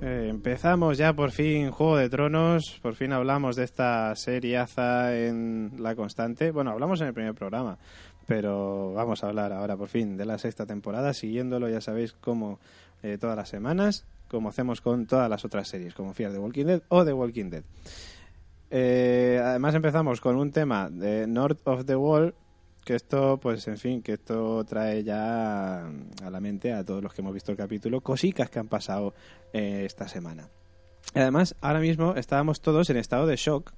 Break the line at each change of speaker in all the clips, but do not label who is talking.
Eh, Empezamos ya por fin Juego de Tronos, por fin hablamos de esta seriaza en La Constante. Bueno, hablamos en el primer programa, pero vamos a hablar ahora por fin de la sexta temporada, siguiéndolo ya sabéis como eh, todas las semanas, como hacemos con todas las otras series, como Fear de Walking Dead o The Walking Dead. Eh, además empezamos con un tema de North of the Wall, que esto, pues en fin, que esto trae ya a la mente a todos los que hemos visto el capítulo, cositas que han pasado eh, esta semana. Además, ahora mismo estábamos todos en estado de shock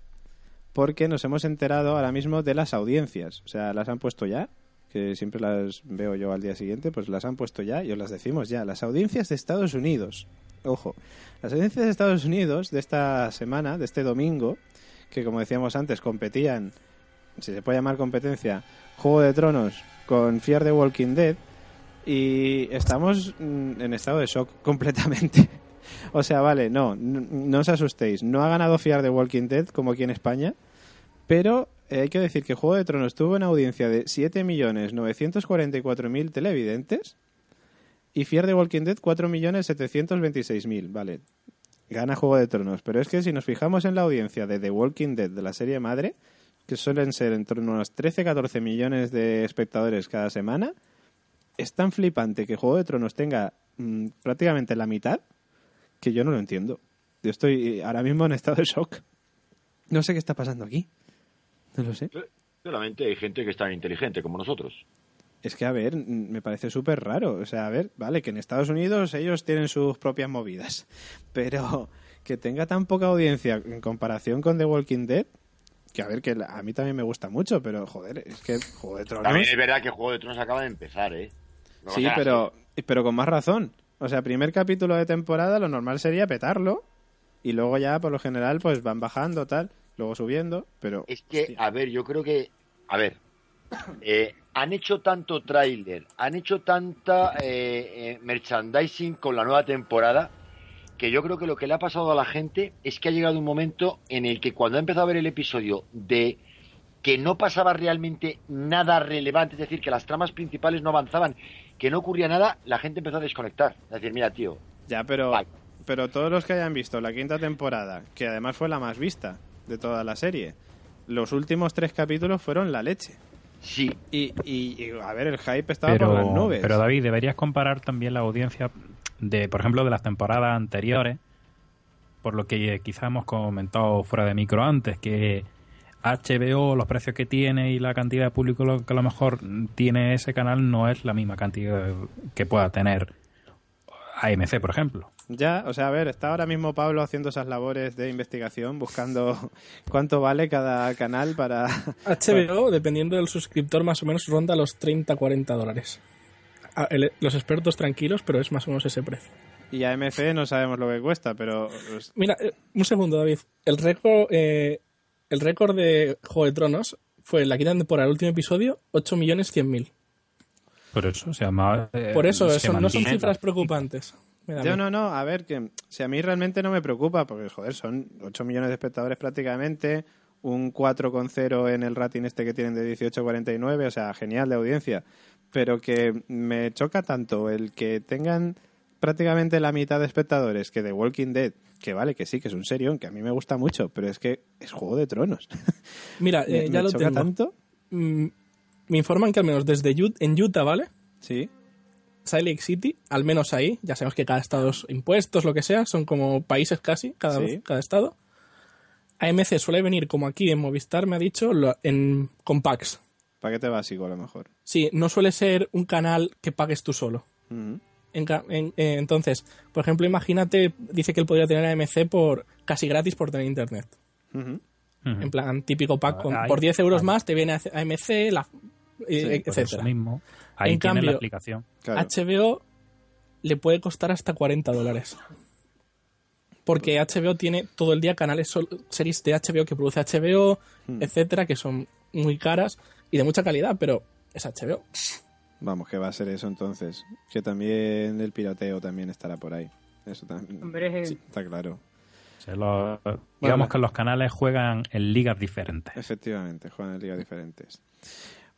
porque nos hemos enterado ahora mismo de las audiencias. O sea, las han puesto ya, que siempre las veo yo al día siguiente, pues las han puesto ya y os las decimos ya. Las audiencias de Estados Unidos. Ojo, las audiencias de Estados Unidos de esta semana, de este domingo, que como decíamos antes, competían si se puede llamar competencia, Juego de Tronos con Fear the Walking Dead y estamos mm, en estado de shock completamente. o sea, vale, no, no, no os asustéis, no ha ganado Fear the Walking Dead como aquí en España, pero eh, hay que decir que Juego de Tronos tuvo una audiencia de 7.944.000 televidentes y Fear the Walking Dead 4.726.000, vale. Gana Juego de Tronos, pero es que si nos fijamos en la audiencia de The Walking Dead de la serie madre, que suelen ser en torno a unos 13-14 millones de espectadores cada semana, es tan flipante que Juego de Tronos tenga mmm, prácticamente la mitad que yo no lo entiendo. Yo estoy ahora mismo en estado de shock. No sé qué está pasando aquí. No lo sé.
Solamente hay gente que es tan inteligente como nosotros.
Es que, a ver, me parece súper raro. O sea, a ver, vale, que en Estados Unidos ellos tienen sus propias movidas. Pero que tenga tan poca audiencia en comparación con The Walking Dead, que a ver, que a mí también me gusta mucho, pero joder, es que Juego de Tronos.
También es verdad que Juego de Tronos acaba de empezar, ¿eh?
No sí, pero, así. pero con más razón. O sea, primer capítulo de temporada, lo normal sería petarlo. Y luego ya, por lo general, pues van bajando, tal. Luego subiendo, pero.
Es que, hostia. a ver, yo creo que. A ver. Eh, han hecho tanto tráiler, han hecho tanta eh, eh, merchandising con la nueva temporada que yo creo que lo que le ha pasado a la gente es que ha llegado un momento en el que cuando ha empezado a ver el episodio de que no pasaba realmente nada relevante, es decir, que las tramas principales no avanzaban, que no ocurría nada, la gente empezó a desconectar. Es decir, mira, tío.
Ya, pero, bye. pero todos los que hayan visto la quinta temporada, que además fue la más vista de toda la serie, los últimos tres capítulos fueron la leche.
Sí.
Y, y, y a ver, el hype estaba pero, por las nubes.
Pero David, deberías comparar también la audiencia de, por ejemplo, de las temporadas anteriores, por lo que quizá hemos comentado fuera de micro antes, que HBO, los precios que tiene y la cantidad de público que a lo mejor tiene ese canal no es la misma cantidad que pueda tener AMC, por ejemplo.
Ya, o sea, a ver, está ahora mismo Pablo haciendo esas labores de investigación, buscando cuánto vale cada canal para...
HBO, dependiendo del suscriptor, más o menos ronda los 30-40 dólares Ah, los expertos tranquilos, pero es más o menos ese precio.
Y AMC no sabemos lo que cuesta, pero...
Mira, eh, un segundo, David. El récord, eh, el récord de Juego de Tronos fue en la quinta temporada, el último episodio, 8.100.000.
Por eso, o sea, más,
eh, Por eso, eso no son cifras preocupantes.
Yo no, no, a ver, que si a mí realmente no me preocupa, porque joder, son 8 millones de espectadores prácticamente, un 4,0 en el rating este que tienen de 18 a 49, o sea, genial de audiencia pero que me choca tanto el que tengan prácticamente la mitad de espectadores que de Walking Dead, que vale, que sí, que es un serión, que a mí me gusta mucho, pero es que es Juego de Tronos.
Mira, eh,
me,
ya
me
lo
choca
tengo.
tanto?
Mm, me informan que al menos desde Utah, en Utah, ¿vale?
Sí.
Salt Lake City, al menos ahí, ya sabemos que cada estado es impuestos, lo que sea, son como países casi, cada, sí. cada estado. AMC suele venir como aquí en Movistar, me ha dicho, en, con packs.
Paquete básico a lo mejor.
Sí, no suele ser un canal que pagues tú solo.
Uh -huh.
en, en, eh, entonces, por ejemplo, imagínate, dice que él podría tener AMC por casi gratis por tener internet.
Uh -huh.
Uh -huh. En plan, típico pack, con, Ah, ahí, por 10 euros ahí. más te viene AMC, la, eh, sí, etc.
mismo. Ahí
en cambio,
la aplicación.
Claro. HBO le puede costar hasta 40 dólares. Porque HBO tiene todo el día canales, series de HBO que produce HBO, etcétera, que son muy caras y de mucha calidad, pero es HBO.
Vamos, que va a ser eso entonces. Que también el piroteo también estará por ahí. Eso también
Hombre, sí.
está claro.
O sea, los, digamos bueno. que los canales juegan en ligas diferentes.
Efectivamente, juegan en ligas diferentes.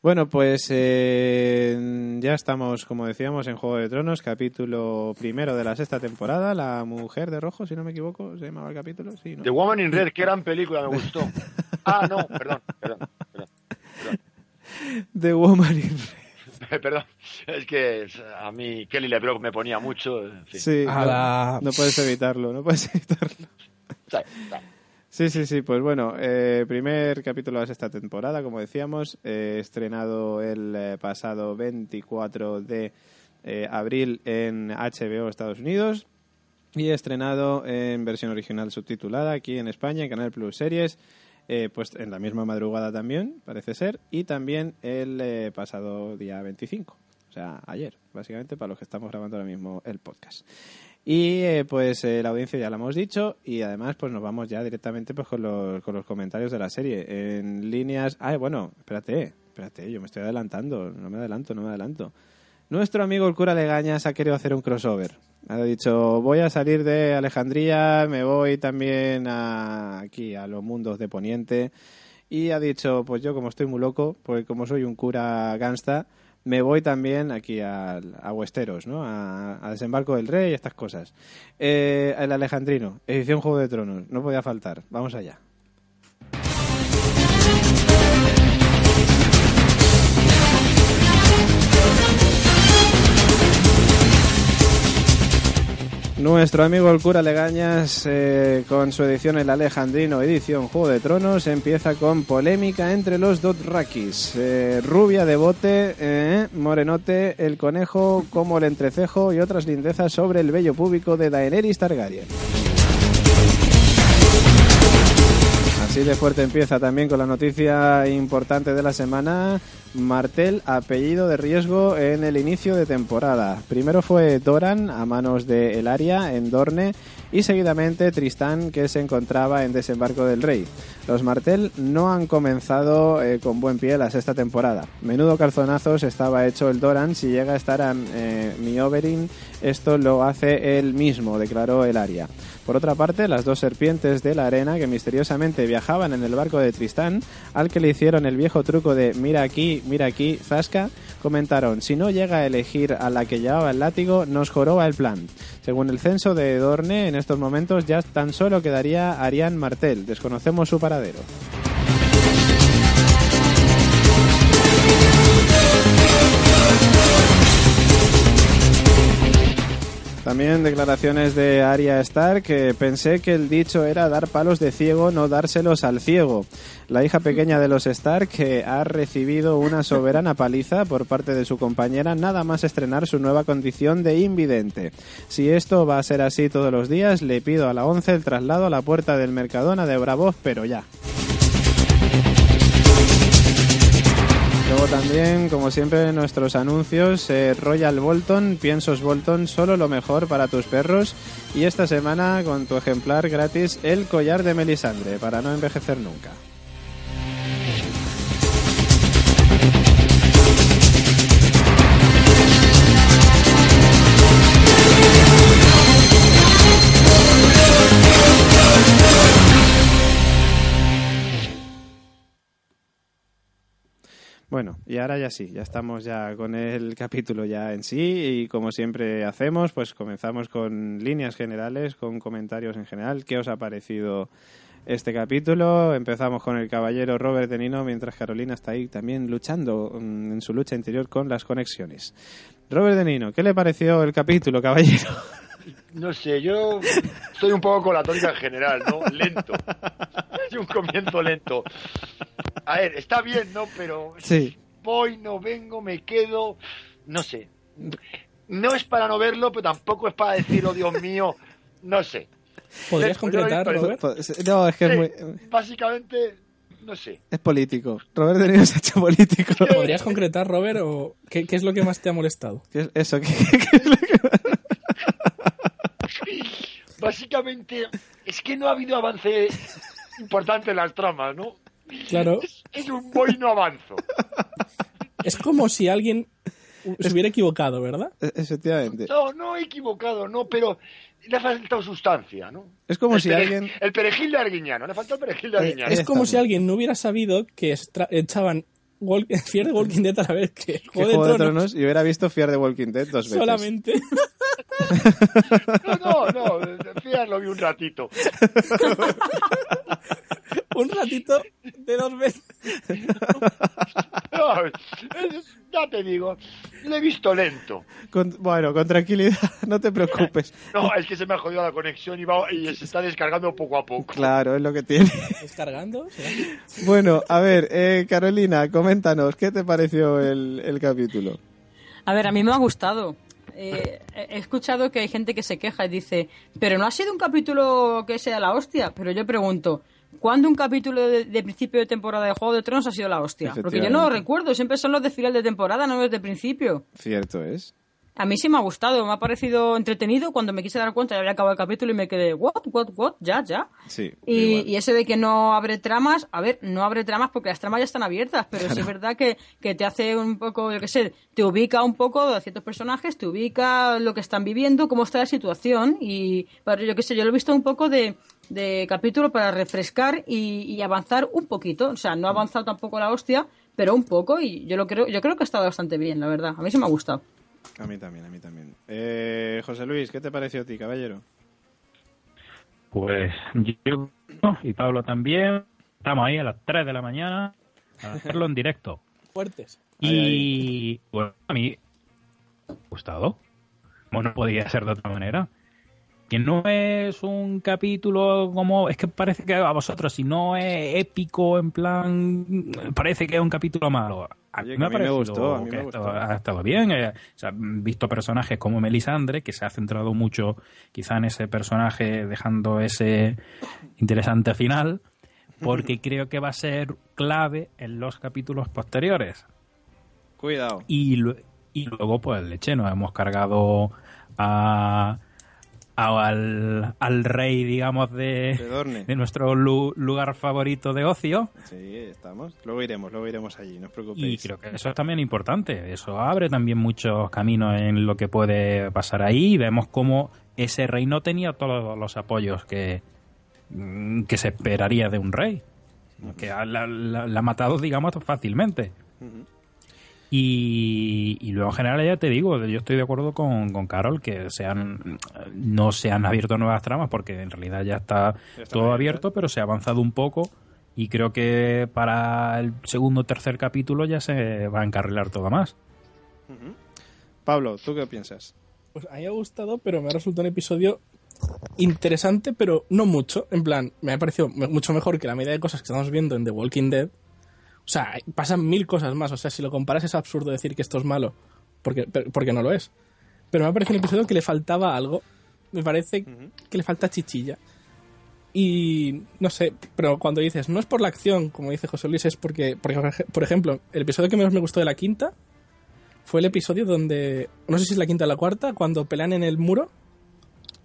Bueno, pues eh, ya estamos, como decíamos, en Juego de Tronos, capítulo primero de la sexta temporada, La Mujer de Rojo, si no me equivoco, se llamaba el capítulo. Sí, ¿no?
The Woman in Red, qué gran película, me gustó. Ah, no, perdón, perdón, perdón.
The Woman in Red.
Perdón, es que a mí Kelly LeBrock me ponía mucho. en fin.
Sí,
A
no-
la-
no puedes evitarlo, no puedes evitarlo.
Está bien, está bien.
Sí, sí, sí, pues bueno, eh, primer capítulo de esta temporada, como decíamos, eh, estrenado el eh, pasado 24 de eh, abril en HBO Estados Unidos y estrenado en versión original subtitulada aquí en España, en Canal Plus Series, eh, pues en la misma madrugada también, parece ser, y también el eh, pasado día 25, o sea, ayer, básicamente, para los que estamos grabando ahora mismo el podcast. Y eh, pues eh, la audiencia ya la hemos dicho y además pues nos vamos ya directamente pues con los, con los comentarios de la serie. En líneas... Ah, bueno, espérate, espérate, yo me estoy adelantando, no me adelanto, no me adelanto. Nuestro amigo el cura Legañas ha querido hacer un crossover. Ha dicho, voy a salir de Alejandría, me voy también a- aquí a los mundos de Poniente. Y ha dicho, pues yo como estoy muy loco, pues como soy un cura gangsta, me voy también aquí al- a, Westeros, ¿no? A, a Desembarco del Rey y estas cosas. Eh, el Alejandrino, edición Juego de Tronos, no podía faltar. Vamos allá. Nuestro amigo el cura Legañas, eh, con su edición El Alejandrino, edición Juego de Tronos, empieza con polémica entre los Dothrakis. Eh, rubia de bote, eh, morenote, el conejo como el entrecejo y otras lindezas sobre el bello público de Daenerys Targaryen. Así de fuerte empieza también con la noticia importante de la semana. Martel, apellido de riesgo en el inicio de temporada. Primero fue Doran a manos de Elaria en Dorne y seguidamente Tristán que se encontraba en Desembarco del Rey. Los Martel no han comenzado eh, con buen pie la sexta temporada. Menudo calzonazos estaba hecho el Doran si llega a estar en eh, Mioberyn. Esto lo hace él mismo, declaró Elaria. Por otra parte, las dos serpientes de la arena que misteriosamente viajaban en el barco de Tristán, al que le hicieron el viejo truco de mira aquí, mira aquí, zasca, comentaron, si no llega a elegir a la que llevaba el látigo, nos joroba el plan. Según el censo de Dorne, en estos momentos ya tan solo quedaría Arián Martel, desconocemos su paradero. También declaraciones de Arya Stark que pensé que el dicho era dar palos de ciego, no dárselos al ciego. La hija pequeña de los Stark que ha recibido una soberana paliza por parte de su compañera nada más estrenar su nueva condición de invidente. Si esto va a ser así todos los días, le pido a la once el traslado a la puerta del Mercadona de Bravos, pero ya. Luego también, como siempre, nuestros anuncios, eh, Royal Bolton, piensos Bolton, solo lo mejor para tus perros. Y esta semana, con tu ejemplar gratis, el collar de Melisandre, para no envejecer nunca. Bueno, y ahora ya sí, ya estamos ya con el capítulo ya en sí y como siempre hacemos, pues comenzamos con líneas generales, con comentarios en general. ¿Qué os ha parecido este capítulo? Empezamos con el caballero Robert De Nino, mientras Carolina está ahí también luchando mm, en su lucha interior con las conexiones. Robert De Nino, ¿qué le pareció el capítulo, caballero?
No sé, yo estoy un poco con la tónica en general, ¿no? Lento. Hay un comienzo lento. A ver, está bien, ¿no? Pero
Sí.
voy, no vengo, me quedo, no sé. No es para no verlo, pero tampoco es para decir, oh Dios mío, no sé.
¿Podrías
Sí,
completar,
pero-
Robert?
No, es que es,
Sí,
muy-
Básicamente, no sé.
es político. Robert De Nino se ha hecho político.
¿Podrías concretar, Robert, o qué, qué es lo que más te ha molestado?
¿Qué es eso? ¿Qué-
Básicamente, es que no ha habido avance importante en las tramas, ¿no?
Claro,
Es, es un voy no avanzo.
es como si alguien se hubiera equivocado, ¿verdad?
E- Efectivamente.
No, no he equivocado, no, pero le ha faltado sustancia, ¿no?
Es como
el
si
pere-
alguien...
El perejil de Arguiñano, le falta el perejil de
Eh,
Arguiñano.
Ahí
Es como
estamos.
si alguien no hubiera sabido que estra- echaban Walk- Fear the Walking Dead a la vez que
Que
Juego de Tronos.
y hubiera visto Fear de Walking Dead dos veces.
Solamente.
No, no, no, Fías lo vi un ratito.
un ratito de dos veces.
No, es- ya te digo, lo he visto lento.
Con- bueno, con tranquilidad, no te preocupes.
No, es que se me ha jodido la conexión y, va- y se está descargando poco a poco.
Claro, es lo que tiene.
Descargando. ¿será?
Bueno, a ver, eh, Carolina, coméntanos, ¿qué te pareció el, el capítulo?
A ver, a mí me ha gustado. Eh, he escuchado que hay gente que se queja y dice, pero no ha sido un capítulo que sea la hostia. Pero yo pregunto, ¿cuándo un capítulo de, de principio de temporada de Juego de Tronos ha sido la hostia? Porque yo no lo
Efectivamente.
recuerdo, siempre son los de final de temporada, no los de principio.
Cierto es.
A mí sí me ha gustado, me ha parecido entretenido. Cuando me quise dar cuenta ya había acabado el capítulo y me quedé, what, what, what, ya, ya.
Sí.
Y, y eso de que no abre tramas, a ver, no abre tramas porque las tramas ya están abiertas, pero sí es verdad que, que te hace un poco, yo qué sé, te ubica un poco a ciertos personajes, te ubica lo que están viviendo, cómo está la situación y, pero yo qué sé, yo lo he visto un poco de, de capítulo para refrescar y, y avanzar un poquito, o sea, no ha avanzado tampoco la hostia, pero un poco y yo lo creo, yo creo que ha estado bastante bien, la verdad, a mí se me ha gustado.
A mí también, a mí también. Eh, José Luis, ¿qué te pareció a ti, caballero?
Pues yo y Pablo también estamos ahí a las 3 de la mañana a hacerlo en directo.
Fuertes.
Ahí,
y bueno, a mí me ha gustado. Como no podía ser de otra manera. Que no es un capítulo como. Es que parece que a vosotros, si no es épico, en plan. Parece que es un capítulo malo. A
Oye,
mí
que
me
a mí me
ha parecido
gustó, a mí
que
me
ha estado-
gustó.
ha estado bien. eh, o sea, he visto personajes como Melisandre, que se ha centrado mucho quizá en ese personaje, dejando ese interesante final, porque creo que va a ser clave en los capítulos posteriores.
Cuidado.
Y, lu- y luego, pues, leche, nos hemos cargado a, a- al, al rey, digamos, de,
Pedorne.
de nuestro lu- lugar favorito de ocio.
Sí, estamos. Luego iremos, luego iremos allí, no os
Y
preocupéis.
creo que eso es también importante. Eso abre también muchos caminos en lo que puede pasar ahí. Y vemos cómo ese rey no tenía todos los apoyos que, mm, que se esperaría de un rey. Que ha- la, la- la ha matado, digamos, fácilmente.
Ujú.
Y, y luego en general ya te digo, yo estoy de acuerdo con, con Carol que se han, no se han abierto nuevas tramas porque en realidad ya está
Ya está abierto.
todo abierto, pero se ha avanzado un poco y creo que para el segundo o tercer capítulo ya se va a encarrilar todo más.
Ujú. Pablo, ¿tú qué piensas?
Pues a mí me ha gustado, pero me ha resultado un episodio interesante, pero no mucho. En plan, me ha parecido me- mucho mejor que la media de cosas que estamos viendo en The Walking Dead. O sea, pasan mil cosas más. O sea, si lo comparas es absurdo decir que esto es malo, porque, per- porque no lo es. Pero me ha parecido un episodio que le faltaba algo. Me parece
Ujú.
que le falta chichilla. Y no sé, pero cuando dices, no es por la acción, como dice José Luis, es porque, porque, por ejemplo, el episodio que menos me gustó de la quinta fue el episodio donde, no sé si es la quinta o la cuarta, cuando pelean en el muro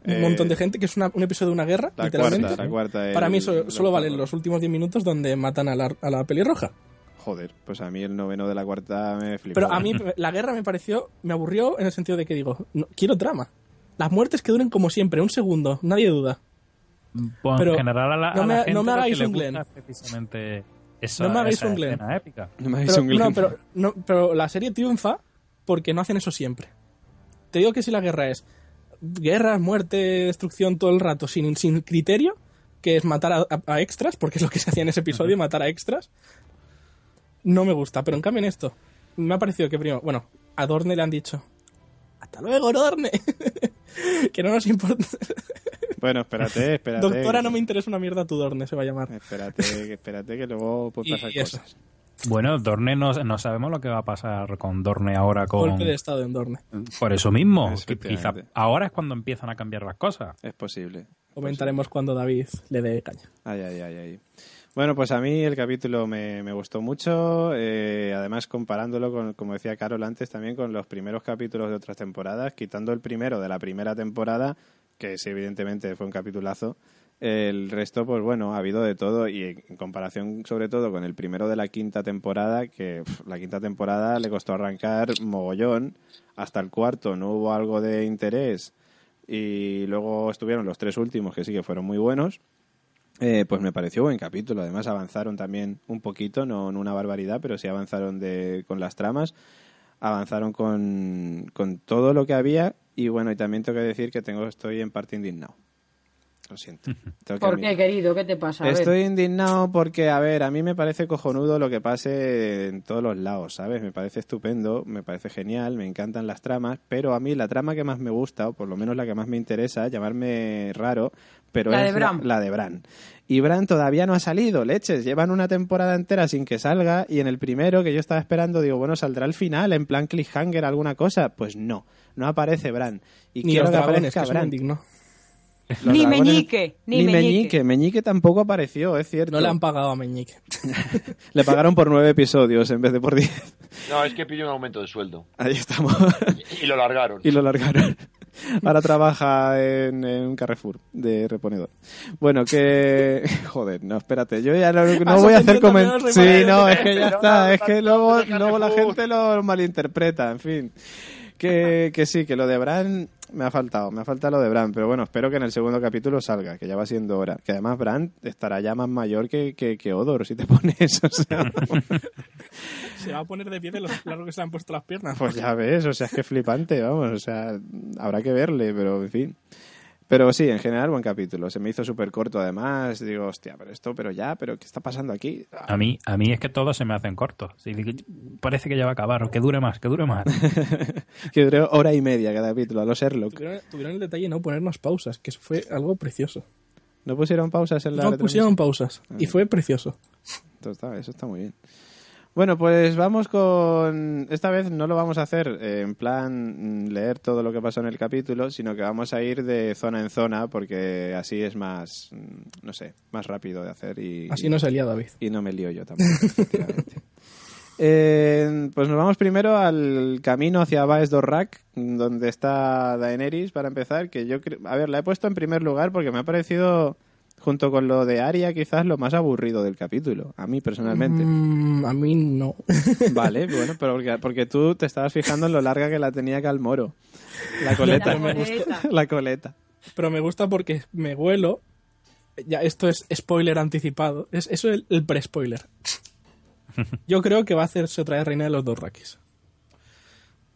un
Eh,
montón de gente, que es una- un episodio de una guerra,
La
literalmente.
cuarta, la cuarta. el-
Para mí solo,
el
solo valen
octavo.
los últimos 10 minutos donde matan a la, a la pelirroja.
Joder, pues a mí el noveno de la cuarta me flipó.
Pero a mí la guerra me pareció, me aburrió en el sentido de que digo, no, quiero trama. Las muertes que duren como siempre, un segundo, nadie duda.
Bueno,
Pero
en general a la, a
no
la
me- no
gente
me
lo que
hagáis
le
un
gusta
Glenn.
es precisamente esa,
No me hagáis
esa
un Glenn.
escena épica.
No me habéis
Pero,
un
no,
Glenn.
pero, no, pero la serie triunfa porque no hacen eso siempre. Te digo que si la guerra es guerra, muerte, destrucción todo el rato sin, sin criterio, que es matar a, a- a extras, porque es lo que se hacía en ese episodio, matar a extras, no me gusta. Pero en cambio en esto, me ha parecido que primero, bueno, a Dorne le han dicho, hasta luego Dorne, que no nos importa.
Bueno, espérate, espérate.
Doctora, no me interesa una mierda tu Dorne, se va a llamar.
Espérate, que- espérate que luego pues
Y
pasar
eso.
cosas.
Bueno, Dorne no, no sabemos lo que va a pasar con Dorne ahora con...
Golpe de estado en Dorne.
Por eso mismo, que quizá
Efectivamente.
ahora es cuando empiezan a cambiar las cosas.
Es posible.
Comentaremos cuando David le dé caña.
Ay, ay, ay, ay. Bueno, pues a mí el capítulo me, me gustó mucho, eh, además comparándolo con, como decía Carol antes, también con los primeros capítulos de otras temporadas, quitando el primero de la primera temporada, que sí, evidentemente fue un capitulazo, el resto, pues bueno, ha habido de todo y en comparación sobre todo con el primero de la quinta temporada, que pf, la quinta temporada le costó arrancar mogollón, hasta el cuarto no hubo algo de interés y luego estuvieron los tres últimos que sí que fueron muy buenos Eh, pues me pareció buen capítulo. Además avanzaron también un poquito, no, no una barbaridad, pero sí avanzaron de, con las tramas, avanzaron con, con todo lo que había y bueno, y también tengo que decir que tengo estoy en parte indignado. Lo siento. Tengo que
¿Por qué,
admitir.
querido? ¿Qué te pasa? A ver.
Estoy indignado porque, a ver, a mí me parece cojonudo lo que pase en todos los lados, ¿sabes? Me parece estupendo, me parece genial, me encantan las tramas, pero a mí la trama que más me gusta, o por lo menos la que más me interesa, llamarme raro, pero
La
es
de Bran.
La, de Bran. Y Bran todavía no ha salido, leches, llevan una temporada entera sin que salga y en el primero que yo estaba esperando digo, bueno, saldrá el final, en plan cliffhanger, alguna cosa, pues no, no aparece Bran. Y
Ni
quiero
los
que
dragones, que
aparezca
es
Bran.
indigno.
Los
Ni
dragones-
Meñique, ni Meñique.
Meñique tampoco apareció, es cierto.
No le han pagado a Meñique.
Le pagaron por nueve episodios en vez de por diez.
No, es que pidió un aumento de sueldo.
Ahí estamos.
Y, y lo largaron.
y lo largaron. Ahora trabaja en, en un Carrefour de reponedor. Bueno, que... Joder, no, espérate. Yo ya no, no
Has
voy a hacer
ofendido también
comentarios.
al
Sí,
reponedor.
no, es que ya
Pero no,
está. Es que
tanto
luego,
de
luego la
Carrefour.
gente lo malinterpreta, en fin. Que, que sí, que lo de Bran me ha faltado, me ha faltado lo de Bran, pero bueno, espero que en el segundo capítulo salga, que ya va siendo hora. Que además Bran estará ya más mayor que, que, que Odor, si te pones, o sea,
Se va a poner de pie de lo largo que se le han puesto las piernas.
Pues ya ves, o sea, es que flipante, vamos, o sea, habrá que verle, pero en fin. Pero sí, en general, buen capítulo. Se me hizo súper corto, además. Digo, hostia, pero esto, pero ya, pero ¿qué está pasando aquí?
A mí, a mí es que todos se me hacen cortos. Sí, digo, parece que ya va a acabar, o que dure más, que dure más.
Que duró hora y media cada capítulo, a los Sherlock.
Tuvieron, tuvieron el detalle de no ponernos pausas, que eso fue algo precioso.
¿No pusieron pausas en la Ah.
No
retransmisión?
pusieron pausas y fue precioso.
Esto está- eso está muy bien. Bueno, pues vamos con... Esta vez no lo vamos a hacer eh, en plan mm, leer todo lo que pasó en el capítulo, sino que vamos a ir de zona en zona porque así es más, mm, no sé, más rápido de hacer y...
Así no salía David.
Y no me lío yo tampoco, efectivamente. Eh, pues nos vamos primero al camino hacia Baes Dorrak, donde está Daenerys, para empezar, que yo creo... A ver, la he puesto en primer lugar porque me ha parecido, junto con lo de Arya, quizás lo más aburrido del capítulo, a mí personalmente.
Mm, a mí no.
Vale, bueno, pero porque, porque tú te estabas fijando en lo larga que la tenía Calmoro. La coleta.
La coleta.
La coleta.
Pero me gusta porque me vuelo. Ya, esto es spoiler anticipado. Es, eso es el, el pre-spoiler. Yo creo que va a hacerse otra vez reina de los dos raquis.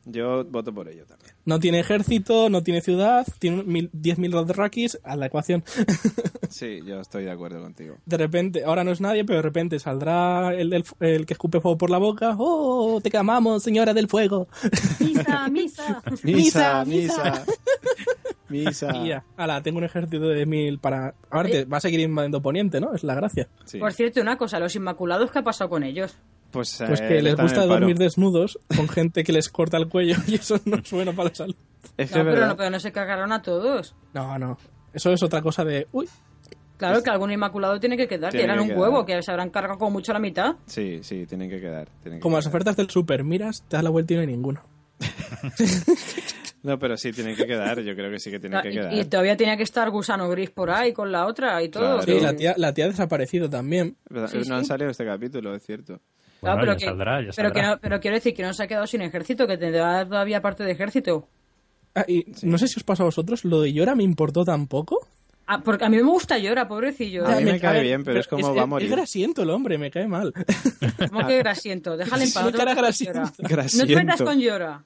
Yo voto por ello también.
No tiene ejército, no tiene ciudad, tiene mil- 10.000 Dothraki a la ecuación.
Sí, yo estoy de acuerdo contigo.
De repente, ahora no es nadie, pero de repente saldrá el, del- el que escupe fuego por la boca. ¡Oh, te camamos, señora del fuego!
Misa, misa.
Misa, misa.
Misa,
Misa.
Y ya, ala, tengo un ejército de mil para... A ver, que va a seguir invadiendo Poniente, ¿no? Es la gracia.
Sí.
Por cierto, una cosa, los Inmaculados, ¿qué ha pasado con ellos?
Pues,
Pues
eh,
que les
están en
gusta
el paro.
dormir desnudos con gente que les corta el cuello y eso no es bueno para la salud.
Es que
No,
es
pero
verdad.
no, pero no se cargaron a todos.
No, no. Eso es otra cosa de... Uy,
Claro que algún Inmaculado tiene que quedar, que
Tiene
eran
que
un
quedar.
huevo, que se habrán cargado como mucho la mitad.
Sí, sí, tienen que quedar. tienen que
como las
quedar.
ofertas del super, miras, te das la vuelta y no hay ninguno.
No, pero sí, tienen que quedar. Yo creo que sí que tienen que
Y-
quedar.
y, todavía tenía que estar Gusano Gris por ahí con la otra y todo.
Claro.
Sí, la tía, la tía ha desaparecido también.
Pero
sí,
no han
sí.
salido en este capítulo, es cierto.
Claro,
Bueno,
pero,
ya
que,
saldrá, ya
pero que
saldrá.
no- pero quiero decir que no se ha quedado sin ejército, que tendrá todavía parte de ejército.
Ah, y no sé si os pasa a vosotros, lo de Llora me importó tampoco.
Ah, porque a mí me gusta llorar, pobrecillo. eh.
A mí me cae bien, pero es como va a morir.
Es grasiento el hombre, me cae mal.
¿Cómo que grasiento? Déjale en paz.
Sí,
no te
cara
metas con
grasiento.
Llora. No te
Grasiento.
metas con llora.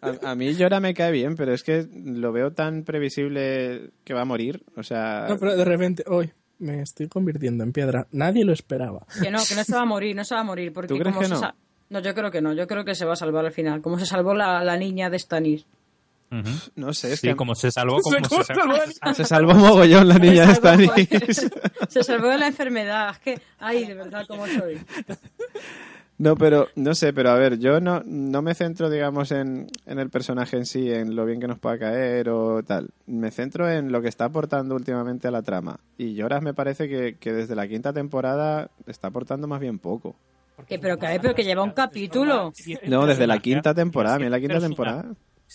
A, a mí Llora me cae bien, pero es que lo veo tan previsible que va a morir. O sea,
No, pero de repente, hoy me estoy convirtiendo en piedra. Nadie lo esperaba.
Que no, que no se va a morir, no se va a morir.
¿Tú
Porque
crees
como
que
se
no?
sa- No, yo creo que no. Yo creo que se va a salvar al final. Como se salvó la, la niña de Stanis.
Ujú.
no sé, es
Sí,
que
como se salvó, como se salvó.
se salvó mogollón la niña de
se, salvó,
Stannis.
se salvó de la enfermedad. Es que, ay, de verdad, cómo soy.
No, pero no sé, pero a ver, yo no, no me centro, digamos, en, en el personaje en sí, en lo bien que nos pueda caer o tal. Me centro en lo que está aportando últimamente a la trama. Y Lloras me parece que, que desde la quinta temporada está aportando más bien poco.
Que, pero, que, pero que lleva un capítulo.
No, desde la quinta temporada, mira, la quinta temporada.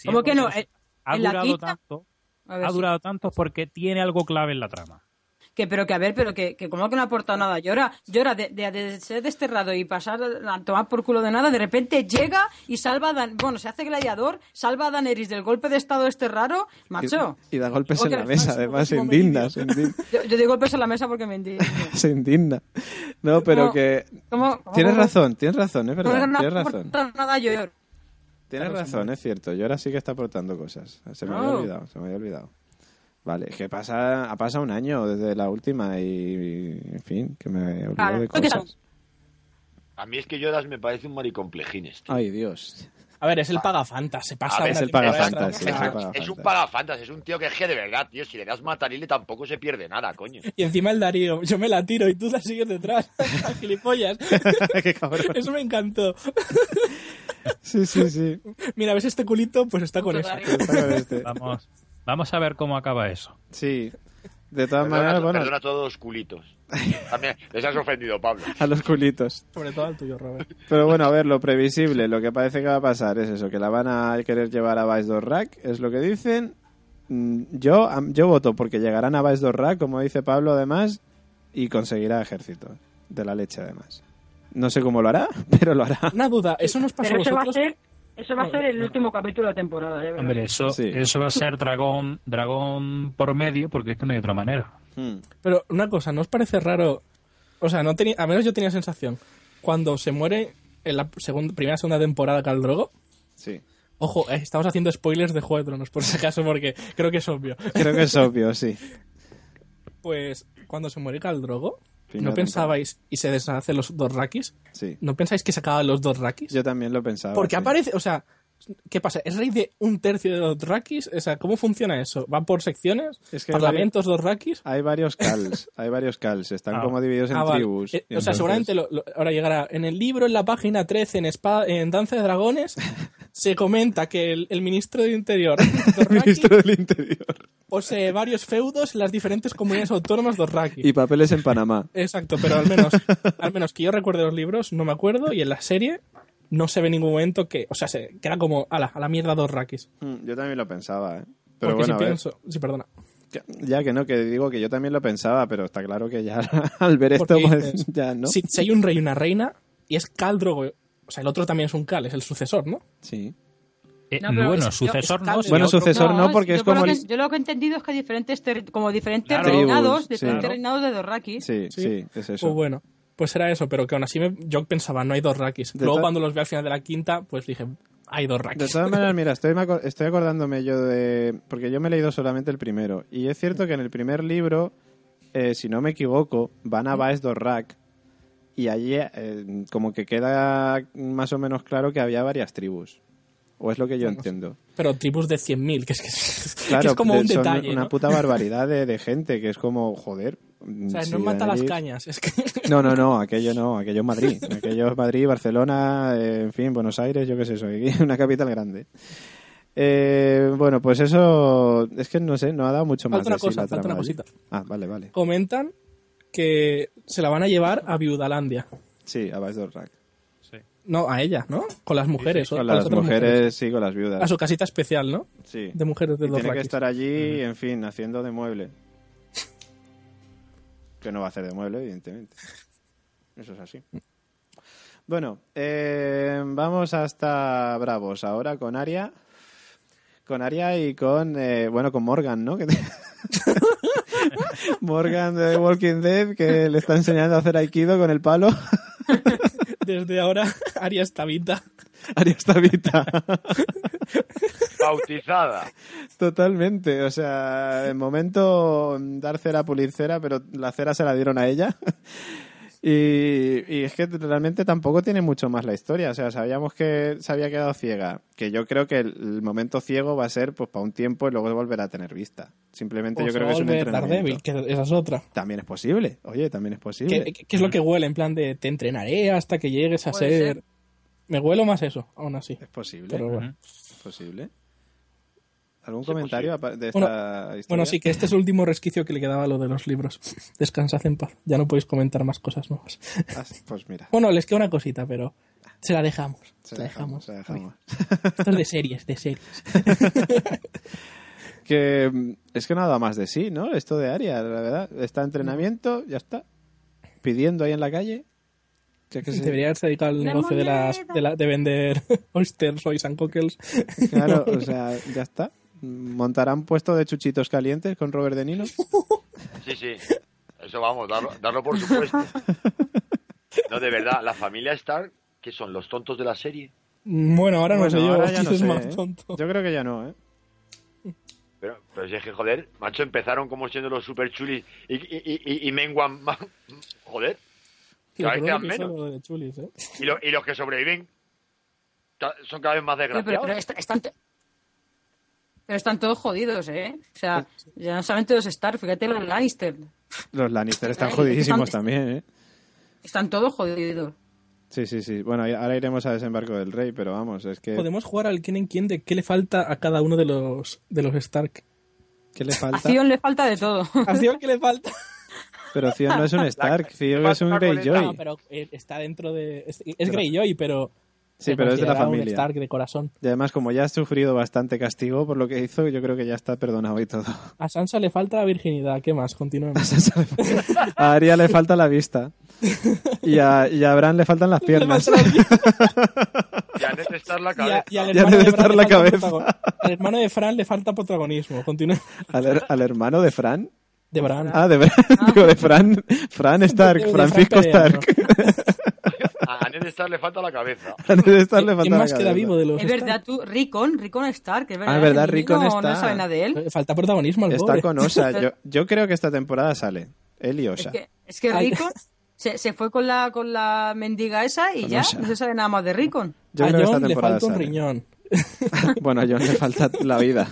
¿Cómo que no? Eh,
Ha
en la
durado
quinta-
tanto,
A ver
ha
si-
durado tanto porque tiene algo clave en la trama.
que pero que a ver, pero que, que como que no ha aportado nada, llora, llora de, de- de ser desterrado y pasar a tomar por culo de nada, de repente llega y salva a Dan, bueno, se hace gladiador, salva a Daenerys del golpe de estado este raro, macho.
Y, y da golpes
Tengo
en
que
la
rezar,
mesa,
sí,
además, se
porque como
indigna,
me
se indigna.
Yo, yo digo golpes en la mesa porque me entiendo.
se indigna. No, pero
No.
que...
¿Cómo- cómo-
Tienes
cómo-
razón, tienes razón, es
cómo
verdad,
no ha
tienes razón.
aportado nada, llora.
Tienes
Claro,
razón, es cierto. Yo ahora sí que está aportando cosas. Se me
No.
había olvidado, se me había olvidado. Vale, es que pasa, ha pasado un año desde la última y, y, en fin, que me he olvidado
Claro,
de
creo que
cosas.
A mí es que Yodas me parece un maricomplejín, tío.
Ay, Dios.
A ver, es
Ah.
el pagafantas, se pasa.
A ver,
una
es el
temporada
pagafantas,
tras otra.
sí, sí.
Es un pagafantas, es un tío que es que de verdad, tío, si le das matarile tampoco se pierde nada, coño.
Y encima el Darío, yo me la tiro y tú la sigues detrás. gilipollas.
Qué cabrón.
Eso me encantó.
Sí, sí, sí.
Mira, ves este culito, pues está con
Puto
esa.
Darío.
Está con este.
Vamos, vamos a ver cómo acaba eso.
Sí. De todas
Perdona,
maneras, bueno,
perdona a todos los culitos. También les has ofendido, Pablo.
a los culitos.
Sobre todo al tuyo, Robert.
Pero bueno, a ver, lo previsible, lo que parece que va a pasar es eso, que la van a querer llevar a Vice Rack, es lo que dicen. Mm, Yo, am- yo voto porque llegarán a Vice Rack, como dice Pablo, además, y conseguirá ejército. De la leche, además. No sé cómo lo hará, pero lo hará.
Una duda, ¿eso nos pasó a
Pero eso va a
vosotros?
ser, eso va a ser el
No.
último capítulo de la temporada, ya verás.
Hombre, eso,
Sí.
eso va a ser dragón, dragón por medio, porque es que no hay otra manera.
Hmm.
Pero una cosa, ¿no os parece raro? O sea, no tenía, a menos yo tenía sensación. Cuando se muere en la segunda, primera segunda temporada Khal Drogo,
Sí.
ojo, eh, estamos haciendo spoilers de Juego de Tronos, por si acaso, porque creo que es obvio.
Creo que es obvio, sí.
Pues cuando se muere Khal Drogo,
Primera
¿no pensabais y se deshacen los dos Rakis?
Sí.
¿No pensáis que se acaban los dos Rakis?
Yo también lo pensaba.
Porque
sí.
aparece, o sea, ¿qué pasa? ¿Es rey de un tercio de los Rakis? O sea, ¿cómo funciona eso? ¿Van por secciones?
Es que
¿Parlamentos dos Rakis?
Hay varios cals, hay varios cals, están
Ah.
como divididos pues en
Ah, vale.
tribus.
Eh,
y
o sea,
entonces-
seguramente lo- lo- ahora llegará en el libro, en la página 13, en, Espa- en Danza de Dragones, se comenta que el, el ministro de Interior
El
Dorraki,
ministro del Interior.
posee varios feudos en las diferentes comunidades autónomas de Raki.
Y papeles en Panamá.
Exacto, pero al menos, al menos que yo recuerde los libros, no me acuerdo, y en la serie no se ve en ningún momento que, o sea, se queda como, ala, a la mierda dos Rakis.
Hmm, Yo también lo pensaba, ¿eh? Pero
Porque
bueno,
si
a ver.
pienso, sí, perdona.
Que- Ya que no, que digo que yo también lo pensaba, pero está claro que ya al ver esto,
Porque
pues
dices,
ya no.
Si, si hay un rey y una reina, y es Khal Drogo, o sea, el otro también es un Cal, es el sucesor, ¿no?
Sí.
Eh,
No, pero
bueno,
es-
sucesor
es
no.
Calde-
si
Bueno,
el otro-
sucesor no, porque
yo
es como
creo
el-
que- yo lo que he entendido es que diferentes terri- como diferentes
Claro.
reinados,
Tribus,
diferentes
sí.
reinados de Dorraki.
Sí,
Sí.
sí, es eso.
Pues bueno, pues era eso, pero que aún así me- yo pensaba, no hay dos rakis.
De
Luego
tal-
cuando los vi al final de la quinta, pues dije, hay dos
De
rakis.
todas maneras, mira, estoy, me aco- estoy acordándome yo de... Porque yo me he leído solamente el primero. Y es cierto que en el primer libro, eh, si no me equivoco, van a Baez Dorrak. Y allí eh, como que queda más o menos claro que había varias tribus. O es lo que yo entiendo.
Pero tribus de 100.000, que es, que, es- que
Claro,
es como
de-
un
son
detalle.
una
¿no?
puta barbaridad de, de gente que es como, joder.
O sea,
sí,
no mata las
Daenerys-
cañas. Es que
No, no, no, aquello no, aquello es Madrid. Aquello es Madrid, Barcelona, eh, en fin, Buenos Aires, yo qué sé, soy una capital grande. Eh, bueno, pues eso es que no sé, no ha dado mucho más
Falta una
de sí
cosa,
la
falta
trama
una
allí.
cosita.
Ah, vale, vale.
comentan que se la van a llevar a Viudalandia.
Sí, a Vice Rack.
Sí.
No, a ella, ¿no? Con las mujeres. o
Con las
otras
mujeres, sí, con las
A
viudas.
su casita especial, ¿no?
Sí.
De mujeres de
Y
dos
tiene que
rakis.
estar allí, en fin, haciendo de mueble. Que no va a hacer de mueble, evidentemente. Eso es así. Bueno, eh, vamos hasta Bravos ahora con Aria. Con Aria y con, eh, bueno, con Morgan, ¿no? Que te- Morgan de Walking Dead, que le está enseñando a hacer aikido con el palo.
Desde ahora, Aria está vita.
Aria está vita.
Bautizada.
Totalmente, o sea, en momento mm, dar cera, pulir cera, pero la cera se la dieron a ella. Y, y es que realmente tampoco tiene mucho más la historia, o sea, sabíamos que se había quedado ciega, que yo creo que el, el momento ciego va a ser pues para un tiempo y luego volverá a tener vista. Simplemente
O
yo
se
creo
va
que es
Pues a
un
volver
entrenamiento.
Daredevil, que esa es otra.
También es posible, oye, también es posible.
¿Qué, qué es lo que huele? En plan de te entrenaré hasta que llegues a
Puede
ser...
ser.
Me huelo más eso, aún así.
Es posible,
Pero bueno.
es posible. ¿Algún
Sí,
comentario apa- de esta
Bueno,
historia?
Bueno, sí, que este es el último resquicio que le quedaba a lo de los libros. Descansad en paz. Ya no podéis comentar más cosas nuevas.
Ah, pues mira,
Bueno, les queda una cosita, pero se la dejamos.
se
la
dejamos,
dejamos.
se dejamos.
Esto es de series, de series.
que mm, es que nada más de sí, ¿no? Esto de Aria, la verdad. Está en entrenamiento, ya está. Pidiendo ahí en la calle. Que es que se-
Debería haberse dedicado al
La
negocio de, las,
moneda.
de, la- de vender oysters, hoy and cockles.
Claro, o sea, ya está. Montarán puesto de chuchitos calientes con Robert De Niro.
Sí, sí. Eso vamos, darlo, darlo por supuesto. No, de verdad, la familia Stark, que son los tontos de la serie.
Bueno, ahora no
Bueno,
sé yo,
ahora ya no
es
sé,
más
¿eh?
tonto.
Yo creo que ya no, ¿eh?
Pero, pero si es que, joder, macho, empezaron como siendo los super chulis y, y, y- y menguan más. Joder.
Tío,
Cada vez
creo
quedan
que eso
menos.
lo de chulis, ¿eh?
Y, lo- y los que sobreviven ca- son cada vez más
Pero, pero,
desgraciados.
pero est- están t- pero están todos jodidos, ¿eh? O sea, ya no solamente los Stark, fíjate los Lannister.
Los Lannister están
Ay,
jodidísimos
están-
también, ¿eh?
Están todos jodidos.
Sí, sí, sí. Bueno, y ahora iremos a Desembarco del Rey, pero vamos, es que...
Podemos jugar al quién en quién de qué le falta a cada uno de los, de los Stark.
¿Qué le
A
falta?
Zion le falta de todo.
Acción que le falta.
Pero Cion no es un Stark, Cion
la-
es un
la coleta.
Greyjoy.
No, pero eh, está dentro de. Es, es Greyjoy, pero.
Sí,
se
pero es de la
considera un
familia.
Stark de corazón.
Y además, como ya ha sufrido bastante castigo por lo que hizo, yo creo que ya está perdonado y todo.
A Sansa le falta la virginidad. ¿Qué más? Continuemos.
A Arya le falta la vista. Y a, y a Bran le faltan las piernas.
Le falta la-
Y a Ned Stark la
y a-
cabeza.
y al
Ya debe estar la
hermano de Bran le falta
cabeza.
protagon- Al hermano de Fran le falta protagonismo. Continuemos.
Al, her- al hermano de Fran.
De Bran.
Ah, de Bran. Digo, de Fran. Fran Stark.
De- de
Francisco
Fran
Stark.
A Ned Stark le falta la cabeza.
A Ned Stark le
¿Quién
falta la
más queda
cabeza.
vivo de los
Es verdad, tú, Rickon, Rickon Stark, es verdad.
Ah, es verdad,
ese niño
Rickon
no,
Stark.
No sabe nada de él.
Stark? Falta protagonismo al
Está
pobre.
con Osa. Yo, yo creo que esta temporada sale. Él y
Es
Osa.
que, es que
Ay.
Rickon se, se fue con la, con la mendiga esa y
Con
ya
esa.
no se sabe nada más de Rickon.
Yo
a
creo que esta
John le
temporada
falta un
sale.
riñón.
Bueno, a John le falta la vida.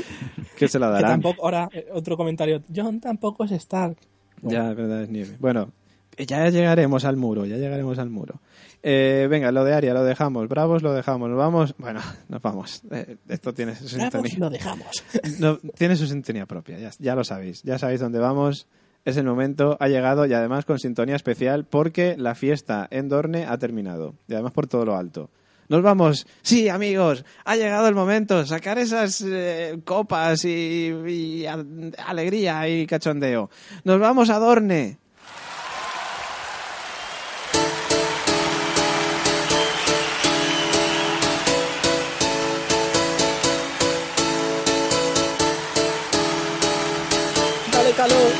que se la
Que
darán.
tampoco, ahora, eh, otro comentario. John tampoco es Stark.
Ya, es verdad, es nieve. Bueno, ya llegaremos al muro, ya llegaremos al muro. Eh, venga, lo de Aria lo dejamos, Bravos lo dejamos, vamos, bueno, nos vamos. Eh, esto tiene su
Vamos,
sintonía.
lo dejamos.
No, tiene su sintonía propia, ya, ya lo sabéis, ya sabéis dónde vamos. Es el momento, ha llegado y además con sintonía especial porque la fiesta en Dorne ha terminado y además por todo lo alto. Nos vamos, sí amigos, ha llegado el momento, sacar esas eh, copas y, y a- alegría y cachondeo. Nos vamos a Dorne.
Dale calor.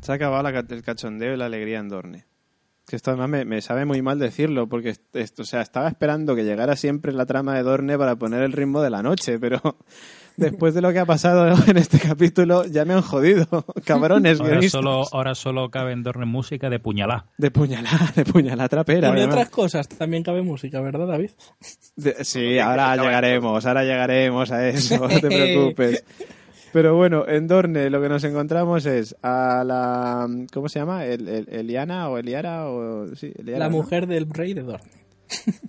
Se ha acabado la ca- el cachondeo y la alegría en Dorne. Que esto además me, me sabe muy mal decirlo, porque est- est- o sea, estaba esperando que llegara siempre la trama de Dorne para poner el ritmo de la noche, pero después de lo que ha pasado en este capítulo, ya me han jodido, cabrones,
Ahora
guionistas.
solo, ahora solo cabe en Dorne música de puñalá.
De puñalada, de puñalada trapera.
Bueno, y
además.
otras cosas también cabe música, ¿verdad, David?
De- sí, ahora llegaremos, ahora llegaremos a eso, no te preocupes. Pero bueno, en Dorne lo que nos encontramos es a la... ¿Cómo se llama? El- el- Eliana o Eliara o... Sí, Eliara,
la
¿no?
mujer del rey de Dorne.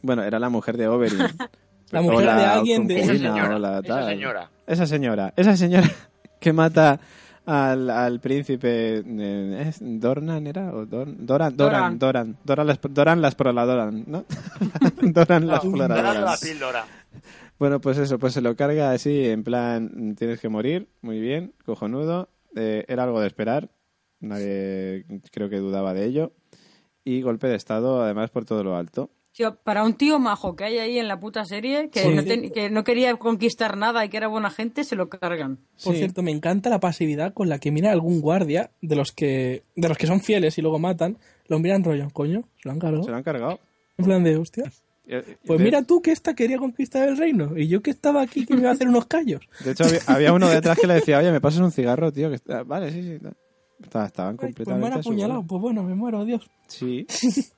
Bueno, era la mujer de Oberyn.
La mujer
O
de alguien de-
concubina,
Esa señora,
o la
esa
tal.
señora.
Esa señora. Esa señora que mata al, al príncipe... eh, ¿es ¿Dornan era? ¿O Don- Doran, Doran,
Doran.
Doran. Doran la, esp- Doran la exploradora, ¿no? Doran la
Dale la
exploradora.
píldora.
Bueno, pues eso, pues se lo carga así, en plan, tienes que morir, muy bien, cojonudo. Eh, era algo de esperar, nadie creo que dudaba de ello. Y golpe de estado, además, por todo lo alto.
Tío, para un tío majo que hay ahí en la puta serie, que,
Sí.
no, ten- que no quería conquistar nada y que era buena gente, se lo cargan.
Por
Sí.
cierto, me encanta la pasividad con la que mira algún guardia de los que de los que son fieles y luego matan, lo miran rollo, coño, se lo han cargado.
Se lo han cargado.
En plan de, hostia.
Eh,
Pues
de-
mira tú que esta quería conquistar el reino y yo que estaba aquí que me iba a hacer unos callos.
De hecho, había, había uno detrás que le decía, oye, me pasas un cigarro, tío. Que está- Vale, sí, sí. no. Estaba- estaban
Ay, pues me
completamente.
han
a su bola.
apuñalado, pues bueno, me muero, adiós.
Sí.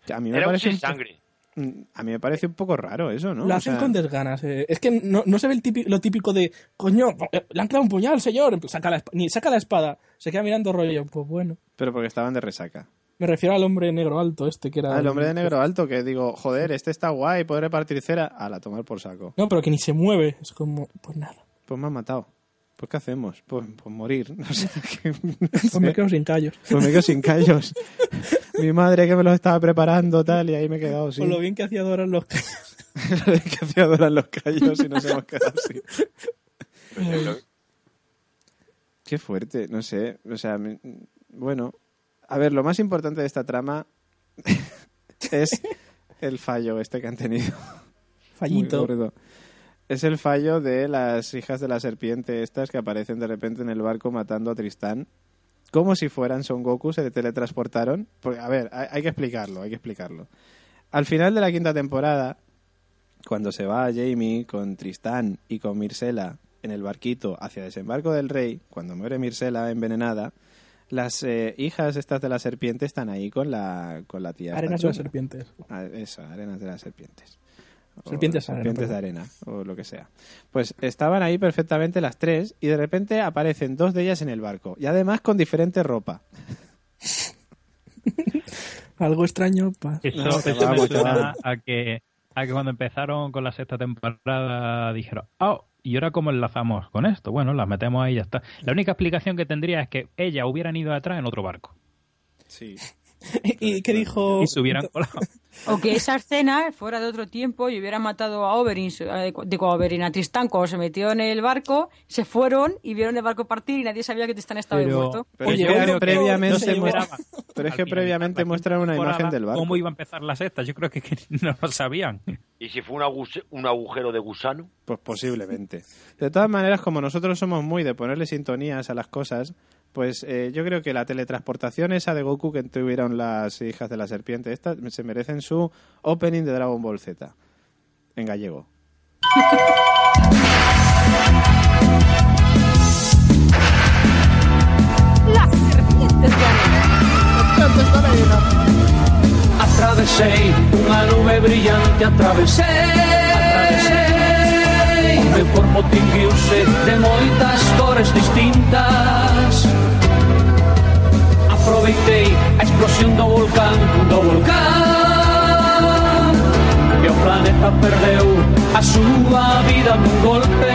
Que A mí, me
Era un
parece
sin
un,
sangre.
mm, a mí me parece un poco raro eso, ¿no?
lo
O
hacen
sea,
con desganas. eh. Es que no, no se ve el típi- lo típico de, coño, eh, le han clavado un puñal, señor. Saca la, esp- ni saca la espada. Se queda mirando rollo, pues bueno.
Pero porque estaban de resaca.
Me refiero al hombre negro alto este que era...
Ah, el hombre de negro alto, que digo, joder, este está guay, puede repartir cera. A la tomar por saco.
No, pero que ni se mueve. Es como, pues nada.
Pues me han matado. Pues ¿qué hacemos? Pues, pues morir. No sé, que-
Pues me quedo sin callos.
pues me quedo sin callos. Mi madre que me los estaba preparando tal y ahí me he quedado sin.
Por Pues lo bien que hacía Dora en los callos.
que hacía adorar los callos y nos hemos quedado así. Qué fuerte, no sé. O sea, me- bueno. A ver, lo más importante de esta trama es el fallo este que han tenido. Muy
Fallito.
gordo. Es el fallo de las hijas de la serpiente estas que aparecen de repente en el barco matando a Tristán. Como si fueran Son Goku, se teletransportaron. Porque, a ver, hay, hay que explicarlo, hay que explicarlo. Al final de la quinta temporada, cuando se va Jamie con Tristán y con Mirsela en el barquito hacia desembarco del rey, cuando muere Mirsela envenenada, las eh, hijas estas de la serpiente están ahí con la, con la tía.
Arenas de las
Fachona.
serpientes.
Ah, Eso, arenas de las serpientes. O
Serpientes de arena,
serpientes de arena, o lo que sea. Pues estaban ahí perfectamente las tres y de repente aparecen dos de ellas en el barco y además con diferente ropa.
Algo extraño. pa-
Eso,
No,
eso
chaval,
me suena
chaval.
a que, a que cuando empezaron con la sexta temporada dijeron, oh, ¿y ahora cómo enlazamos con esto? Bueno, las metemos ahí y ya está. La única explicación que tendría es que ellas hubieran ido atrás en otro barco
Sí.
¿Y qué dijo?
y se hubieran colado.
O que esa escena fuera de otro tiempo y hubieran matado a Oberyn, su- eh, cu- digo a Oberyn, a Tristán cuando se metió en el barco, se fueron y vieron el barco partir y nadie sabía que Tristán estaba muerto.
Pero
Oye,
es que
yo creo que
previamente
no se
muest-
llevaba.
pero es
Al
que
final,
previamente
la
muestran una
temporada,
imagen del barco.
¿Cómo iba a empezar la sexta? Yo creo que, que no lo sabían.
¿Y si fue un, aguse- un agujero de gusano?
Pues posiblemente. De todas maneras, como nosotros somos muy de ponerle sintonías a las cosas, pues eh, yo creo que la teletransportación esa de Goku que tuvieron las hijas de la serpiente, estas se merecen su opening de Dragon Ball Z en gallego.
Las serpientes de arena.
Atravesei unha nube brillante atravesei Atravesei E por motiviuse de moitas cores distintas Aproveitei a explosión do volcán Do volcán E o planeta perdeu a súa vida nun golpe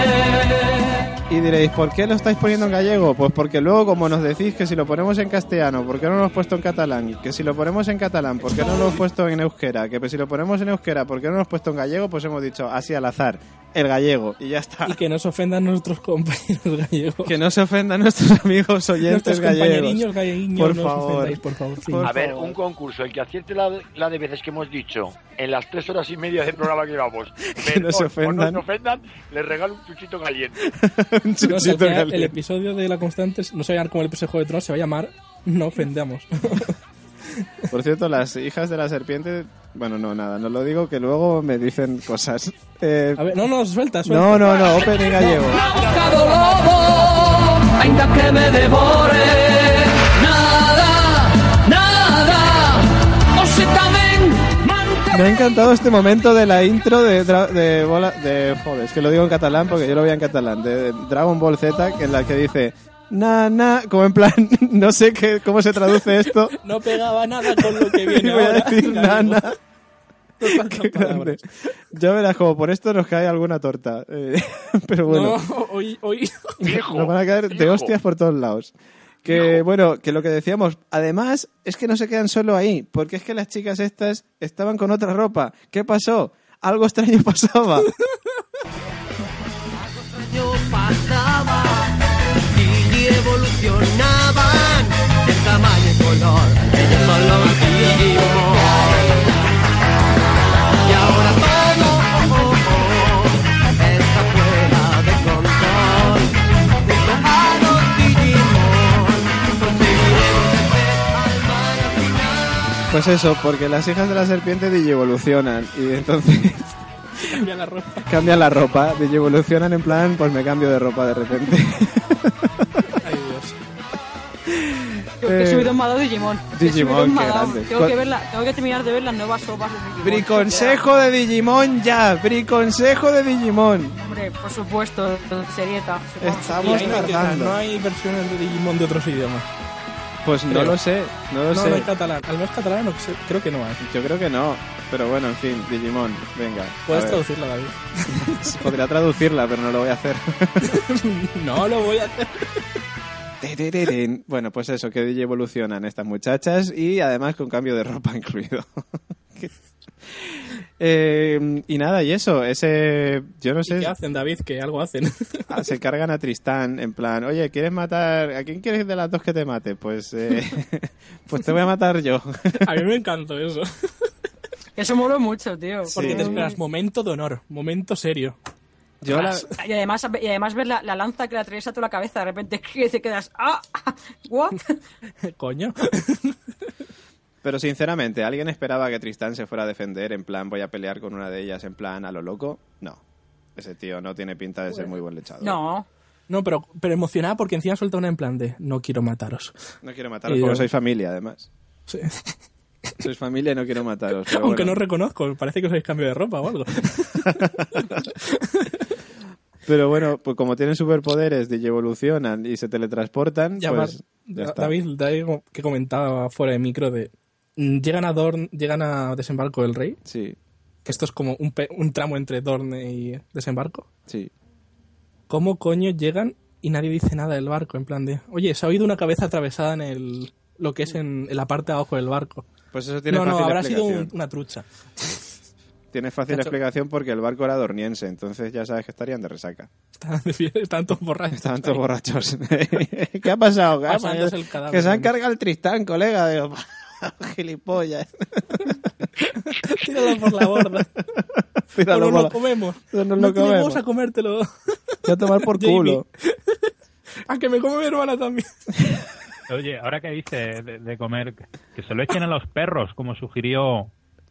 Y diréis, ¿por qué lo estáis poniendo en gallego? Pues porque luego, como nos decís que si lo ponemos en castellano, ¿por qué no lo hemos puesto en catalán? Que si lo ponemos en catalán, ¿por qué no lo hemos puesto en euskera? Que pues, si lo ponemos en euskera, ¿por qué no lo hemos puesto en gallego? Pues hemos dicho así al azar, el gallego, y ya está.
Y que no se ofendan nuestros compañeros gallegos.
Que no se ofendan nuestros amigos oyentes
nuestros
gallegos.
compañeriños galleguiños.
Por
no
favor.
Os ofendáis, por favor. sí.
Por
a ver,
favor.
un concurso, el que acierte la, la de veces que hemos dicho en las tres horas y media de programa que llevamos,
Que no se
perdón, o
ofendan.
no se ofendan, les regalo un chuchito caliente.
Un
No, o sea,
chuchito
al final, el
caliente.
episodio de La Constante no se va a llamar como el episodio de Juego de Tronos, se va a llamar No ofendamos.
Por cierto, las hijas de la serpiente. Bueno, no, nada, no lo digo, que luego me dicen cosas. Eh,
A ver, no, no, suelta, suelta.
no, no, no, Open en gallego.
Buscado lobo, ainda que me devore. Nada, nada, o se tamén
Me ha
mantén.
encantado este momento de la intro de, Dra- de bola de joder, es que lo digo en catalán porque yo lo veía en catalán de Dragon Ball Z en la que dice na na como en plan no sé qué cómo se traduce esto
No pegaba nada con lo que
y
viene
voy a
ahora.
decir na na
No faltan
qué
palabras.
grande. Ya verás como por esto nos cae alguna torta, eh, pero bueno.
No, hoy, hoy.
Hijo,
Nos van a caer de
hijo.
hostias por todos lados. Que bueno, que lo que decíamos, además es que no se quedan solo ahí, porque es que las chicas estas estaban con otra ropa. ¿Qué pasó? Algo extraño pasaba.
Yo pasaba y evolucionaban de tamaño y color que yo solo vivo. Y ahora todo oh, oh, está fuera de control. Junto a los Digimon conseguiremos el mal al final.
Pues eso, porque las hijas de la serpiente digievolucionan y entonces
Cambia la ropa.
cambian la ropa, digievolucionan en plan, pues me cambio de ropa de repente.
Ay, Dios.
Yo que he subido un dado Digimon. Que he
Digimon,
subido un
qué
dado.
grande.
Tengo que, verla, tengo que terminar de ver las nuevas obras de Digimon.
Briconsejo de Digimon ya, briconsejo de Digimon.
Hombre, por supuesto, serieta. supongo.
Estamos
Y ahí no hay-
tardando.
No hay versiones de Digimon de otros idiomas.
Pues no
Creo.
lo sé, no lo
No,
sé.
no es catalán. Al menos catalán no sé, creo que no hay.
Yo creo que no, pero bueno, en fin, Digimon, venga. a
Puedes
ver.
traducirla, David.
Podría traducirla, pero no lo voy a hacer.
no lo voy a hacer.
Tererén. Bueno, pues eso, que DJ evolucionan estas muchachas y además con cambio de ropa incluido. Que- Eh, y nada, y eso, ese, yo no
¿Y
sé,
¿Qué hacen, David? Que algo hacen.
ah, se cargan a Tristán en plan, oye, ¿quieres matar? ¿A quién quieres de las dos que te mate? Pues, eh, pues te voy a matar yo.
a mí me encantó eso.
Eso moló mucho, tío.
Porque
Sí.
te esperas momento de honor, momento serio.
Yo la-
Y además, y además ves la, la lanza que le atraviesa toda la cabeza de repente que te quedas, ah, ah, what?
Coño.
Pero sinceramente, ¿alguien esperaba que Tristán se fuera a defender en plan, voy a pelear con una de ellas en plan a lo loco? No. Ese tío no tiene pinta de ser muy buen lechador.
No,
No, pero, pero emocionada porque encima suelta una en plan de no quiero mataros.
No quiero mataros
Y yo-
porque sois familia, además.
Sí.
Sois familia y no quiero mataros. pero
Aunque
bueno.
no os reconozco, parece que os habéis cambiado de ropa o algo.
Pero bueno, pues como tienen superpoderes, y evolucionan y se teletransportan,
Ya,
pues
Mar-
ya
Da-
está.
David, David, que comentaba fuera de micro de mm, llegan a Dorn, llegan a desembarco del rey,
Sí,
que esto es como un, pe- un tramo entre Dorne y desembarco.
sí.
¿Cómo coño llegan y nadie dice nada del barco? En plan de, oye, se ha oído una cabeza atravesada en el lo que es en, en la parte de abajo del barco.
Pues eso tiene
No, no,
fácil
habrá sido
explicación.
un- una trucha.
Tiene fácil
Cacho.
explicación porque el barco era dorniense, entonces ya sabes que estarían de resaca.
Estaban, de fie- estaban todos borrachos.
Estaban todos borrachos. ¿Qué ha pasado? ¿Qué ha
Pasándose
pasado?
el cadáver.
que se han cargado el Tristán, colega. Digo, gilipollas.
Tíralo por la borda.
Tíralo por
no Pues lo
la-
comemos.
No nos lo
te llevamos
comemos.
a comértelo.
Ya tomar por
Jamie.
culo.
a que me come mi hermana también.
Oye, ahora que dices de, de comer, que se lo echen a los perros, como sugirió.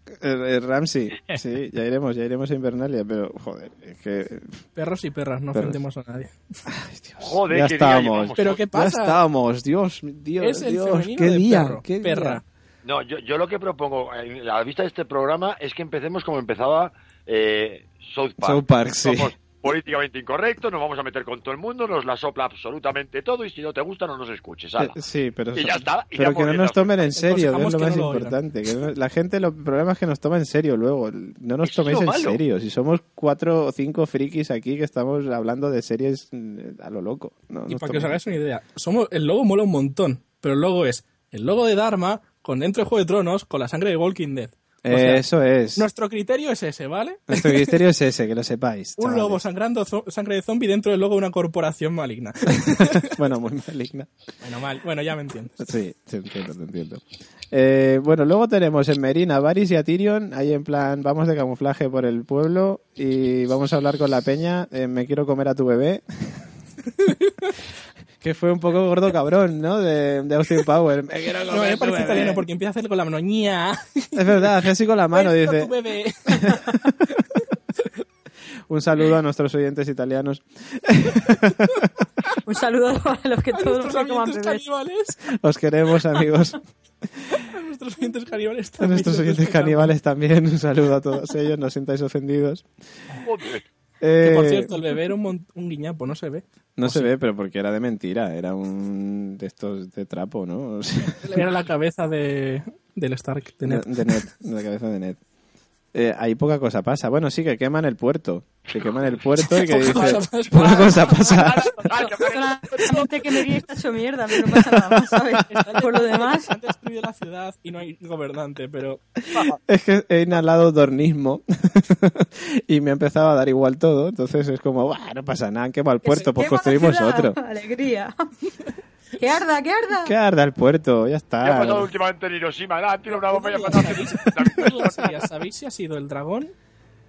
Eh, eh, Ramsey, sí, ya iremos, ya iremos a Invernalia, pero joder, es que.
Perros y perras, no
Perros.
ofendemos a nadie.
Ay, Dios,
Joder,
ya
qué día
estamos.
llevamos.
Pero ¿qué
Ya
pasa?
estamos, Dios, Dios,
es el
Dios,
femenino
qué
de
día,
perro,
qué día.
perra.
No, yo, yo lo que propongo, en la vista de este programa, es que empecemos como empezaba eh, South Park.
South Park, sí. Eh,
Somos políticamente incorrectos, nos vamos a meter con todo el mundo, nos la sopla absolutamente todo y si no te gusta no nos escuches. hala.
Eh, Sí, pero,
Y ya está, y
pero
ya
que no
por
nos
Dios.
tomen en serio, que es
Aconsejamos
lo
que
más
no lo oigan.
importante. que no- la gente, lo, el problema es que nos toma en serio luego. No nos
Eso es
toméis
lo
en
malo.
serio. Si somos cuatro o cinco frikis aquí que estamos hablando de series mm, a lo loco. No,
Y
nos
para que os
toméis-
hagáis una idea, somos, el logo mola un montón, pero el logo es el logo de Dharma con dentro de Juego de Tronos con la sangre de Walking Dead. O sea,
Eso es.
Nuestro criterio es ese, ¿vale?
Nuestro misterio es ese, que lo sepáis.
Un
chavales.
lobo sangrando zo- sangre de zombie dentro del logo de una corporación maligna.
bueno, muy maligna.
bueno, mal, bueno, ya me entiendes.
Sí, te entiendo, te entiendo. Eh, bueno, luego tenemos en Merina a Varys y a Tyrion, ahí en plan, vamos de camuflaje por el pueblo y vamos a hablar con la peña, eh, me quiero comer a tu bebé. que fue un poco gordo cabrón, ¿no? De, de Austin Power. Me quiero comer
No,
a
me
tu
parece
bebé.
italiano porque empieza a hacer con la mano ña.
Es verdad, hace así con la mano,
Esto,
dice.
tu bebé.
Un saludo a nuestros oyentes italianos.
un saludo para los que
A
todos
nuestros
se coman
oyentes
bebés.
caníbales.
Os queremos, amigos.
A nuestros oyentes caníbales
A
también.
nuestros
los
oyentes
respetamos.
caníbales también. Un saludo a todos ellos, no os sintáis ofendidos.
Joder.
Que por
Eh,
cierto, el bebé era un, mon- un guiñapo, no se ve.
No se ve, pero porque era de mentira, era un de estos de trapo, ¿no? O sea,
Era la cabeza de, del Stark, de Ned.
de Ned, de la cabeza de Ned. Eh, ahí poca cosa pasa. Bueno, sí, que queman el puerto. Que queman el puerto y que
Poca
dice,
cosa pasa.
poca cosa pasa.
Ay, que me-
Solamente que Merín está hecho mierda, pero no pasa nada más, ¿sabes? Por lo demás,
Han destruido la ciudad y no hay gobernante, pero
Es que he inhalado dornismo y me ha empezado a dar igual todo. Entonces es como, "Buah, no pasa nada, han quemado el puerto, pues
¡qué buena
construimos
ciudad!
otro.
Alegría. ¡Que arda, que arda!
Que arda el puerto, ya
¿Qué ha pasado
está.
últimamente en Hiroshima? Nada, tira una bomba y ha pasado
¿Sabéis? ¿Sabéis si ha sido el dragón?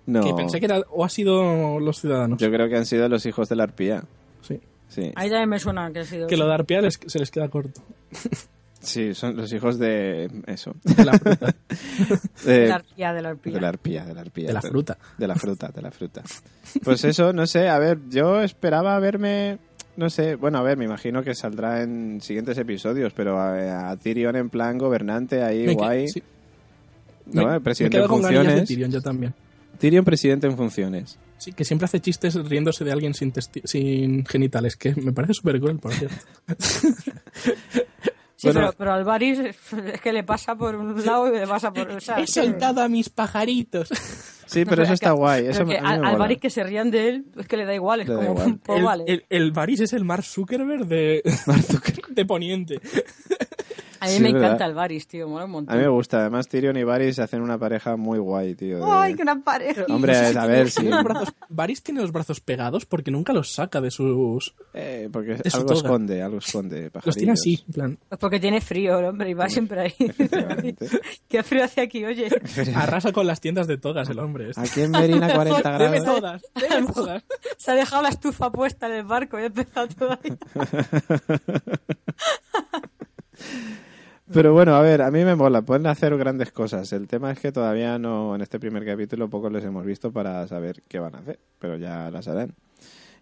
No,
Que pensé que era. O ha sido los ciudadanos.
yo creo que han sido los hijos de la arpía.
Sí.
Sí.
Ahí también me suena que ha sido.
Que lo de arpear es- se les queda corto.
Sí, son los hijos de eso. Eh,
De la fruta.
De-
de la arpía, de la arpía.
de la arpía, de la arpía.
De la fruta.
De la fruta, de la fruta. Pues eso, no sé, a ver, yo esperaba verme, no sé, bueno, a ver, me imagino que saldrá en siguientes episodios, pero eh, a, a Tyrion en plan gobernante ahí,
Me que-
guay,
sí.
¿no?
Me-
El presidente
me
en
quedo con ganas de
funciones.
Tyrion, yo también.
Tyrion presidente en funciones.
Sí, que siempre hace chistes riéndose de alguien sin, testi- sin genitales, que me parece súper cruel, por cierto.
Sí, Sí,
Bueno.
pero, pero al Baris es que le pasa por un lado y le pasa por o sea, Pues
He
que-
soltado a mis pajaritos.
Sí, pero eso
que-
está guay.
pero
Eso me-
que
a mí me
al, al
mola.
Baris que se rían de él, es que le da igual, es
Le da
como,
igual.
pues
el,
vale.
el- el Baris es el Mark Zuckerberg de, de Poniente.
a mí
sí,
me
es verdad.
encanta el Baris, tío, mola un
A
montón.
mí me gusta. Además, Tyrion y Varys hacen una pareja muy guay, tío. de-
Ay, que una pareja.
Hombre, a ver si...
Tiene los brazos- Varys tiene los brazos pegados porque nunca los saca de sus...
Eh, porque
de su
algo
toga.
esconde, algo esconde.
Los tiene
pajarillos.
así, en plan,
Pues porque tiene frío el hombre y va siempre ahí.
Efectivamente.
Qué frío hace aquí, oye.
arrasa con las tiendas de togas el hombre. este.
Aquí en Merina 40
Deme
grados.
todas, deme todas.
Se ha dejado la estufa puesta en el barco y ha empezado todavía.
Pero bueno, a ver, a mí me mola. Pueden hacer grandes cosas. El tema es que todavía no, en este primer capítulo, poco les hemos visto para saber qué van a hacer. Pero ya las harán.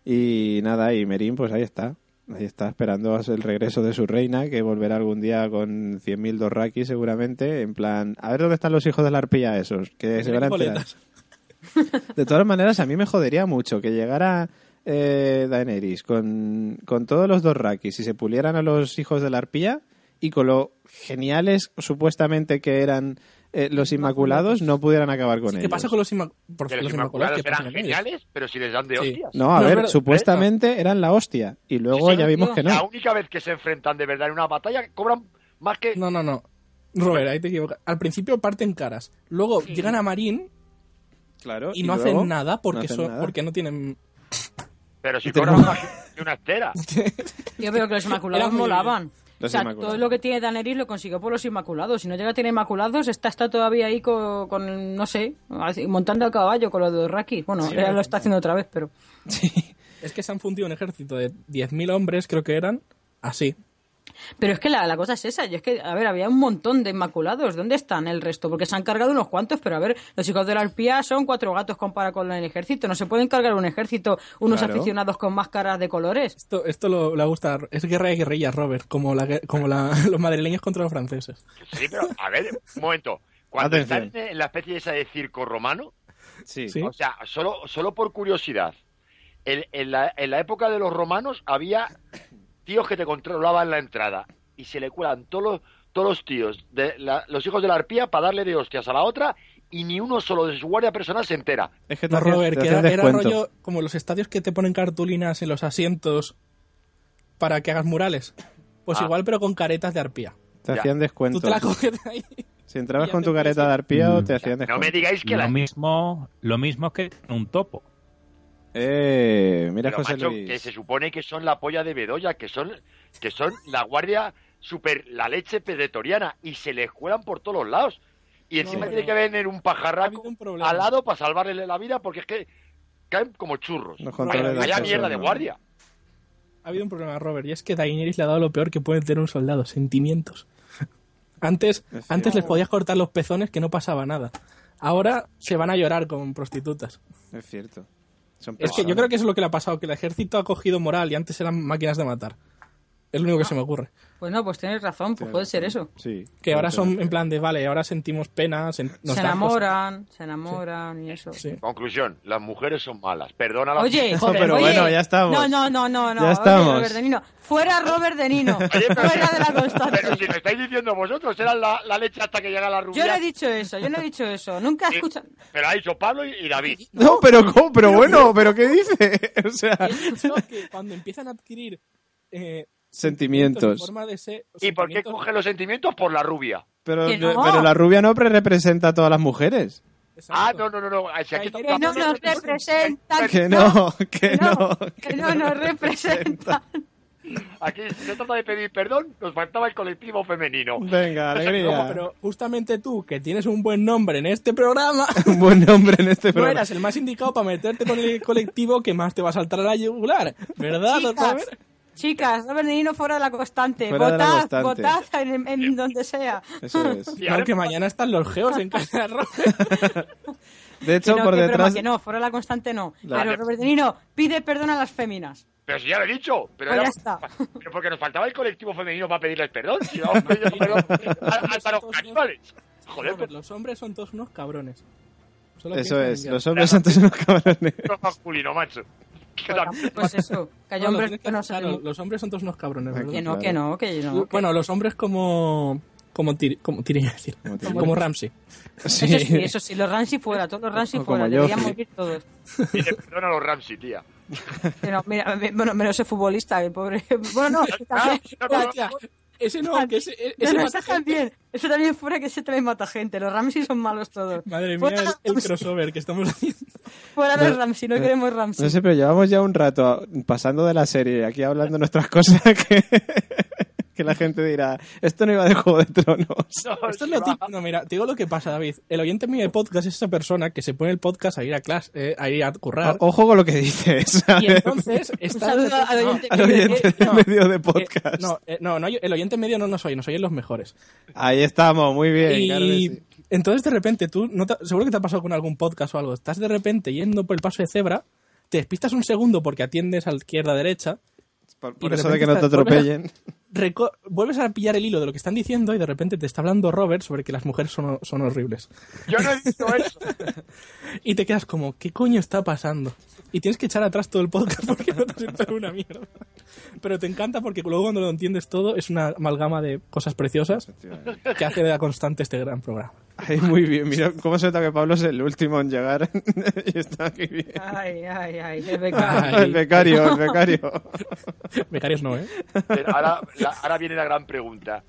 Y nada, y Merín, pues ahí está. Ahí está esperando a su- el regreso de su reina, que volverá algún día con 100.000 dorraki seguramente. En plan, a ver dónde están los hijos de la arpilla esos, que se van a enterar.
Boletas.
De todas maneras, a mí me jodería mucho que llegara eh, Daenerys con, con todos los Dorrakis y se pulieran a los hijos de la arpía y con lo geniales supuestamente que eran eh, los Inmaculados no pudieran acabar con
Sí,
ellos.
¿Qué pasa con los, inma- por-
Que los
los
inmaculados
inmaculados? ¿Qué pasa
eran
con ellos?
geniales, pero si les dan de
Sí.
hostias.
No, a
No,
ver,
pero-
supuestamente eran la hostia y luego
Sí, sí,
ya vimos
tío.
que
La
no.
única vez que se enfrentan de verdad en una batalla cobran más que.
No, no, no. Robert, ahí te equivocas. Al principio parten caras. Luego llegan a Marín
Claro,
y no
luego
hacen nada porque,
hacen
son-
nada.
porque no tienen.
Pero si
Te-
cobran más que una estera.
Yo creo que los Inmaculados
Era muy
molaban.
Los
o sea,
Inmaculados.
todo lo que tiene Daenerys lo consiguió por los Inmaculados. Si no llega a tener Inmaculados, está, está todavía ahí con, con, no sé, así, montando a caballo con los de Raki. Bueno, ella lo está haciendo otra vez, pero...
Es que se han fundido un ejército de 10.000 hombres, creo que eran, así.
Pero es que la, la cosa es esa. Y es que, a ver, había un montón de Inmaculados. ¿Dónde están el resto? Porque se han cargado unos cuantos, pero a ver, los hijos de la arpía son cuatro gatos comparado con el ejército. No se pueden cargar un ejército, unos
Claro.
aficionados con máscaras de colores.
Esto, esto lo, le gusta. Es guerra de guerrillas, Robert, como, la, gue- como la- los madrileños contra los franceses.
Sí, pero a ver, un momento. Cuando
Atención.
están en la especie esa de circo romano,
Sí.
Sí.
o sea, solo, solo por curiosidad, en, en la, en la época de los romanos había tíos que te controlaban la entrada y se le cuelan todos los, todos los tíos, de la- los hijos de la arpía, para darle de hostias a la otra y ni uno solo de su guardia personal se entera.
Es que te
No,
hacían-
Robert,
te
que
hacían
era, era
descuento.
rollo como los estadios que te ponen cartulinas en los asientos para que hagas murales. Pues
Ah.
igual, pero con caretas de arpía.
Te
Ya.
hacían
Tú
descuento.
te la coges ahí.
Si entrabas
y
con tu
haces-
careta de arpía,
Mm.
te hacían descuento.
No me digáis que
Lo
la...
mismo, lo mismo que un topo.
Eh, mira
Pero,
José
macho,
Luis.
que se supone que son la polla de Bedoya, que son, que son la guardia super, la leche predatoriana, y se les cuelan por todos los lados. Y encima
No,
tiene
no.
que venir un pajarraco
habido un problema.
al lado para salvarle la vida, porque es que caen como churros.
Los
Vaya,
controles de
vaya
acceso,
mierda de
no.
guardia.
Ha habido un problema, Robert, y es que Daenerys le ha dado lo peor que puede tener un soldado, sentimientos. Antes,
Es
antes
cierto.
les podías cortar los pezones que no pasaba nada. Ahora se van a llorar con prostitutas.
Es cierto. Son
Es que yo
personas.
creo que eso es lo que le ha pasado, que el ejército ha cogido moral y antes eran máquinas de matar. Es lo único que
Ah.
se me ocurre.
Pues no, pues tienes razón, pues puede ser eso.
Sí.
Que ahora
Puede
son en plan de, vale, ahora sentimos pena, sen- nos
se
da
enamoran, se enamoran y eso.
cosa- sí.
Conclusión, las mujeres son malas. Perdona la
Oye,
Joder, pero
oye.
bueno, ya estamos.
No, no, no, no, no.
Ya
Oye,
estamos.
Robert De Niro. Fuera Robert De Niro. Fuera de la
Pero si
constante.
lo estáis diciendo vosotros, era la, la leche hasta que llega la rubia.
Yo no he dicho eso, yo no he dicho eso. Nunca he
Sí,
escuchado.
Pero ha dicho Pablo y, y David.
No, pero, ¿cómo? pero bueno, pero ¿qué dice? O sea,
Y he escuchado que cuando empiezan a adquirir eh, en
sentimientos.
forma de ser...
¿Y por qué
sentimientos-
coge los sentimientos? Por la rubia.
Pero,
Que no.
pero la rubia no pre- representa a todas las mujeres.
Exacto.
Ah, no, no, no. no. Si aquí
Que
Que no nos representan.
Que no, que
Que
no.
que no nos representan.
Aquí se trata de pedir perdón, nos faltaba el colectivo femenino.
Venga,
Ojo,
alegría.
pero justamente tú, que tienes un buen nombre en este programa...
Un buen nombre en este
No
programa.
eras el más indicado para meterte con el colectivo que más te va a saltar a la yugular, ¿verdad, don
Chicas,
Robert?
Chicas, Robert De Niro fuera de la constante.
Fuera de la
votad,
constante.
votad en, en donde sea.
Eso es.
Y
No,
ahora-
que mañana están los geos en casa de Robert.
De
Que
hecho,
no,
por
que broma,
detrás.
que no, fuera de la constante no.
La-
Pero Robert De Niro pide perdón a las féminas.
Pero si ya lo he dicho. Pero
Pues ya
era-
está.
pero porque nos faltaba el colectivo femenino para pedirles perdón. Si vamos pidiendo perdón a, hasta los caníbales. Joder,
Robert,
pero
pues los hombres son todos unos cabrones. Solo
Eso
piensan en
es.
guerra.
Los hombres son todos unos cabrones.
no es masculino, macho. Que también-
Pues eso, que hay
No, lo
hombres
tienes
que no
claro,
saben.
los hombres son todos unos cabrones, ¿verdad?
Que no, que no, que no. que-
Bueno, los hombres como. Como Tiri. Como Tiri, iba a decir.
Como Tyrion.
Como Ramsey.
Eso sí, eso sí, los Ramsey fuera, todos los Ramsey
O como
fuera,
yo,
deberían
sí.
morir todos.
Oye, Perdona a los Ramsey, tía.
Pero mira, me- bueno, menos el futbolista, el pobre. Bueno, no, también.
no, no,
hostia,
Ese no, que ese. e-
no,
ese
no,
mata
ese también. Eso también fuera que ese también mata gente. Los Ramsey son malos todos.
Madre mía,
Fuera
el,
los
el
Ramsey,
crossover que estamos haciendo.
fuera
No,
los Ramsey, no
no,
queremos Ramsey.
No sé, pero llevamos ya un rato a- pasando de la serie, aquí hablando nuestras cosas que, que la gente dirá, esto no iba de Juego de Tronos.
No,
Esto es
sí,
lo
va.
típico. No, mira, te digo lo que pasa, David. El oyente mío de podcast es esa persona que se pone el podcast a ir a clase, eh, a ir a currar.
O- ojo con lo que dices.
Y
¿sabes?
entonces
Un
está.
saludo al
no,
oyente
Al
que-
oyente
no,
medio de
eh,
podcast.
no, eh, no, no, el oyente medio no nos oye, nos oyen los mejores.
Ahí estamos, muy bien. claro que
y
sí.
entonces de repente tú, no te- seguro que te ha pasado con algún podcast o algo, estás de repente yendo por el paso de cebra, te despistas un segundo porque atiendes a la izquierda, derecha,
Por, por
y de
eso de que
repente
no te
estás- vuelves a-
atropellen.
reco- vuelves a pillar el hilo de lo que están diciendo y de repente te está hablando Robert sobre que las mujeres son, son horribles.
Yo no he visto eso.
Y te quedas como, ¿qué coño está pasando? Y tienes que echar atrás todo el podcast porque no te has enterado una mierda. Pero te encanta porque luego cuando lo entiendes todo es una amalgama de cosas preciosas que hace de la constante este gran programa.
Ay, muy bien. Mira cómo se nota que Pablo es el último en llegar. y está aquí bien.
Ay, ay, ay, el becario.
Ay.
El becario, el becario.
Becarios no, ¿eh?
Pero ahora, la- ahora viene la gran pregunta.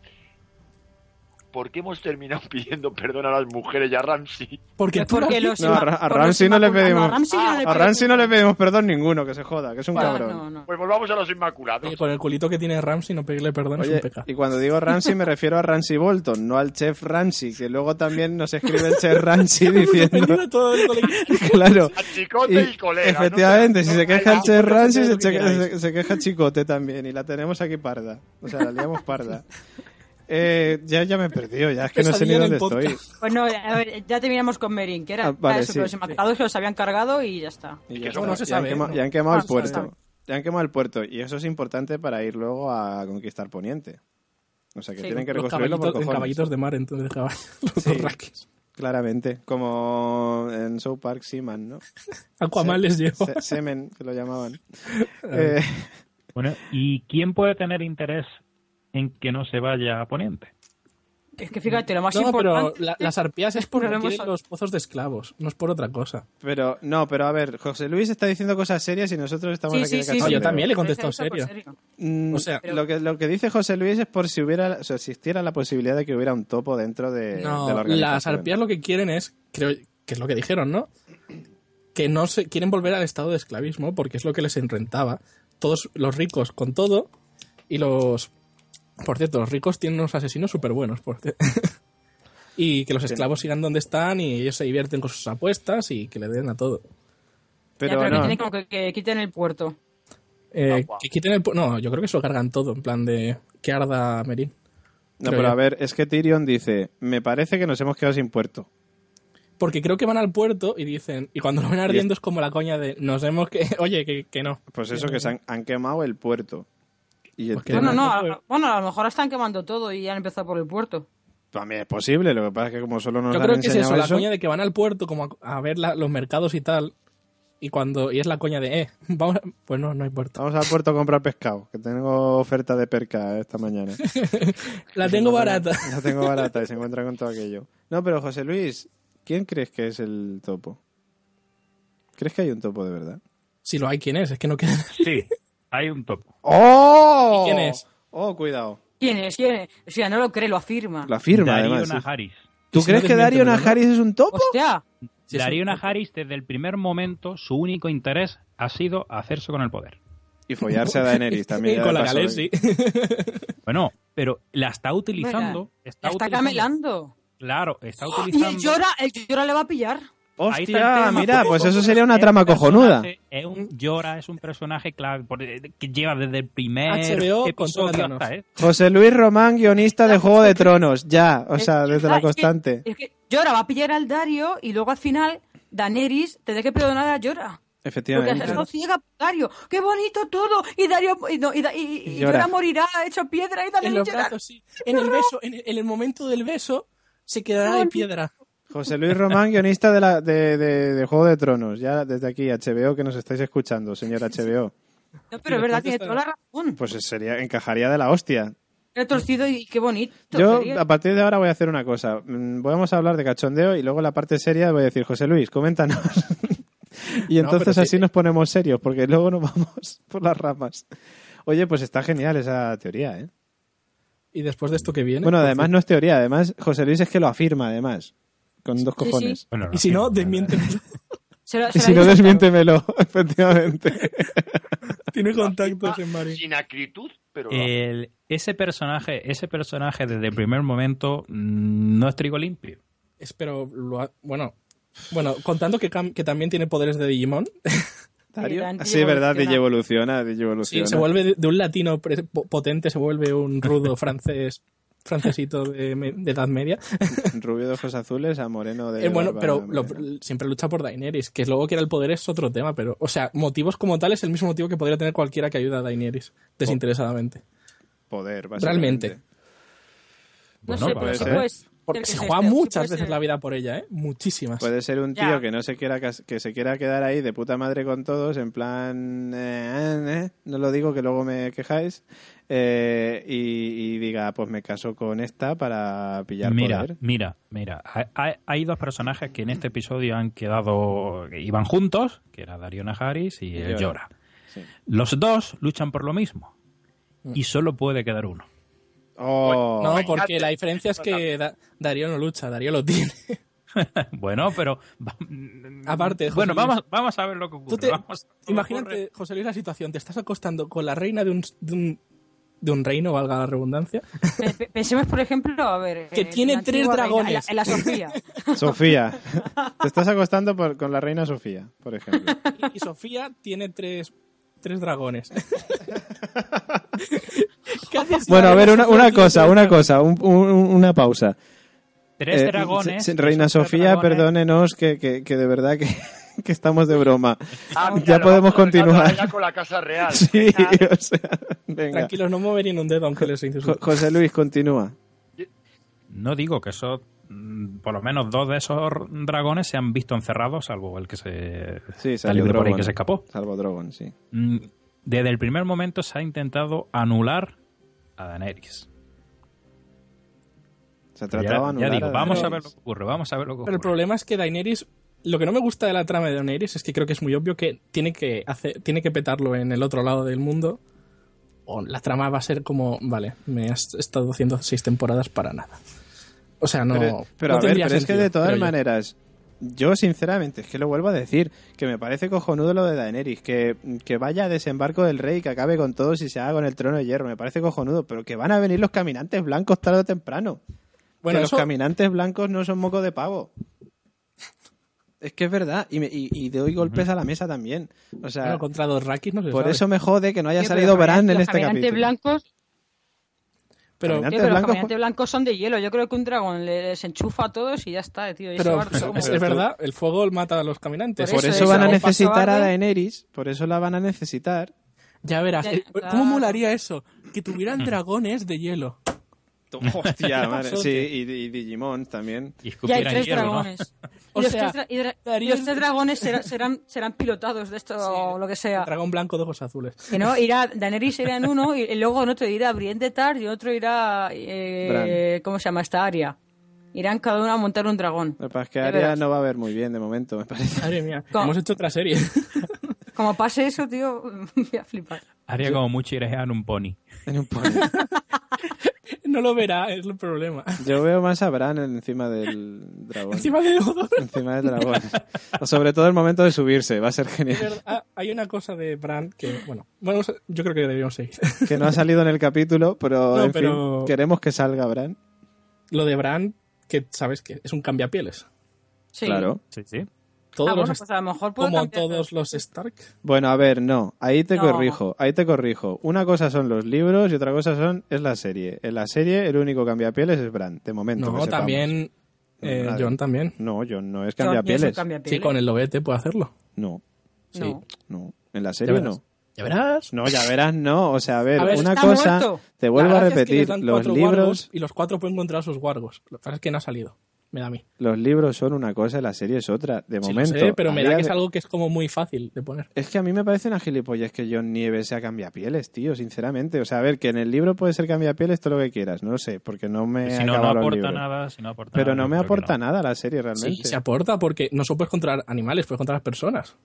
¿Por qué hemos terminado pidiendo perdón a las mujeres y a Ramsey?
Porque tú
Porque
no-
los
No, a Ra-
inma-
a
por los
Ramsey no le
inmaculados.
pedimos-
No, a Ramsey yo no le
A
pido
Ramsey no le
perdón.
pedimos perdón ninguno, que se joda, que es un
Ah,
cabrón.
no, no.
Pues volvamos a los Inmaculados.
Oye, con el culito que tiene Ramsey no pedirle perdón es
Oye,
un pecado.
y cuando digo Ramsey me refiero a Ramsey Bolton, no al chef Ramsey, que luego también nos escribe el chef Ramsey diciendo,
Ofendido todo el colectivo.
claro,
A Chicote y,
y-
colega. ¿no?
efectivamente, si
No,
se
no,
queja el
no,
chef
no, no,
Ramsey,
no,
se,
no,
checa-
no, no,
se- se queja Chicote también, y la tenemos aquí parda, o sea, la liamos parda. Eh, ya, ya me he perdido, ya es que no sé ni
Pesadilla en
dónde
el
estoy.
podcast.
Pues no, a ver, ya terminamos con Merin, que
Ah,
era
vale,
para eso,
sí.
que los inmaculados se los habían cargado y ya está.
Y
que
ya
eso
está.
no
Y
se
han
sabe,
quema-
¿no?
y han quemado
Ah,
el
eso no se sabe.
puerto. Ya han quemado el puerto. Y eso es importante para ir luego a conquistar Poniente. O sea que
Sí,
tienen que
Los
reconstruirlo por
caballitos, en
cojones.
caballitos de mar, entonces caballos, los
Sí.
torraques.
Claramente. Como en South Park Seaman, ¿no? Se-
Aquaman les llevó.
se- Semen, que lo llamaban.
Ah.
Eh,
Bueno, ¿y quién puede tener interés en que no se vaya a Poniente?
Es que fíjate, lo más
No, pero
importante...
la- las arpías es porque
Pero lo hemos
quieren los pozos de esclavos, no es por otra cosa.
pero, no, pero a ver, José Luis está diciendo cosas serias y nosotros estamos
Sí,
aquí
sí,
de
sí,
cachondeo.
sí.
Ah, yo también le contesto
Pero eso
en
por
serio.
Mm,
O sea-
lo que, lo que dice José Luis es por si hubiera, o sea, existiera la posibilidad de que hubiera un topo dentro Eh, de, de la
No,
organización.
las arpías lo que quieren es, creo que es lo que dijeron, ¿no? Que no se quieren volver al estado de esclavismo porque es lo que les enrentaba. Todos los ricos con todo y los... Por cierto, los ricos tienen unos asesinos súper buenos. Por cier- y que los esclavos sigan donde están y ellos se divierten con sus apuestas y que le den a todo.
Pero,
Pero
pero
no,
que tienen como que, que quiten el puerto.
Eh,
Agua.
que quiten el... pu- No, yo creo que eso cargan todo, en plan de que arda Merín.
No,
Creo
pero
yo.
a ver, es que Tyrion dice, me parece que nos hemos quedado sin puerto.
Porque creo que van al puerto y dicen... Y cuando lo ven ardiendo es como la coña de... Nos hemos que... Oye, que, que no.
Pues eso, que se han, han quemado el puerto. Y el
Pues que
tema-
Bueno, no,
no,
a, bueno, a lo mejor están quemando todo y han empezado por el puerto.
También es posible, lo que pasa es que como solo nos
Yo
han
creo que es
enseñado
eso, la
eso,
coña de que van al puerto como a, a ver la- los mercados y tal. Y cuando y es la coña de, eh, vamos, a- pues no, no hay puerto.
Vamos al puerto a comprar pescado, que tengo oferta de perca esta mañana.
La tengo barata.
La tengo barata y se encuentra con todo aquello. No, pero José Luis, ¿quién crees que es el topo? ¿Crees que hay un topo de verdad?
Si lo hay, ¿quién es? Es que no queda.
Sí, hay un topo.
¡Oh!
¿Y quién es?
¡Oh, cuidado!
¿Quién es? ¿Quién es? O sea, no lo cree, lo afirma.
La firma,
Darío
además.
Najaris.
¿Tú
Si
crees
no
que
te
Dario
miento, ¿verdad?
Najaris es un topo?
Hostia,
Sí,
Darío
sí.
Najaris, desde el primer momento, su único interés ha sido hacerse con el poder.
Y follarse a Daenerys también. ya
Con
de
la
paso. ¿eh?
Galés, sí.
Bueno, pero la está utilizando. Está,
está,
utilizando-
camelando.
Claro, está
Y
utilizando.
el llora, el llora le va a pillar.
Ahí
Hostia,
está el tema,
mira,
porque
pues eso
es
sería una
un
trama
personaje-
cojonuda.
Es un llora, es un personaje clave por- eh, que lleva desde el primer
HBO
episodio
controlanos.
hasta, ¿eh?
José Luis Román, guionista de Juego de Tronos, ya, o sea,
Es-
desde
ah,
la
es que-
constante.
Es que Llora va a pillar al Dario y luego al final Daenerys tendrá que perdonar a Llora. Porque has
Efectivamente.
estado ciega por Dario. ¡Qué bonito todo! Y Dario y, no, y, da- y- y-
Y
y
llora.
Llora morirá hecho piedra y
En
Daenerys
los
llora.
brazos, sí. En el beso, en el, en el momento del beso, se quedará de piedra.
José Luis Román, guionista de, la, de, de- de Juego de Tronos. Ya desde aquí, HBO, que nos estáis escuchando, señor HBO.
No, pero es verdad, tiene toda la razón.
Pues sería, encajaría de la hostia.
He torcido y qué bonito.
Yo,
sería.
a partir de ahora, voy a hacer una cosa. Mm, Vamos a hablar de cachondeo y luego la parte seria voy a decir, José Luis, coméntanos. y
No,
entonces
pero sí,
así
eh.
nos ponemos serios, porque luego nos vamos por las ramas. Oye, pues está genial esa teoría, ¿eh?
Y después de esto que viene.
Bueno,
por
además no es teoría, además José Luis es que lo afirma, además, con dos
Sí, sí.
cojones.
Bueno, no,
Y si
sí,
no,
nada.
desmiente.
Se lo- se
Y
lo
si
ha
no,
dicho,
desmiéntemelo, efectivamente.
Tiene contactos en Mario.
Sin acritud,
Eh,
pero... lo hace.
El- ese personaje, ese personaje desde el primer momento mm, no es trigo limpio.
Es- Pero, lo ha- bueno. Bueno, contando que, cam- que también tiene poderes de Digimon,
Darío.
Ah, Sí, verdad, digievoluciona,
sí,
digievoluciona.
se vuelve de- de un latino pre- po- potente, se vuelve un rudo francés, francesito de, me- de edad media.
Rubio de ojos azules a moreno de...
Eh, bueno,
barba
pero lo-
morena.
siempre lucha por Daenerys, que luego que era el poder es otro tema, pero, o sea, motivos como tal es el mismo motivo que podría tener cualquiera que ayuda a Daenerys, desinteresadamente.
Poder, básicamente.
Realmente.
No
Bueno,
sé,
puede
pero sí
ser.
puede ser
Porque
que
se
sea
juega
este, sí
muchas
puede
veces
ser.
la vida por ella, ¿eh? Muchísimas.
Puede ser un tío
Ya.
que no se quiera cas- que se quiera quedar ahí de puta madre con todos, en plan, eh, eh, no lo digo que luego me quejáis, eh, y, y diga, pues me caso con esta para pillar
Mira,
poder.
mira, mira. Hay, hay- hay dos personajes que en este episodio han quedado, que iban juntos, que era Darío Najaris y el
Llora.
Llora.
Sí.
Los dos luchan por lo mismo y solo puede quedar uno.
Oh,
Pues, No,
Ay,
porque
ya te-
la diferencia es que Da- Darío no lucha, Darío lo tiene.
bueno, pero mm,
Aparte, José
bueno,
Luis.
vamos, vamos a ver lo que ocurre.
Tú te-
vamos a ver lo que ocurre.
Imagínate, José Luis, la situación. Te estás acostando con la reina de un, de un, de un reino, valga la redundancia.
Pe- pe- Pensemos, por ejemplo, a ver.
Que
en
tiene
la
tres
antigua
dragones.
reina, En la, en la Sofía.
Sofía, te estás acostando por- con la reina Sofía, por ejemplo.
Y- Y Sofía tiene tres, tres dragones. ¿Qué haces si
Bueno,
la
a ver,
reina
una,
Sofía
una
tiene
cosa,
tres
una
dragones?
cosa, un- un- una pausa.
Tres
Eh,
dragones.
se- se- Reina
esos tres
Sofía,
dragones-
perdónenos que, que- que de verdad que, que estamos de broma.
Ah, mira,
ya
lo
podemos
vamos a
continuar.
dejar ya con la Casa Real.
Sí, o sea, venga.
Tranquilos, no moveré ni un dedo aunque les
Jo-
insulte.
José Luis, continúa.
No digo que esos, mm, por lo menos dos de esos dragones se han visto encerrados, salvo el que se
Sí,
está
salió
libre por ahí
Drogon.
que se escapó.
Salvo Drogon, sí.
Mm, Desde el primer momento se ha intentado anular a Daenerys.
Se
Pero ya-
trataba de
ya,
anular
digo,
a
vamos a ver
Daenerys.
lo que ocurre, vamos a ver lo que ocurre.
Pero el problema es que Daenerys. Lo que no me gusta de la trama de Daenerys es que creo que es muy obvio que tiene que, hacer, tiene que petarlo en el otro lado del mundo. O la trama va a ser como. Vale, me has estado haciendo seis temporadas para nada. O sea, no.
pero, pero
no
a ver,
tendría
pero es que
sentido,
de todas
creo yo.
maneras, yo sinceramente, es que lo vuelvo a decir, que me parece cojonudo lo de Daenerys, que, que vaya a desembarco del rey, que acabe con todos y se haga con el trono de hierro, me parece cojonudo, pero que van a venir los caminantes blancos tarde o temprano.
Bueno,
que
eso-
los caminantes blancos no son moco de pavo. Es que es verdad, y, me- y, y doy golpes a la mesa también. O sea,
Bueno, contra dos Rakis no se
por
sabe.
eso me jode que no haya
Sí, pero
salido
los
Bran en
caminantes-
este
los caminantes
capítulo.
blancos, sí,
Pero,
Caminante-
pero los
blancos-
caminantes blancos son de hielo. Yo creo que un dragón les enchufa a todos y ya está, tío. y se
pero
va
es-
como-
es, verdad, el fuego mata a los caminantes.
Por
Eso
eso
es,
van a
algo
necesitar a
pasable.
Daenerys, por eso la van a necesitar.
Ya verás.
Ya,
eh,
claro.
¿Cómo molaría eso? Que tuvieran dragones de hielo.
Hostia, madre.
pasó,
Sí,
tío?
y, y Digimon también.
Y
Ya hay
escupieran
tres
hielo, ¿no?
dragones.
O
Y los
sea,
tres dra- y dra-
Darío-
los tres dragones será- serán, serán pilotados de esto o lo que sea.
Dragón blanco de ojos azules.
Que no, irá, Daenerys irá en uno y, y luego en otro irá Brienne de Tarth y otro irá, eh, ¿cómo se llama esta área? Irán cada uno a montar un dragón.
Lo que pasa es que
Ya
Arya
verás.
no va a ver muy bien de momento, me parece.
Madre mía,
¿Cómo?
hemos hecho otra serie.
Como pase eso, tío, voy a flipar.
Haría como mucho en un pony.
En un pony.
no lo verá, es el problema.
Yo veo más a Bran encima del dragón.
Encima de Hodor.
Encima del dragón. O sobre todo el momento de subirse, va a ser
Es
genial.
verdad, ah, hay una cosa de Bran que, bueno, bueno, yo creo que deberíamos seguir.
Que no ha salido en el capítulo, pero
No,
en
pero-
fin, queremos que salga Bran.
Lo de Bran, que sabes que es un cambiapieles.
Sí.
Claro.
Sí, sí.
Todos
Ah, bueno,
los
pues a lo mejor puedo
como
cambiar.
todos los Stark.
Bueno, a ver, no, ahí te
No.
corrijo, ahí te corrijo. Una cosa son los libros y otra cosa son es la serie. En la serie el único cambiapieles es Bran, de momento. que
No,
sepamos.
también eh,
Nadie.
John también.
No, John no es
Yo- yo soy
cambiapieles.
cambiapieles.
Sí, con el lobete puede hacerlo.
No,
No.
no. En la
Ya
serie
verás.
no.
Ya verás.
No, ya verás, no. O sea, a ver,
A ver,
una
está
cosa,
muerto.
te vuelvo
La
a
gracia es que
repetir,
les dan
los
cuatro wargos
libros...
Y los cuatro pueden encontrar sus wargos. Lo que pasa es que no ha salido. Me da a mí.
Los libros son una cosa y las series es otra. De
Sí, lo
momento.
sé, pero
a
me
día
da que es
de-
algo que es como muy fácil de poner.
Es que a mí me parece una gilipollas que John Nieves sea cambiapieles, tío, sinceramente. O sea, a ver, que en el libro puede ser cambiapieles todo lo que quieras, no lo sé, porque no me
Pues si
he
no, no
acabado los
aporta
libros.
nada, si Ah, no aporta
Pero
nada,
no
yo
me
creo que
aporta
no.
nada la serie
Sí,
realmente.
se aporta porque no solo puedes controlar animales, puedes controlar personas.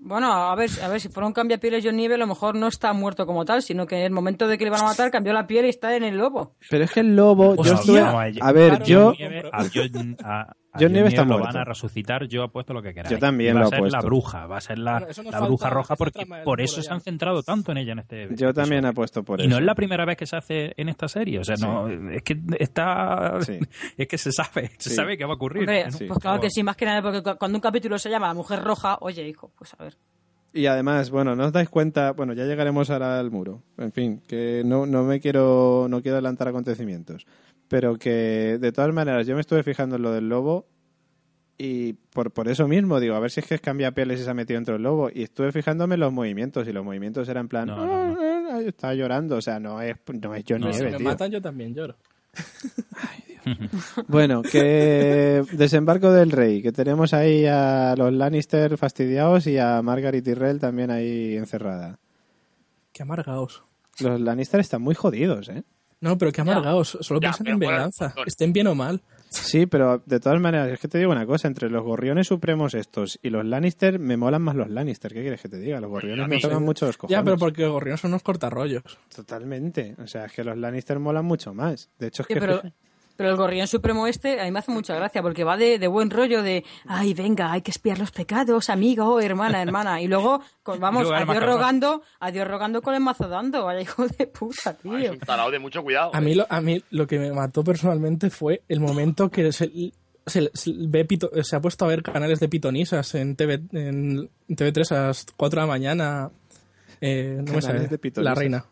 Bueno, a ver, a ver, si fuera un cambiapieles John Nieve, a lo mejor no está muerto como tal, sino que en el momento de que le van a matar cambió la piel y está en el lobo.
Pero es que el lobo, yo
Hostia,
estuve...
no,
a ver,
claro,
yo...
John Nieve- a John, a- a
John Nieve está
lo
muerto.
van a resucitar, yo apuesto lo que queráis.
Yo también
Y va
lo
a ser la
apuesto.
bruja, va a ser la,
Bueno, eso nos
la bruja
falta,
roja,
esa
porque
trama del
por eso
culo
se
ya.
han centrado tanto en ella en este
Yo también apuesto por
y
eso.
no es la primera vez que se hace en esta serie, o sea, no, es que está,
Sí.
es que se sabe, se
Sí.
sabe que va a ocurrir.
Hombre,
En un-
Sí.
pues claro que sí, más que nada, porque cu- cuando un capítulo se llama La Mujer Roja, oye, hijo, pues a ver.
Y además, bueno, no os dais cuenta, bueno, ya llegaremos ahora al muro. En fin, que no, no me quiero, no quiero adelantar acontecimientos. Pero que, de todas maneras, yo me estuve fijando en lo del lobo y por, por eso mismo, digo, a ver si es que es cambia pieles y se ha metido dentro del lobo. Y estuve fijándome en los movimientos y los movimientos eran en plan,
No, no, no.
"Ah, ah", estaba llorando, o sea, no es, no es John
No,
Si
Nieve,
me
tío.
matan, yo también lloro.
Bueno, que desembarco del rey, que tenemos ahí a los Lannister fastidiados y a Margaret Tyrell también ahí encerrada.
Qué amargaos.
Los Lannister están muy jodidos, ¿eh?
No, pero qué amargaos. Solo
Ya,
piensan
pero
en
fuera del
venganza.
montón.
Estén bien o mal.
Sí, pero de todas maneras, es que te digo una cosa, entre los gorriones supremos estos y los Lannister, me molan más los Lannister, ¿qué quieres que te diga? Los gorriones me tocan mucho los cojones.
Ya, pero porque los gorriones son unos cortarrollos.
Totalmente, o sea, es que los Lannister molan mucho más. De hecho, es
Sí,
que...
pero, pero el gorrión supremo este a mí me hace mucha gracia porque va de, de buen rollo de, ay, venga, hay que espiar los pecados, amigo, hermana, hermana. Y luego, con- vamos,
luego armas
adiós
carnal.
rogando, adiós rogando con el mazo dando, vaya hijo de puta,
Ah, es
tío.
un tarao de mucho cuidado. ¿eh?
A mí, lo, a mí lo que me mató personalmente fue el momento que se, se- se ve pito- se ha puesto a ver canales de pitonisas en, TV, en TV3 a las 4 de la mañana. Eh, no me
Canales
sale.
de pitonisas.
La reina.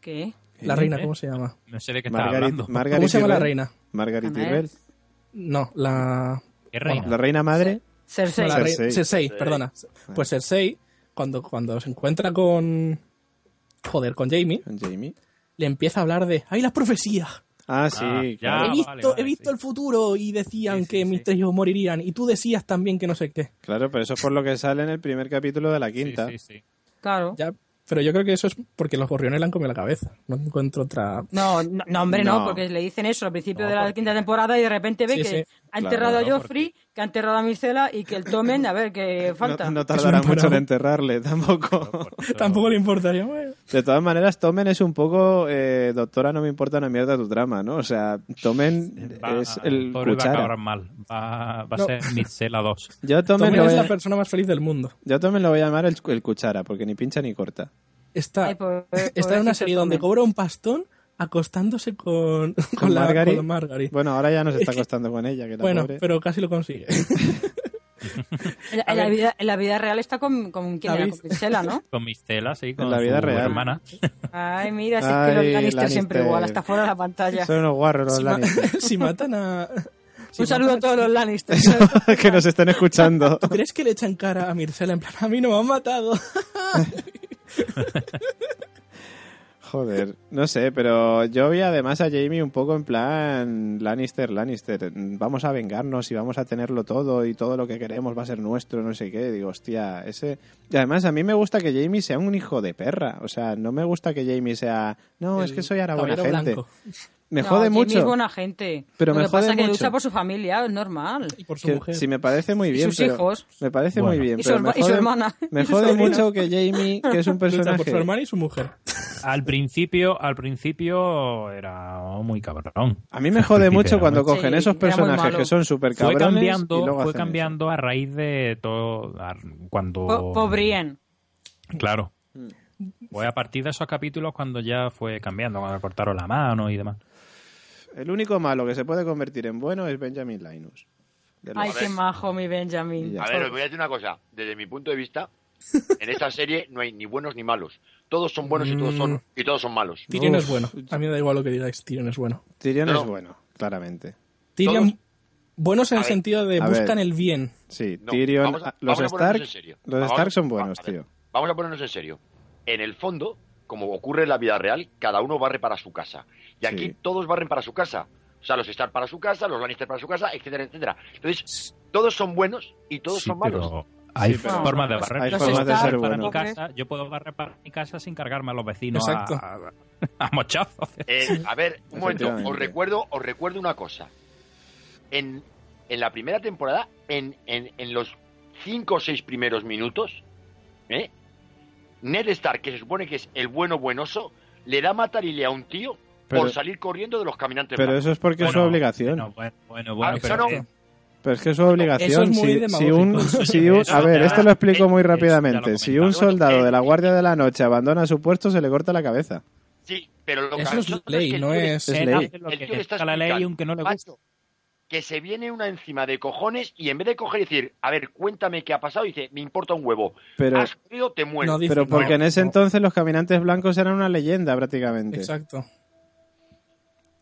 ¿Qué?
La
¿Eh?
reina, ¿cómo se llama?
No sé de qué está
Margaret,
hablando.
Margaret
¿Cómo se llama la
Tyrell-
reina?
Margaret
Ana, ¿eh?
Tyrell.
No, la.
¿Qué reina?
La reina madre.
Cersei.
no, la
Cersei.
reina- Cersei, perdona. Pues Cersei, cuando, cuando se encuentra con. Joder, con Jamie,
con Jamie.
le empieza a hablar de. ¡Ay, las profecías!
Ah, sí,
Ah, ya.
claro.
he
vale,
visto,
vale,
he
sí.
visto el futuro y decían
Sí, sí,
que mis
sí.
tres hijos morirían. Y tú decías también que no sé qué.
Claro, pero eso es por lo que sale en el primer capítulo de la
Sí,
quinta.
sí, sí.
Claro.
Ya, pero yo creo que eso es porque los gorriones le han comido la cabeza. No encuentro otra.
No, no, no, hombre, no.
No.
porque le dicen eso al principio
No,
de la
porque-
quinta temporada y de repente ve
Sí,
que
sí.
ha enterrado
Claro,
a Joffrey, que ha enterrado a Myrcella y que el tomen, a ver, que falta.
No, no tardará
Es un
mucho en
parón.
enterrarle tampoco.
Tampoco le importaría. bueno.
De todas maneras, Tomen es un poco, eh, doctora, no me importa una mierda tu trama, ¿no? O sea, Tomen
Va-
es el
pobre va a acabar
cuchara.
mal. Va, va a
No.
ser Mixela 2.
Yo a Tommen
Tommen
lo
es
voy
la
a,
persona más feliz del mundo.
yo a Tommen lo voy a llamar el, el cuchara, porque ni pincha ni corta.
Está,
Ay, pobre-
está en
pobrecito
una serie donde
Tommen.
cobra un pastón acostándose con, con,
Con
la,
Margaret.
con Margaret.
Bueno, ahora ya nos está costando con ella, que la
Bueno,
pobre-
pero casi lo consigue.
En la- en la, vida, en la vida real está con, con quien era,
David.
con Priscilla, ¿no?
Con Mixela, sí, con
En la vida
su
real.
hermana.
Ay, mira, si
Ay,
es que los Lannister siempre
Lannister.
igual, hasta fuera de la pantalla.
Son unos guarros los
si, ma-
Lannister.
si matan a. si
Un saludo a
matan-
todos los Lannister.
que nos están escuchando.
¿Tú crees que le echan cara a Mircela? En plan, a mí no me han matado.
Joder, no sé, pero yo vi además a Jamie un poco en plan Lannister, Lannister, vamos a vengarnos y vamos a tenerlo todo y todo lo que queremos va a ser nuestro, no sé qué. Digo, hostia, ese... Y además a mí me gusta que Jamie sea un hijo de perra, o sea, no me gusta que Jamie sea... No, es
El
que soy ahora buena
caballero
gente.
blanco.
Me
No,
jode
Jamie
mucho.
es buena gente.
Pero
Lo
me
que pasa
jode
es que
mucho.
lucha por su familia, es normal.
Y por su
Que
mujer.
Sí, me parece muy bien.
sus
pero-
hijos.
Me parece
Bueno.
muy bien.
Y su
pero
herma-
me
y su
jode-
hermana.
Me
Y su
jode
sobrina.
mucho que Jamie, que es un
Lucha
personaje...
por su hermana y su mujer.
Al principio, al principio era muy cabrón.
A mí me jode
Al principio
mucho
era
¿eh?
cuando
muy-
cogen
Sí,
esos
era muy
personajes
malo.
que son súper
fue
cabrones y
cambiando,
luego
fue
hacen eso.
cambiando a raíz de todo a-
Oh.
cuando
Po- Pobrien.
Claro.
Mm.
Fue a partir de esos capítulos cuando ya fue cambiando, cuando le cortaron la mano y demás.
El único malo que se puede convertir en bueno es Benjamin Linus. De los-
Ay, qué majo mi Benjamin.
Ya.
A ver, os voy a decir una cosa. Desde mi punto de vista, en esta serie no hay ni buenos ni malos. Todos son buenos y todos son y todos son malos.
Tyrion
Uf.
es bueno. A mí me da igual lo que digáis, Tyrion es bueno.
Tyrion
No.
es bueno, claramente.
Tyrion,
Todos-
buenos en
A
el
ver.
sentido de
A
buscan
ver.
el bien.
Sí,
No,
Tyrion,
vamos a-
ah, los
vamos a ponernos
Stark,
en serio.
los
Vamos-
Stark son buenos,
a ver,
tío.
Vamos a ponernos en serio. En el fondo, como ocurre en la vida real, cada uno barre para su casa. Y aquí
Sí.
todos barren para su casa. O O sea, los Stark para su casa, los Lannister para su casa, etcétera, etcétera. Entonces, todos son buenos y todos
Sí,
son malos.
pero hay
Sí, pero-
formas de
Hay
barrer.
formas
Yo puedo
de ser
barrer para mi
bueno.
casa, yo puedo barrer para mi casa sin cargarme a los vecinos a-
Exacto.
a, a mochazos.
Eh, a ver, un momento, os
Efectivamente.
recuerdo, os recuerdo una cosa. En, en la primera temporada, en, en- en los cinco o seis primeros minutos, ¿eh? Ned Stark, que se supone que es el bueno buenoso, le da a matar y le a un tío
Pero-
por salir corriendo de los caminantes.
Pero
blancos.
eso es porque es su
Bueno,
obligación.
Bueno, bueno, bueno,
Ah,
bueno,
eso
pero
no.
eh,
Pero es que es su obligación.
Eso es muy
si, si
demagógico.
un,
Eso
si un-
ya-
a ver,
ya-
esto lo explico muy
eso ya lo
rápidamente. Si un
comentamos.
soldado
Eh,
de la Guardia de la Noche abandona su puesto, se le corta la cabeza.
Sí, pero lo
Eso es
cachondo
ley,
que el
no
tío le-
es-
Es
él
ley.
hace lo
el
que
tío le está
dicta la ley
explicando, Ah,
aunque no le guste.
macho, que se viene una encima de cojones y en vez de coger y decir, a ver, cuéntame qué ha pasado, dice, me importa un huevo.
Pero,
Has jodido, te mueres.
No dice
pero porque en
no,
ese
no.
entonces los caminantes blancos eran una leyenda prácticamente.
Exacto.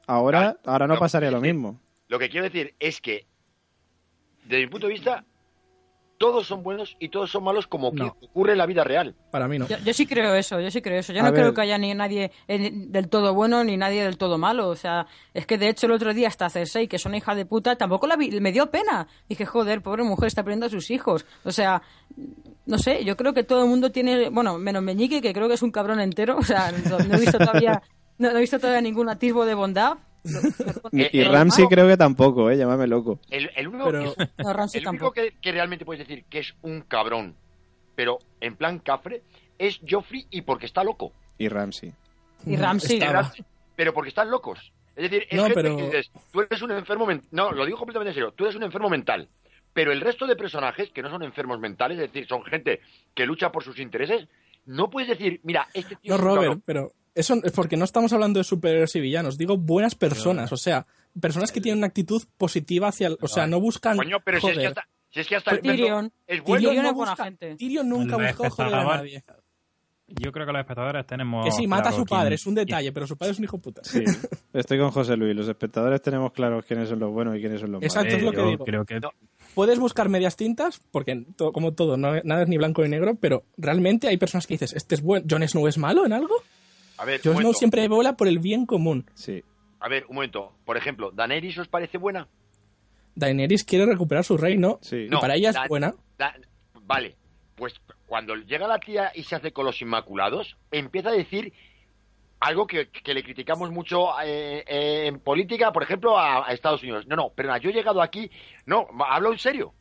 Ahora, ahora no
No,
pasaría
es
lo
que-
mismo.
Lo que quiero decir es que, desde mi punto de vista, todos son buenos y todos son malos como que
No.
ocurre en la vida real.
Para mí no.
Yo, yo sí creo eso, yo sí creo eso. Yo
A
no
ver.
creo que haya ni nadie eh, del todo bueno ni nadie del todo malo. O sea, es que de hecho el otro día hasta Cersei, que es una hija de puta, tampoco la vi- me dio pena. Dije, joder, pobre mujer, está perdiendo a sus hijos. O sea, no sé, yo creo que todo el mundo tiene, bueno, menos Meñique, que creo que es un cabrón entero. O sea, no, no he visto todavía, no, no he visto todavía ningún atisbo de bondad. Lo- lo-
Eh,
Y
eh,
Ramsey
no.
creo que tampoco, eh, llámame loco.
El, el único,
Pero-
que, es un-
No, Ramsey
el único
tampoco.
que, que realmente puedes decir que es un cabrón, pero en plan cafre, es Joffrey y porque está loco.
Y Ramsey.
Y Ramsey.
Estaba.
Ramsey, pero porque están locos. Es decir, es
Ah. No,
gente
pero-
que dices, tú eres un enfermo mental. No, lo digo completamente en serio, tú eres un enfermo mental. Pero el resto de personajes que no son enfermos mentales, es decir, son gente que lucha por sus intereses, no puedes decir, mira, este tío
No,
es un cabrón.
Robert, pero eso es porque no estamos hablando de superhéroes y villanos. Digo buenas personas, o sea, personas que tienen una actitud positiva hacia... el- O sea, no buscan...
Coño, pero si es que
joder.
hasta, si es que hasta el
Tyrion.
perro es
Tyrion
bueno.
es
no
buena
busca-
gente.
Tyrion nunca
Los
buscó joder a
espectadores
nadie.
Yo creo que los espectadores tenemos.
que sí, mata a
claro
su
quién-
padre, es un
quién-
detalle, pero su padre es un hijo puta.
Sí, estoy con José Luis. Los espectadores tenemos claros quiénes son los buenos y quiénes son los malos.
Exacto, es lo
Eh,
que
yo
digo.
Creo que
No.
Puedes buscar medias tintas, porque to- como todo, no- nada es ni blanco ni negro, pero realmente hay personas que dices, este es bueno, Jon Snow es malo en algo.
A ver, un
Jon Snow
momento,
siempre vela por el bien común.
Sí.
a ver, un momento. Por ejemplo, ¿Daenerys os parece buena?
Daenerys quiere recuperar su reino
Sí.
y
No,
para ella es
Da-
buena.
Da- vale, pues cuando llega la tía y se hace con los Inmaculados, empieza a decir algo que, que le criticamos mucho eh, eh, en política, por ejemplo, a, a Estados Unidos. No, no, perdona, yo he llegado aquí. No, ma- hablo en serio.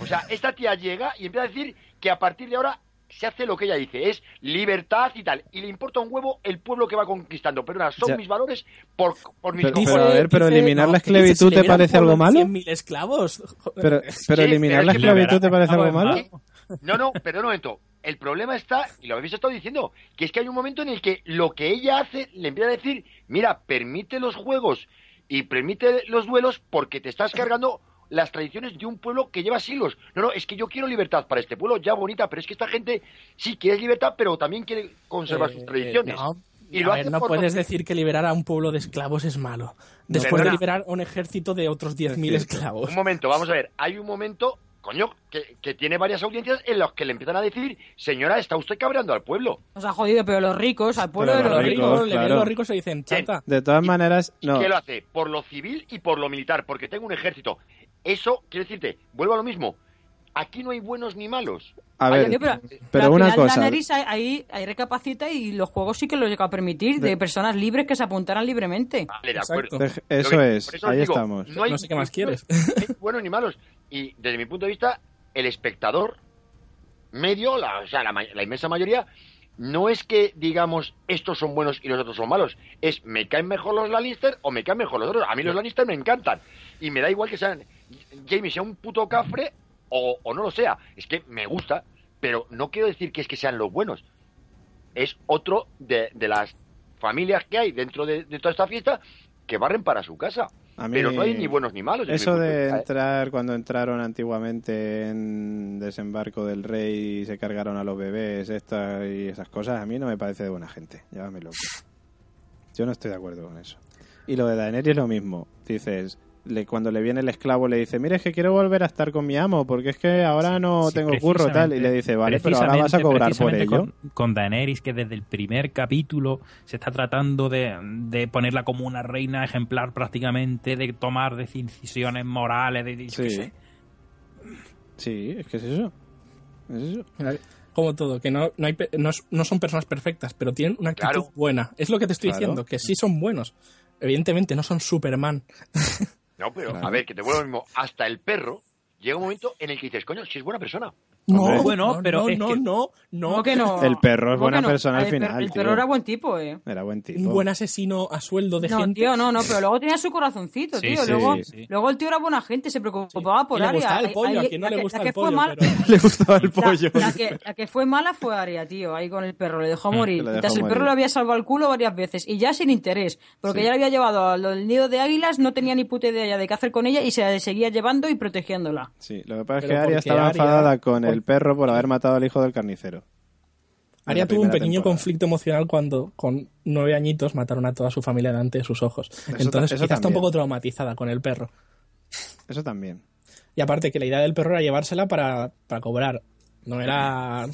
O sea, esta tía llega y empieza a decir que a partir de ahora se hace lo que ella dice, es libertad y tal. Y le importa un huevo el pueblo que va conquistando. Perdona, son
Ya.
mis valores por, por mis
Pero-
cojones.
pero a ver, pero eliminar la esclavitud, ¿te parece algo malo?
mil esclavos. joder.
Pero, pero
Sí,
eliminar
pero
la
es que-
esclavitud te parece algo
Ah.
malo?
malo. ¿Eh? No, no, pero un momento. El problema está, y lo habéis estado diciendo, que es que hay un momento en el que lo que ella hace le empieza a decir, mira, permite los juegos y permite los duelos porque te estás cargando las tradiciones de un pueblo que lleva siglos. No, no, es que yo quiero libertad para este pueblo, ya bonita, pero es que esta gente sí quiere libertad, pero también quiere conservar
Eh,
sus tradiciones.
No,
Y
a
lo
ver,
hace
no
por-
puedes decir que liberar a un pueblo de esclavos es malo. Después
Perdona.
de liberar a un ejército de otros 10.000
cierto.
esclavos.
Un momento, vamos a ver, hay un momento, coño, que, que tiene varias audiencias en las que le empiezan a decir, señora, está usted cabreando al pueblo.
Nos ha jodido, pero los ricos, al pueblo
Pero
de
Pero
los
los
los
ricos,
ricos.
ricos,
le ven
claro.
los ricos y dicen, chata.
De todas
Y-
maneras, no.
¿Qué lo hace? Por lo civil y por lo militar, porque tengo un ejército. Eso, quiero decirte, vuelvo a lo mismo. Aquí no hay buenos ni malos.
A
Hay
ver, mm,
Oye, pero,
pero
al
una
final
cosa.
Daenerys ahí, ahí- ahí recapacita y los juegos sí que lo llega a permitir de,
De-
personas libres que se apuntaran libremente.
Vale, de
Exacto.
acuerdo.
Dej-
Lo
Eso
que-
es,
por os
ahí
digo,
estamos.
No, hay
No sé qué más quieres.
ni buenos ni malos. Y desde mi punto de vista, el espectador medio, la, o sea, la, ma- la inmensa mayoría, no es que digamos estos son buenos y los otros son malos. Es me caen mejor los Lannister o me caen mejor los otros. A mí los Lannister me encantan. Y me da igual que sean Jamie sea un puto cafre o, o no lo sea. Es que me gusta, pero no quiero decir que es que sean los buenos. Es otro de, de las familias que hay dentro de, de toda esta fiesta que barren para su casa.
A mí-
Pero no hay ni buenos ni malos. desde
Eso
mi punto
de
vista, ¿eh?
entrar cuando entraron antiguamente en desembarco del rey y se cargaron a los bebés, estas y esas cosas, a mí no me parece de buena gente. Llámame loco. Yo no estoy de acuerdo con eso. Y lo de Daenerys es lo mismo. Dices, le, cuando le viene el esclavo le dice, mire, es que quiero volver a estar con mi amo porque es que ahora no
Sí,
tengo curro tal. Y
precisamente-
le dice, vale, pero ahora
precisamente-
vas a cobrar por
precisamente
ello.
Con, con Daenerys, que desde el primer capítulo se está tratando de, de ponerla como una reina ejemplar prácticamente, de tomar decisiones morales, de... yo qué
Sí.
sé.
Sí, es que es eso. Es eso.
Mira, Como todo, que no, no, hay pe- no es- no son personas perfectas, pero tienen una actitud
Claro.
buena. Es lo que te estoy
Claro.
diciendo, que sí son buenos. Evidentemente no son Superman.
¿eh? No, pero
Claro.
a ver, que te vuelvo lo mismo. Hasta el perro llega un momento en el que dices, coño, si es buena persona.
Hombre.
Bueno, pero
no,
es
no,
que-
no, no.
No, que no.
El perro es
No,
buena
que no.
persona al
El per-
final,
El
tío.
perro era buen tipo, eh.
Era buen tipo.
Un buen asesino a sueldo de
No,
gente.
tío, no, no, pero luego tenía su corazoncito,
Sí,
tío.
sí,
luego,
sí.
luego el tío era buena gente, se preocupaba por
Y le
Aria.
gustaba el
Ahí-
pollo,
ahí-
a quien no
la
le
que-
gusta
la
el
que fue
pollo,
mal-
pero-
Le gustaba el
La,
pollo.
la que, la que fue mala fue Aria, tío, ahí con el perro, le dejó morir.
Mm, le dejó
Mientras el
morir.
perro le había salvado el culo varias veces, y ya sin interés, porque
Sí.
ya le había llevado al al nido de águilas, no tenía ni puta idea ya de qué hacer con ella y se la seguía llevando y protegiéndola.
Sí, lo que pasa es
Pero
que Aria
porque
estaba
Arya-
enfadada con
por-
el perro por haber matado al hijo del carnicero.
Aria
En la
tuvo un
primera
pequeño
temporada.
conflicto emocional cuando con nueve añitos mataron a toda su familia delante de sus ojos. Entonces
ta- eso
quizás está un
también.
poco traumatizada con el perro.
Eso también.
Y aparte que la idea del perro era llevársela para, para cobrar. No era...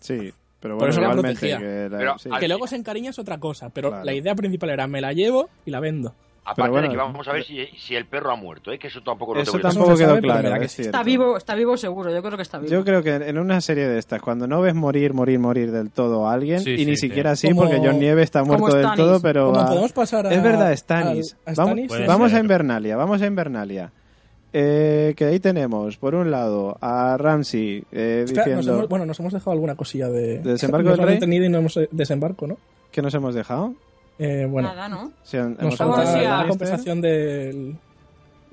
Sí, pero
Por
bueno,
eso la
igualmente.
protegía.
que la-
Pero
sí.
al-
Que luego se encariña es otra cosa, pero
Claro.
la idea principal era me la llevo y la vendo.
Aparte
bueno,
de que vamos a ver si, si el perro ha muerto, ¿eh? que eso tampoco lo
Eso
tengo yo.
tampoco
Eso se
quedó
sabe, pero
claro.
mira que
es
está
Está
cierto.
vivo, está vivo seguro, yo creo que está vivo.
Yo creo que en una serie de estas, cuando no ves morir, morir, morir del todo a alguien,
Sí,
y
sí,
ni
sí.
siquiera así,
Como-
porque John Nieve está
como
muerto del
Stannis.
todo, pero.
Como
va-
podemos pasar a-
Es verdad,
al-
Stannis.
a
Vamos,
Stannis,
Puede
vamos a
ser.
Invernalia, vamos a Invernalia. Eh, que ahí tenemos, por un lado, a Ramsey
Espera,
diciendo.
nos hemos- bueno, nos hemos dejado alguna cosilla de...
¿De desembarco
nos
del
han
rey?
detenido y no hemos eh, desembarco, ¿no?
¿Qué nos hemos dejado?
Eh, bueno,
Nada, ¿no?
Si han-
nos
hemos
falta
hablado de
falta
¿eh?
sí,
la
Lannister.
Lannister.
compensación del...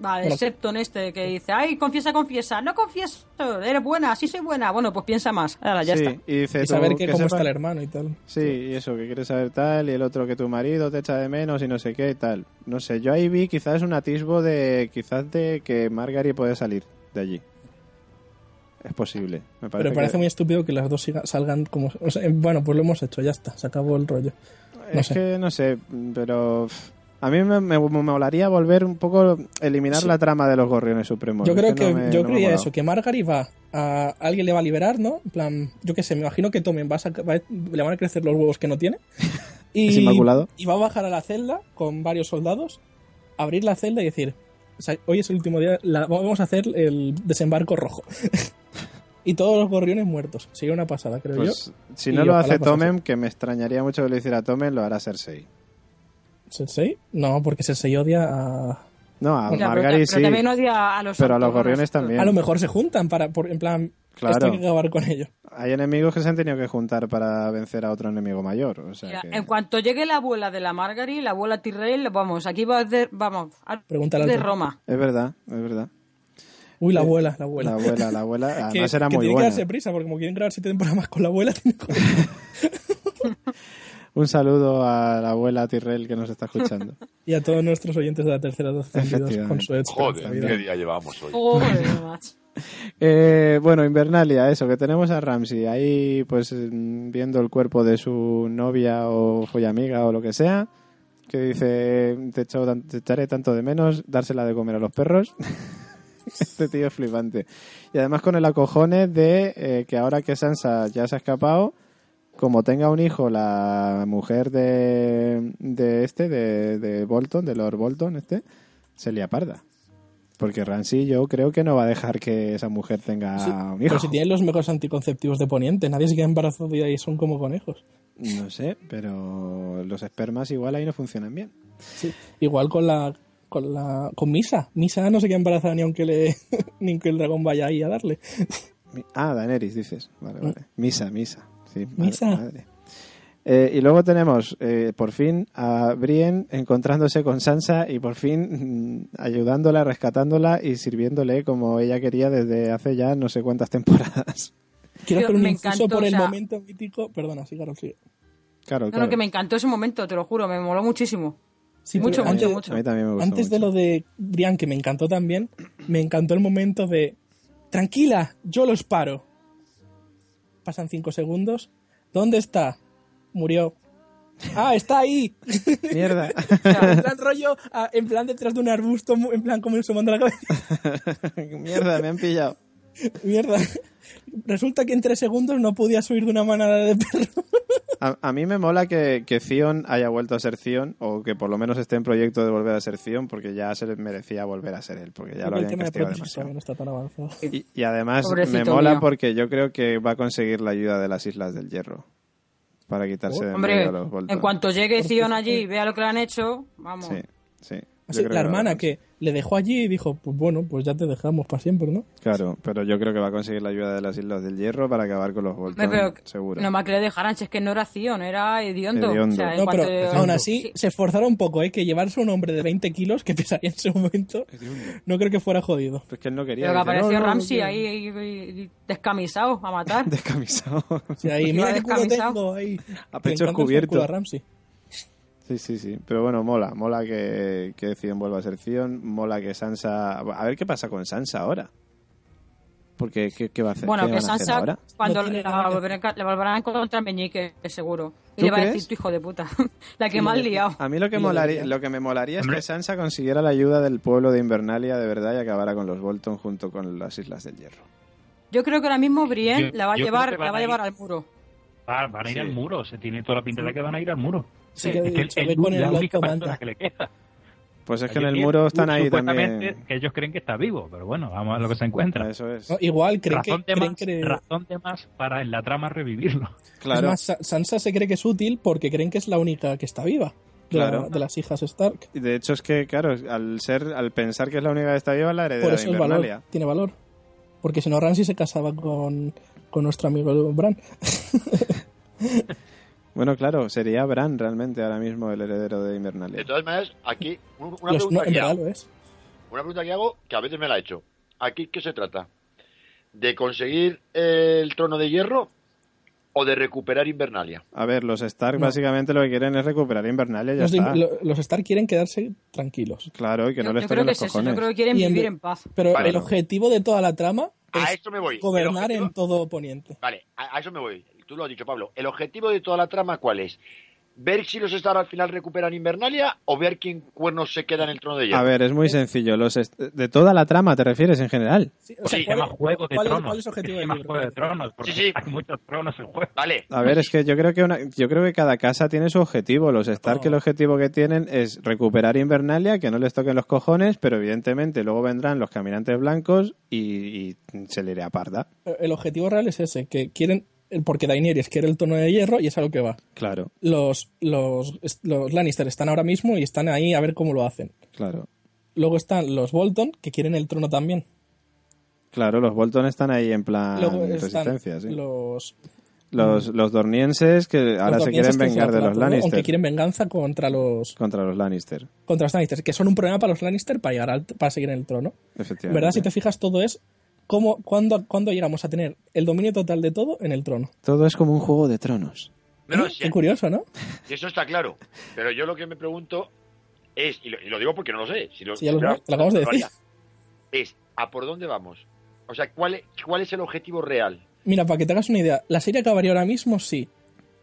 Vale,
Bueno.
excepto en este que dice, ay, confiesa, confiesa, no confieso, eres buena, sí soy buena. Bueno, pues piensa más, ahora ya
Sí,
está.
y dice
Y
tú,
saber que cómo
sepa-
está el hermano y tal.
Sí, y eso, que quieres saber tal, y el otro que tu marido te echa de menos y no sé qué y tal. No sé, yo ahí vi quizás un atisbo de quizás de que Margaret puede salir de allí. Es posible, me parece.
Pero parece
que-
muy estúpido que las dos siga- salgan como... o sea, bueno, pues lo hemos hecho, ya está, se acabó el rollo. no
es
sé.
que no sé, pero pff, a mí me, me, me molaría volver un poco, eliminar
Sí.
la trama de los gorriones supremos.
Yo
Es
creo que,
no me-
yo
no me ha
creía
molado.
eso, que Margaret va a alguien le va a liberar, ¿no? En plan, yo qué sé, me imagino que Tomen va a saca- va a- le van a crecer los huevos que no tiene.
Es
Y,
inmaculado.
y va a bajar a la celda con varios soldados, abrir la celda y decir, "O sea, hoy es el último día, la- vamos a hacer el desembarco rojo. y todos los gorriones muertos. Sería una pasada, creo yo.
Pues, si
Y
no lo
ojalá
hace
pasase.
Tomem, que me extrañaría mucho que lo hiciera Tomem, lo hará Cersei.
¿Sensei? No, porque Sensei odia a...
No, a
Ya, pero-
Margaret
pero también
sí.
odia a los
Pero a los
autónomas.
gorriones también.
A lo mejor se juntan para, por- en plan,
Claro.
esto hay que acabar con ello.
Hay enemigos que se han tenido que juntar para vencer a otro enemigo mayor. O sea
Mira,
que-
En cuanto llegue la abuela de la Margaret, la abuela Tyrell, vamos, aquí va a hacer, vamos, a-
Pregúntale al
de
rey.
Roma.
Es verdad, es verdad.
Uy, la abuela, la abuela.
La abuela, la abuela,
que,
además era
que
muy
tiene que
buena.
darse prisa porque como quieren grabar siete temporadas más con la abuela tienen que-
Un saludo a la abuela Tirrell que nos está escuchando.
y a todos nuestros oyentes de la tercera edad ofendidos
Efectivamente.
con su ex
Joder,
vida.
qué día llevamos hoy.
Joder, macho.
Eh, bueno, Invernalia, eso, que tenemos a Ramsey ahí, pues mm, viendo el cuerpo de su novia o joya amiga o lo que sea, que dice: te, echo tan- te echaré tanto de menos, dársela de comer a los perros. este tío es flipante. Y además con el acojones de eh, que ahora que Sansa ya se ha escapado, como tenga un hijo la mujer de, de este, de, de Bolton, de Lord Bolton, este, se le aparda. Porque Ramsey yo creo que no va a dejar que esa mujer tenga
Sí,
un hijo.
pero si tienen los mejores anticonceptivos de Poniente, nadie se queda embarazado y ahí son como conejos.
No sé, pero los espermas igual ahí no funcionan bien.
Igual con la con la con Misa, Misa no se queda embarazada ni aunque le ni aunque el dragón vaya ahí a darle.
Mi- Ah, Daenerys, dices. Vale, vale. Misa, misa. Sí, madre-
Mm. Misa.
madre. Eh, y luego tenemos, eh, por fin, a Brienne encontrándose con Sansa y por fin mm, ayudándola, rescatándola y sirviéndole como ella quería desde hace ya no sé cuántas temporadas.
Quiero
Tío,
hacer un
me
inciso
encantó,
por
o
el
sea-
momento mítico, perdona, sí, Carol, sigue.
Claro,
No,
claro.
no, que me encantó ese momento, te lo juro, me moló muchísimo.
Sí,
Mucho,
pero
a mí,
mucho,
antes-
mucho.
a mí también me gustó
Antes de
mucho.
lo de Brian, que me encantó también, me encantó el momento de tranquila, yo los paro. Pasan cinco segundos. ¿Dónde está? Murió. ¡Ah, está ahí!
Mierda.
en plan rollo, ah, en plan detrás de un arbusto, mu- en plan como asomando la cabeza.
Mierda, me han pillado.
Mierda. Resulta que en tres segundos no podía subir de una manada de perros.
A, a mí me mola que, que Zion haya vuelto a ser Zion, o que por lo menos esté en proyecto de volver a ser Zion, porque ya se le merecía volver a ser él, porque ya lo
el
habían
tema de
castigado
prótesis todavía
demasiado.
no está tan avanzado.
Y, y además me
Pobrecito
mola
mío.
porque yo creo que va a conseguir la ayuda de las Islas del Hierro para quitarse de en
Hombre,
medio a los Bolton.
en cuanto llegue Zion allí
eh.
y vea lo que le han hecho, vamos.
Sí, sí. Yo
Así,
creo
la
que va a
hermana
conseguir.
que le dejó allí y dijo, pues bueno, pues ya te dejamos para siempre, ¿no?
Claro, pero yo creo que va a conseguir la ayuda de las Islas del Hierro para acabar con los
Hombre,
Bolton,
pero
seguro.
No más que le dejaran, si es que no era Zion, era hediondo.
Hediondo.
O sea, en
No,
cuanto-
pero aún así se esforzaron un poco, ¿eh? Que llevarse un hombre de 20 kilos que pesaría en su momento, no creo que fuera jodido.
Pues que él no quería.
Pero que
dice,
apareció
"No, no, no
Ramsey
quiero".
ahí y- y- descamisado a matar.
Descamisado.
O sea, ahí,
Iba
mira qué culo
descamisado.
tengo
A
ahí. Le
pecho
encanta el
descubierto.
culo a Ramsey.
Sí, sí, sí. Pero bueno, mola. Mola que, que Zion vuelva a ser Zion. Mola que Sansa. A ver qué pasa con Sansa ahora. Porque, ¿qué, qué va a hacer?
Bueno,
¿Qué
que
van a hacer
Sansa,
ahora?
cuando
No tiene
le,
nada que
volverán, le volverán a encontrar Meñique, seguro. Y
¿Tú
le va a
crees?
decir, tu hijo de puta. la que
Sí,
más
lo-
liado.
A mí lo que,
Y lo
molaría,
debería.
lo que me molaría es
Hombre.
que Sansa consiguiera la ayuda del pueblo de Invernalia de verdad y acabara con los Bolton junto con las Islas del Hierro.
Yo creo que ahora mismo Brienne
Yo-
la va a
yo creo
llevar,
que van
la va a
a ir-
llevar al muro.
Va- van a ir
Sí.
al muro, se tiene toda la pinta de que van a ir al muro.
Sí,
Es
que
el-
de hecho,
el-
ve con el
la
loco
única persona
manta.
que le queda.
Pues es que en
Ellos
el
tienen,
muro están ahí
supuestamente,
también.
Que ellos creen que está vivo, pero bueno, vamos a ver lo que se encuentra.
Eso es.
No, igual creen que,
razón, de
creen
más,
que le-
razón de más para en la trama revivirlo.
Claro.
Es más, Sa- Sansa se cree que es útil porque creen que es la única que está viva de, la-
Claro. Eh,
de las hijas Stark.
Y De hecho es que, claro, al ser, al pensar que es la única que está viva, la
Por
heredera de
eso el valor
Invernalia.
tiene valor. Porque si no, Ramsey se casaba con, con nuestro amigo Bran.
Bueno, claro, sería Bran realmente ahora mismo el heredero de
De
Invernalia.
todas maneras, aquí, un- una
Los- no,
pregunta
en
que
verdad
hago,
lo es.
una pregunta que hago, que a veces me la he hecho. ¿Aquí qué se trata? ¿De conseguir el trono de hierro o de recuperar Invernalia?
A ver, los Stark
No.
básicamente lo que quieren es recuperar Invernalia y ya
Los, de-
está.
lo- los Stark quieren quedarse tranquilos.
Claro, y que no
Yo-
les
yo
toquen
creo que
los
es eso, yo
cojones.
creo que quieren
Y en-
vivir en paz.
Pero
Vale.
el objetivo de toda la trama
Pues
A
es
eso me voy. El
gobernar
objetivo-
en todo Poniente.
Vale, a, a eso me voy. Tú lo has dicho, Pablo. ¿El objetivo de toda la trama cuál es? ¿Ver si los Star al final recuperan Invernalia o ver quién cuernos se queda en el trono de hierro?
A ver, es muy sencillo. Los est- de toda la trama te refieres en general.
Sí, o
Pues
sea,
se
¿cuál-
llama Juego de
cuál es-
Tronos.
cuál es el objetivo
se
del
llama
libro?
Juego de Tronos, porque
Sí, sí.
hay muchos tronos en juego.
Vale.
A ver, es que yo creo que una, yo creo que cada casa tiene su objetivo. Los Stark
Oh.
el objetivo que tienen es recuperar Invernalia, que no les toquen los cojones, pero evidentemente luego vendrán los caminantes blancos y, y se le irá parda.
El objetivo real es ese, que quieren... Porque Daenerys quiere el tono de hierro y es a lo que va.
Claro,
Los, los, los Lannister están ahora mismo y están ahí a ver cómo lo hacen.
claro.
Luego están los Bolton, que quieren el trono también.
Claro, los Bolton están ahí Ah, en plan
Luego están
resistencia, sí.
los,
Los, los dornienses que ahora
los
se quieren
dormienses que
vengar de
hacen
los
todo,
Lannister.
Aunque quieren venganza contra los,
Contra los Lannister,
contra los Lannister, que son un problema para los Lannister para, llegar al- para seguir en el trono. En
efectivamente.
verdad, si te fijas, todo es cómo, cuándo, cuándo llegamos a tener el dominio total de todo en el trono.
Todo es como un juego de tronos.
No, no,
¿Eh?
si-
Qué curioso, ¿no?
si eso está claro. Pero yo lo que me pregunto es, y lo, y lo digo porque no lo sé, si lo,
Sí, ya lo-
si lo-
te lo acabamos de
lo
decir.
haría, es a por dónde vamos. O sea, ¿cuál, es- cuál es el objetivo real?
Mira, para que te hagas una idea, la serie acabaría ahora mismo si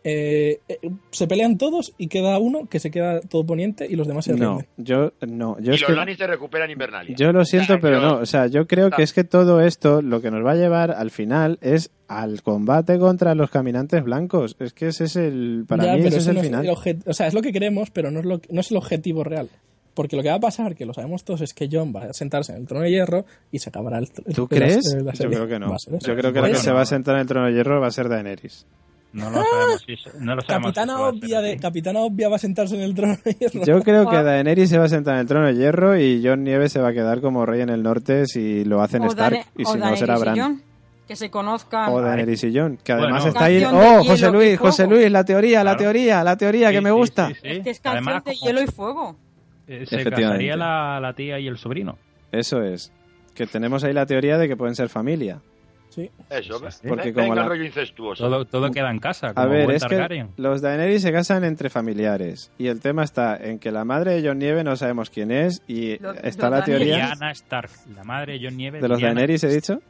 eh, eh, se pelean todos y queda uno que se queda todo poniente y los demás se
No,
rinden.
yo no, yo
Y
es
los
que-
Lannister recuperan Invernalia.
Yo lo siento,
Ya,
pero
yo-
no. O sea, yo creo que es que todo esto lo que nos va a llevar al final es al combate contra los caminantes blancos. Es que ese es el. Para
Ya,
mí
pero
ese es
ese
el
no
final.
el obje- o sea, es lo que queremos, pero no es, lo, que- no es el objetivo real. Porque lo que va a pasar, que lo sabemos todos, es que John va a sentarse en el trono de hierro y se acabará el tr-
¿Tú
la-
crees?
la
Yo
serie.
creo que no.
Va a ser eso.
Yo creo que la
Bueno,
que se va a
no.
sentar en el trono de hierro va a ser Daenerys.
No lo sabemos. si eso- Ah, no lo sabemos si
Capitana
eso va a ser
obvia, de,
así.
capitana obvia va a sentarse en el trono de hierro.
Yo creo que
Ah.
Daenerys se va a sentar en el trono de hierro y Jon Nieves se va a quedar como rey en el norte si lo hacen
O
Stark
Dane-
y
o
si no
Daenerys
será
y
Bran.
Jon, que se conozcan.
O Daenerys y Jon, que además
Bueno.
está ahí.
Canción de
¡Oh,
hielo
José
y
Luis,
fuego.
José Luis! La teoría, la
Claro.
teoría, la teoría que
Sí,
me
sí,
gusta.
sí, sí.
Este Es que es canción
Además,
de
como-
hielo y fuego.
Eh, se
Efectivamente.
casaría la, la tía y el sobrino.
Eso es. Que tenemos ahí la teoría de que pueden ser familia.
Sí.
Eso,
Sí, sí.
ve-
Porque
venga
como
el
la-
rollo incestuoso.
Todo, todo queda en casa, como
A ver,
buen
es que
Targaryen.
los Daenerys se casan entre familiares. Y el tema está en que la madre de John Nieve no sabemos quién es. Y
Lo-
está
los
la teoría
Daenerys.
Diana Stark, la madre de John Nieves.
de los
Diana-
Daenerys, he dicho.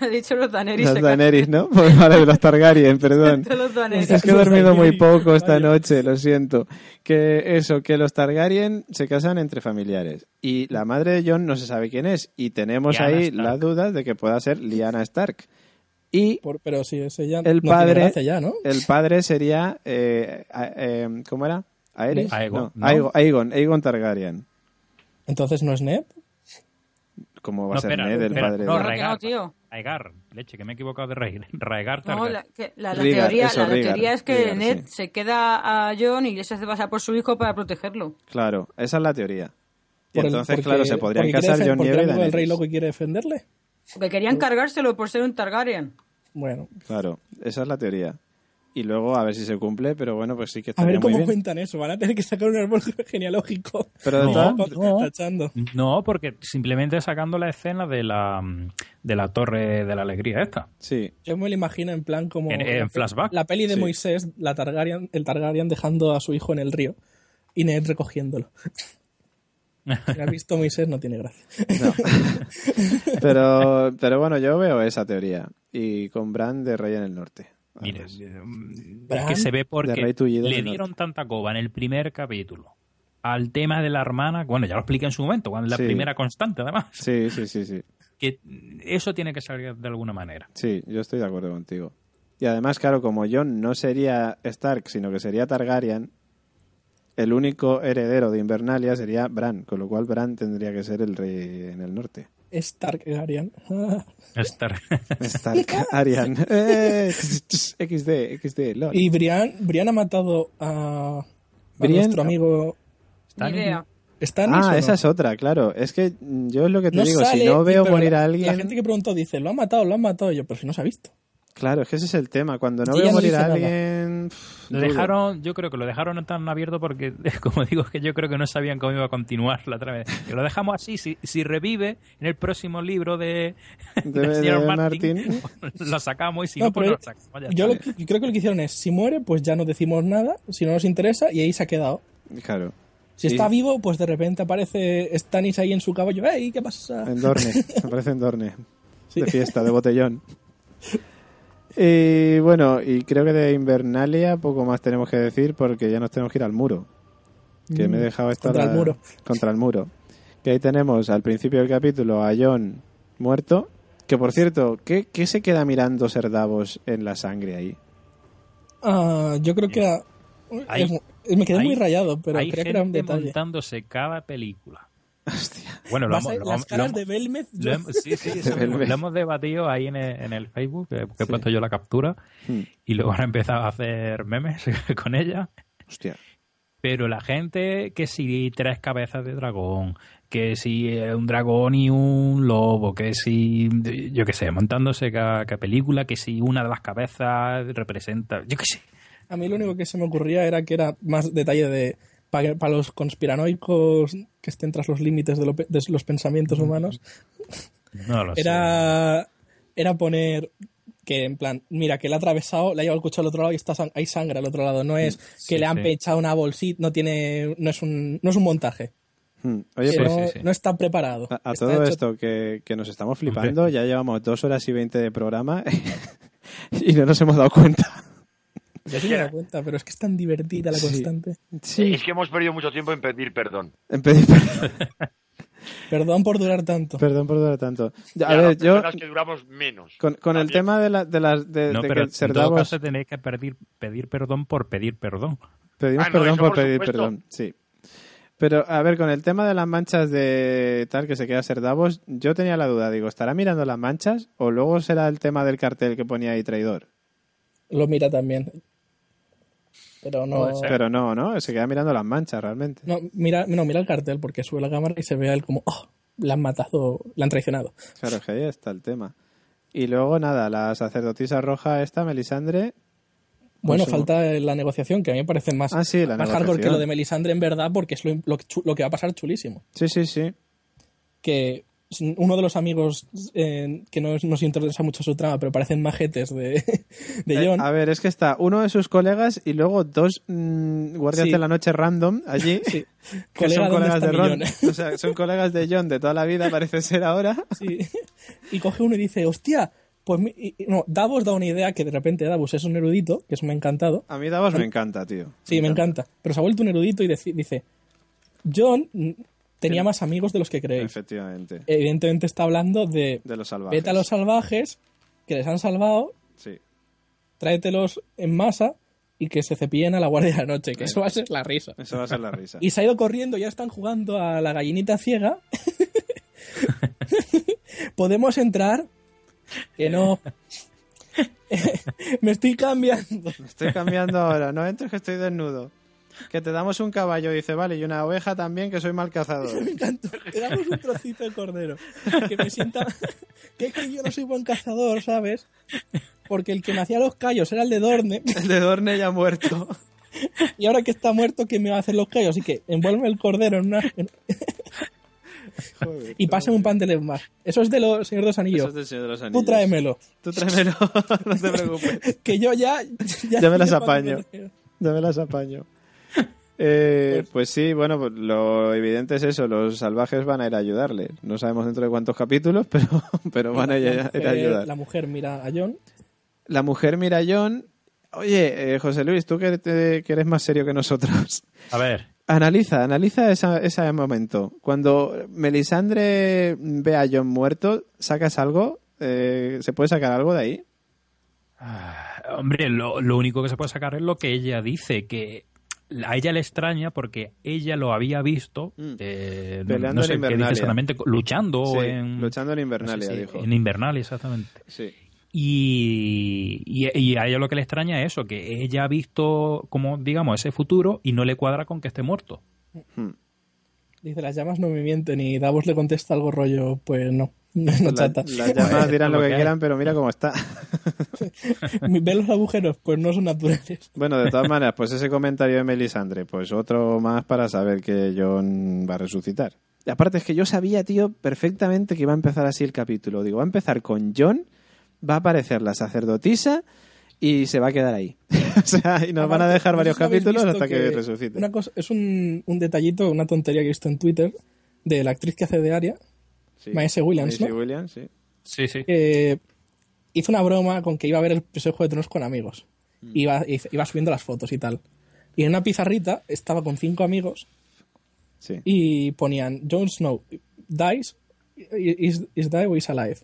Ha dicho los Daenerys.
Los
se
Daenerys, ¿no? Pues vale, los Targaryen, perdón.
cagan. Los Daenerys.
Es que he
Los
dormido muy
Daenerys,
poco esta
vaya.
noche, lo siento. Que eso, que los Targaryen se casan entre familiares. Y la madre de John no se sabe quién es. Y tenemos
Lyanna
ahí
Stark.
la duda de que pueda ser Lyanna Stark. Y
Por- pero sí, ese ya
El
no
padre-
tiene gracia ya, ¿no?
el padre sería. eh, a- eh, ¿Cómo era? ¿Aerys?
Aegon,
No,
¿no?
Aegon, Aegon, Aegon Targaryen.
Entonces no es Ned.
¿Cómo va
No,
a ser
espera,
Ned, el
espera,
padre
no,
de
Claro que no,
Rhaegar.
tío.
Rhaegar, leche, que me he equivocado de Rhaegar. Rhaegar
No,
Targaryen.
la, que- la- la
Rhaegar,
teoría,
eso,
la, la
Rhaegar,
teoría es que
Rhaegar,
Ned
sí.
se queda a John y se hace pasar por su hijo para protegerlo.
Claro, esa es la teoría. Y
por el-
entonces,
porque-
claro, se podrían
porque quiere
casar
defen-
John
porque
Nieve
era
y
amigo del
Daenerys.
rey loco y quiere defenderle.
Porque querían cargárselo por ser un Targaryen.
Bueno,
Claro, esa es la teoría. Y luego a ver si se cumple, pero bueno, pues sí que
a
estaría
ver
muy
cómo
bien.
cuentan eso. Van a tener que sacar un árbol genealógico.
Pero de
No,
todas-
no.
Tachando.
No, porque simplemente sacando la escena de la, mm, de la torre de la alegría esta.
sí,
Yo me lo imagino en plan como.
En- en flashback.
La peli de
Sí.
Moisés, la Targaryen, el Targaryen dejando a su hijo en el río y Ned recogiéndolo. Si no has visto Moisés, no tiene gracia.
pero, pero bueno, yo veo esa teoría. Y con Bran de Rey en el Norte.
Mira,
Además.
es que se ve
pues, eh, de Rey
porque
Tullido en
le
el
dieron tanta coba en el primer capítulo al tema de la hermana, bueno, ya lo expliqué en su momento, cuando es la
Sí.
primera constante además,
Sí, sí, sí, sí.
que eso tiene que salir de alguna manera.
Sí, yo estoy de acuerdo contigo. Y además, claro, como Jon no sería Stark, sino que sería Targaryen, el único heredero de Invernalia sería Bran, con lo cual Bran tendría que ser el rey en el norte.
Es Targaryen. Ah.
Estar-
Stark, Arian. Eh, XD, XD, lol.
y Brian, Brian ha matado a, a
Brian-
nuestro amigo.
Ni
Stannis.
idea.
Stannis.
Ah,
o
esa
no?
es otra, claro. Es que mm, yo es lo que te
No
digo,
sale,
si no
y-
veo
pero
morir
la-
a
La
alguien...
gente que preguntó dice, lo ha matado, lo ha matado. Y yo, pero si no se ha visto.
Claro, es que ese es el tema. Cuando no
Ella
veo
no
morir
dice
a
nada.
alguien... pff,
Lo
dudo.
dejaron, yo creo que lo dejaron tan abierto porque, como digo, es que yo creo que no sabían cómo iba a continuar la trama. Que Lo dejamos así, si, si revive en el próximo libro de,
De-
del
de
señor
Martin.
lo sacamos y si
No,
no, pues no
pero
lo sacamos. ya
Yo, lo
está.
que- yo creo que lo que hicieron es, si muere, pues ya no decimos nada, si no nos interesa, y ahí se ha quedado.
Claro,
Si
Sí.
está vivo, pues de repente aparece Stannis ahí en su caballo. ¡Ey, qué pasa!
en Dorne. Aparece en Dorne.
Sí.
De fiesta, de botellón. Y bueno, y creo que de Invernalia poco más tenemos que decir porque ya nos tenemos que ir al muro. Que me he
Mm,
dejado esta
contra
la-
el muro.
Contra el muro. Que ahí tenemos al principio del capítulo a John muerto. Que por cierto, ¿qué, qué se queda mirando Ser Davos en la sangre ahí?
Ah, yo creo que era-
Ahí.
es- eh, me quedé
Ahí.
muy rayado, pero
Hay
creo que era un
gente
detalle.
montándose cada película.
Hostia.
Bueno, lo
Vas a-
hemos, lo
las
hemos- lo
caras
hemos-
de Belmez.
lo hemos- sí, sí, eso mismo.
Belmez.
Lo hemos debatido ahí en el, en el Facebook, que que he
Sí.
puesto yo la captura,
Hmm,
y luego han empezado a hacer memes con ella.
Hostia.
Pero la gente que si tres cabezas de dragón, que si eh, un dragón y un lobo, que si, yo qué sé, montándose cada, cada película, que si una de las cabezas representa, yo qué sé.
A mí lo único que se me ocurría era que era más detalle de para los conspiranoicos que estén tras los límites de, lo pe- de los pensamientos humanos.
No lo sé.
Era, era poner que en plan, mira, que le ha atravesado, le ha llevado el cuchillo al otro lado y está sang- hay sangre al otro lado. No
Mm,
es que
Sí,
le han
sí.
pechado una bolsita, no tiene, no es un, no es un montaje.
Hmm, Oye,
que
pues
no,
sí, sí.
no está preparado.
A, a
Está
todo
hecho-
esto que, que nos estamos flipando, ya llevamos dos horas y veinte de programa y no nos hemos dado cuenta.
Yo sí me he dado cuenta, pero es que es tan divertida la
Sí.
constante.
Sí.
Es que hemos perdido mucho tiempo en pedir perdón.
En pedir per-
Perdón por durar tanto.
perdón por durar tanto. Ya, A
Y
ver,
las
yo
personas que duramos menos.
con, con el
También.
tema de, la, de, las de,
No,
de
pero
que Ser
en todo
Davos-
caso tenéis que pedir, pedir perdón por pedir perdón.
pedimos
Ah, no,
perdón
eso
por,
por
pedir
supuesto.
perdón, sí. Pero a ver, con el tema de las manchas de tal que se queda Ser Davos, yo tenía la duda, digo, ¿estará mirando las manchas o luego será el tema del cartel que ponía ahí traidor?
Lo mira también. Pero no.
Puede ser.
Pero no, ¿no? Se queda mirando las manchas realmente.
No mira, no, mira el cartel porque sube la cámara y se ve a él como, oh, la han matado, la han traicionado.
Claro, que ahí está el tema. Y luego, nada, la sacerdotisa roja esta, Melisandre.
Bueno,
Pues,
falta eh, la negociación, que a mí me parece más,
Ah, sí, la
más hardcore que
negociación.
lo de Melisandre en verdad, porque es lo, lo que chu- lo que va a pasar chulísimo.
Sí, sí, sí.
Que s- uno de los amigos eh, que no es- nos interesa mucho su trama, pero parecen majetes de, de
Eh,
John,
a ver, es que está uno de sus colegas y luego dos mm, guardias
Sí.
de la noche random allí.
Sí.
Que
Colega,
son
¿dónde
colegas
está
de
mi
Ron.
John?
O sea, son colegas de John de toda la vida, parece ser ahora.
Sí. Y coge uno y dice, hostia, Pues mi- y- y- no, Davos da una idea que de repente Davos es un erudito, que eso me ha encantado.
A mí Davos me encanta, tío.
Sí, me encanta. Pero se ha vuelto un erudito y deci- dice, John mm, tenía más amigos de los que creéis.
Efectivamente.
Evidentemente está hablando de
De los salvajes.
vete a los salvajes, que les han salvado,
Sí.
tráetelos en masa y que se cepillen a la guardia de la noche, que eso va a ser la risa.
Eso va a ser la risa.
Y se ha ido corriendo, ya están jugando a la gallinita ciega. ¿Podemos entrar? Que no. Me estoy cambiando.
Estoy cambiando ahora. No entres que estoy desnudo. Que te damos un caballo, dice, vale, y una oveja también, que soy mal cazador.
Me encantó. Te damos un trocito de cordero. Que me sienta. Que es que yo no soy buen cazador, ¿sabes? Porque el que me hacía los callos era el de Dorne.
El de Dorne ya muerto.
Y ahora que está muerto, ¿quién me va a hacer los callos? Así que envuelve el cordero en una. en-
Joder,
y pásame un pantelén más. Eso es de los Señor de los
Eso
Anillos.
es del Señor de los
Tú
Anillos.
tráemelo.
Tú tráemelo, no te preocupes.
Que yo ya.
Ya me las
cuando
apaño.
me-
Ya me las apaño. Eh, pues sí, bueno, pues lo evidente es eso, los salvajes van a ir a ayudarle. No sabemos dentro de cuántos capítulos, pero, pero van a ir a ir a
Eh,
ayudar.
La mujer mira a John.
La mujer mira a John. Oye, eh, José Luis, tú que, te- que eres más serio que nosotros.
A ver,
Analiza, analiza esa- ese momento. Cuando Melisandre ve a John muerto, ¿sacas algo? Eh, ¿Se puede sacar algo de ahí?
ah, Hombre, lo, lo único que se puede sacar es lo que ella dice, que a ella le extraña porque ella lo había visto
Mm.
eh,
Peleando
no sé
en
qué dice
Invernalia.
exactamente, luchando
Sí,
en
luchando en Invernalia,
no sé si-
dijo.
en Invernalia, exactamente.
Sí.
Y, y- y a ella lo que le extraña es eso, que ella ha visto como digamos ese futuro y no le cuadra con que esté muerto.
Dice: Las llamas no me mienten. Y Davos le contesta algo rollo: Pues no. No,
La-
chata.
las llamadas dirán lo
lo
que
que hay.
quieran, pero mira cómo está.
¿Ves los agujeros? Pues no son naturales.
Bueno, de todas maneras, pues ese comentario de Melisandre, pues otro más para saber que John va a resucitar. Y aparte es que yo sabía, tío, perfectamente que iba a empezar así el capítulo. Digo, va a empezar con John, va a aparecer la sacerdotisa y se va a quedar ahí. o sea, y nos van a
Aparte,
dejar
no sé
varios
si habéis
capítulos
visto
hasta que, resucite.
una cosa- es un, un detallito, una tontería que he visto en Twitter de la actriz que hace de Aria,
Sí.
Maese Williams,
Maisie
¿no?
Williams, sí.
Sí, sí.
que hizo Eh, una broma con que iba a ver el episodio de Juego de Tronos con amigos.
Mm.
Iba, iba subiendo las fotos y tal. Y en una pizarrita estaba con cinco amigos
sí.
y ponían Jon Snow dies, is, is die or is alive.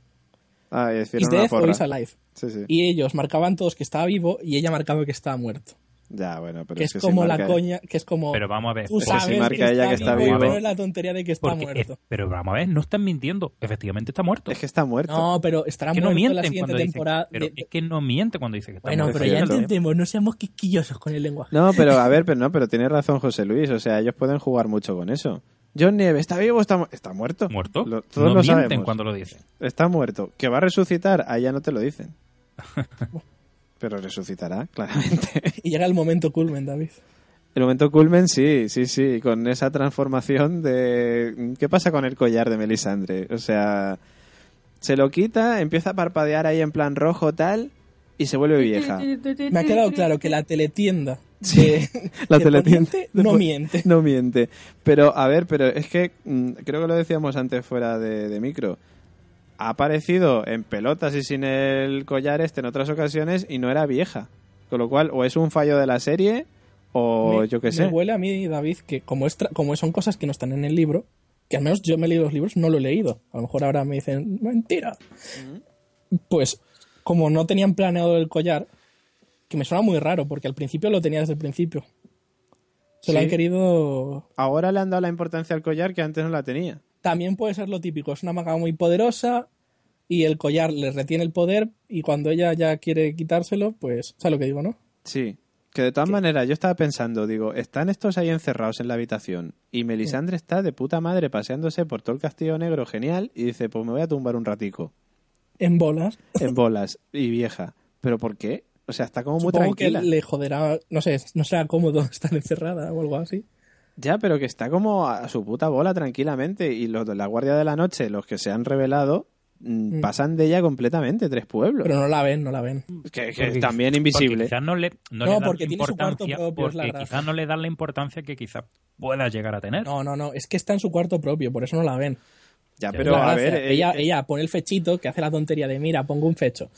Ah, y
Is
hicieron una
death or
porra.
is alive.
Sí, sí.
Y ellos marcaban todos que estaba vivo y ella marcaba que estaba muerto.
Ya, bueno, pero
que
es
es
que si
como la
marca-
coña, que es como...
Pero vamos a ver,
Tú
Pero si
sabes
marca ella que está
vivo. y
vivo.
no es la tontería de que está
porque
muerto.
es- pero vamos a ver, no están mintiendo, efectivamente está muerto.
Es que está muerto.
No, pero estará
Es que no
muerto la
mienten
siguiente
cuando dice,
temporada.
pero
de-
es que no miente cuando ¿eh? dice que está
Bueno,
muerto.
pero ya
cierto.
entendemos, no seamos quisquillosos con el lenguaje.
No, pero a ver, pero no, pero tiene razón José Luis. O sea, ellos pueden jugar mucho con eso. John Nieves, ¿está vivo o está, mu- está muerto?
muerto.
Lo- todos
no
lo
mienten
sabemos.
cuando lo dicen.
Está muerto. Que va a resucitar, allá no te lo dicen. pero resucitará, claramente.
Y llega el momento culmen, David.
El momento culmen, sí, sí, sí. Con esa transformación de... ¿Qué pasa con el collar de Melisandre? O sea, se lo quita, empieza a parpadear ahí en plan rojo tal y se vuelve vieja.
Me ha quedado claro que la teletienda de,
La
de
teletienda.
Poniente no miente.
No miente. Pero, a ver, pero es que mm, creo que lo decíamos antes fuera de, de micro. Ha aparecido en pelotas y sin el collar este en otras ocasiones y no era vieja. Con lo cual, o es un fallo de la serie, o
Me-
yo qué
me
sé.
huele a mí, David, que como, es tra- como son cosas que no están en el libro, que al menos yo me he leído los libros, no lo he leído. A lo mejor ahora me dicen, mentira. Pues, como no tenían planeado el collar, que me suena muy raro, porque al principio lo tenía desde el principio. Se lo
Sí.
han querido
Ahora le han dado la importancia al collar que antes no la tenía.
También puede ser lo típico, es una maga muy poderosa y el collar le retiene el poder y cuando ella ya quiere quitárselo, pues, ¿sabes lo que digo, no?
Sí. Que de todas maneras, yo estaba pensando, digo, están estos ahí encerrados en la habitación y Melisandre está de puta madre paseándose por todo el castillo negro, genial, y dice, pues me voy a tumbar un ratico.
En bolas.
en bolas y vieja. ¿Pero por qué? O sea, está como muy
Supongo que
tranquila.
le joderá, no sé, no será cómodo estar encerrada o algo así.
Ya, pero que está como a su puta bola tranquilamente. Y los de la Guardia de la Noche, los que se han revelado, mm,
Mm.
pasan de ella completamente, tres pueblos.
Pero no la ven, no la ven.
que que
Porque-
también
Porque
invisible.
quizás no le, no
No,
le dan
porque
la
tiene su cuarto
importancia,
propio, es la
porque
gracia.
quizás no le dan la importancia que quizás pueda llegar a tener.
No, no, no, es que está en su cuarto propio, por eso no la ven.
Ya,
Ya,
pero
La
a
gracia,
ver, eh,
ella,
eh,
ella pone el fechito que hace la tontería de mira, pongo un fecho.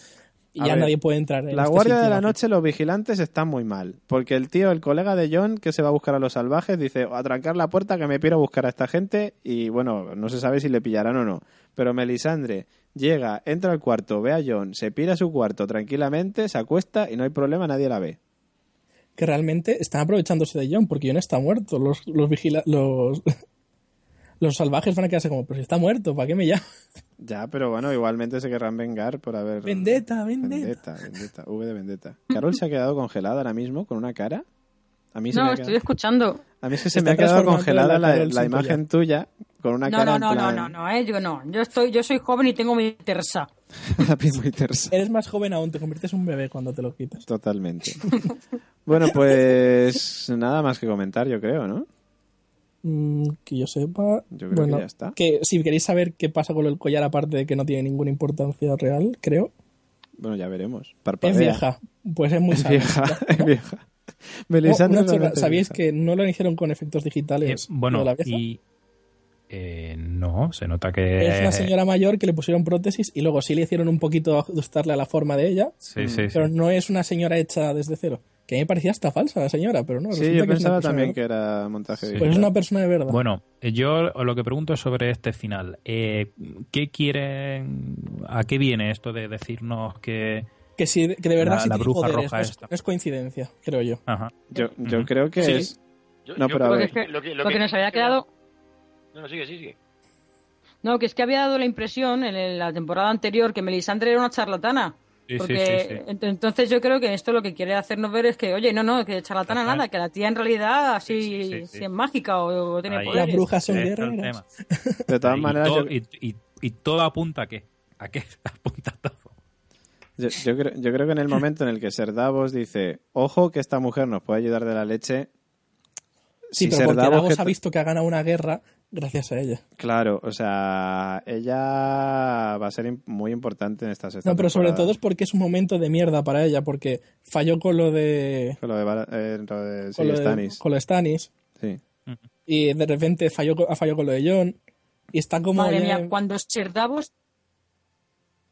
Y
A
ya
ver,
nadie puede entrar. En
la
este
guardia de
sitio.
la noche, los vigilantes están muy mal. Porque el tío, el colega de John, que se va a buscar a los salvajes, dice, atrancar la puerta que me quiero buscar a esta gente. Y bueno, no se sabe si le pillarán o no. Pero Melisandre llega, entra al cuarto, ve a John, se pira a su cuarto tranquilamente, se acuesta y no hay problema, nadie la ve.
Que realmente están aprovechándose de John porque John está muerto. Los, los, vigila- los, los salvajes van a quedarse como, pero si está muerto, ¿para qué me llama?
Ya, pero bueno, igualmente se querrán vengar por haber...
Vendetta, vendetta.
Vendetta, vendetta, V de vendetta. Carol se ha quedado congelada ahora mismo con una cara. A mí se me
No,
ha
estoy
quedado,
escuchando.
a mí es que se
Está
me ha quedado
transformando
congelada
la
la,
Carol
la
sin
imagen tuya con una
No,
cara
no,
en
no, no,
plan-
no, no, eh, yo no. Yo estoy, yo soy joven y tengo mi tersa.
la piel muy tersa.
Eres más joven aún, te conviertes en un bebé cuando te lo quitas.
Totalmente. Bueno, pues nada más que comentar, yo creo, ¿no?
Mm, que yo sepa.
Yo creo
bueno,
que ya está.
que si queréis saber qué pasa con el collar, aparte de que no tiene ninguna importancia real, creo.
Bueno, ya veremos.
Es
Parpadea.
vieja. Pues es muy
Es
sabia.
vieja, es vieja.
Oh,
Melisandre
una chorra.
realmente es
¿Sabíais
vieja.
que no lo hicieron con efectos
Eh,
digitales? lo
bueno,
de la vieja?
y. eh, no, se nota que.
Es una señora mayor que le pusieron prótesis y luego sí le hicieron un poquito ajustarle a la forma de ella,
Sí, sí, sí.
pero no es una señora hecha desde cero. Que a mí me parecía hasta falsa la señora, pero no.
Sí,
resulta
yo
que es una
pensaba
persona
también
de
que era montaje.
Sí.
digital.
verdad. Pues es una persona de verdad.
Bueno, eh, yo lo que pregunto es sobre este final. Eh, ¿Qué quieren? ¿A qué viene esto de decirnos que.?
que, sí, que de verdad
la-
sí
la
tiene
bruja
poderes,
roja
no es-
esta.
no es coincidencia, creo yo.
Ajá.
Yo, yo
Ujú.
creo que
Sí.
es...
Yo-
No,
yo
pero a
creo
ver.
que lo que- lo
Lo que
que-
nos había quedado.
No, no, sigue, sigue, sigue.
No, que es que había dado la impresión en el- la temporada anterior que Melisandre era una charlatana.
Sí, sí,
porque
sí, sí.
ent- entonces yo creo que esto lo que quiere hacernos ver es que, oye, no, no, que charlatana
Total.
nada, que la tía en realidad así
Sí, sí, sí, sí.
sí es mágica o, o tiene
Ahí.
poderes.
Las brujas son
Ahí está el
guerreras.
tema.
De todas
Y
maneras,
todo-
yo,
y, y- y todo apunta a qué. ¿A qué apunta todo?
yo- yo creo, yo creo que en el momento en el que Ser Davos dice, ojo que esta mujer nos puede ayudar de la leche... si
Sí, pero
Ser
porque
Davos
Davos
que-
ha visto que ha ganado una guerra gracias a ella.
Claro, o sea, ella va a ser im- muy importante en esta sexta
No, pero sobre todo
temporada.
es porque es un momento de mierda para ella, porque falló con lo de.
Con lo de, Bar- eh, lo de- sí,
con lo de-
Stannis,
con lo de Stannis.
sí.
y de repente falló, co- ha fallado con lo de John. Y está como.
Madre
ya-
mía, cuando Ser Davos.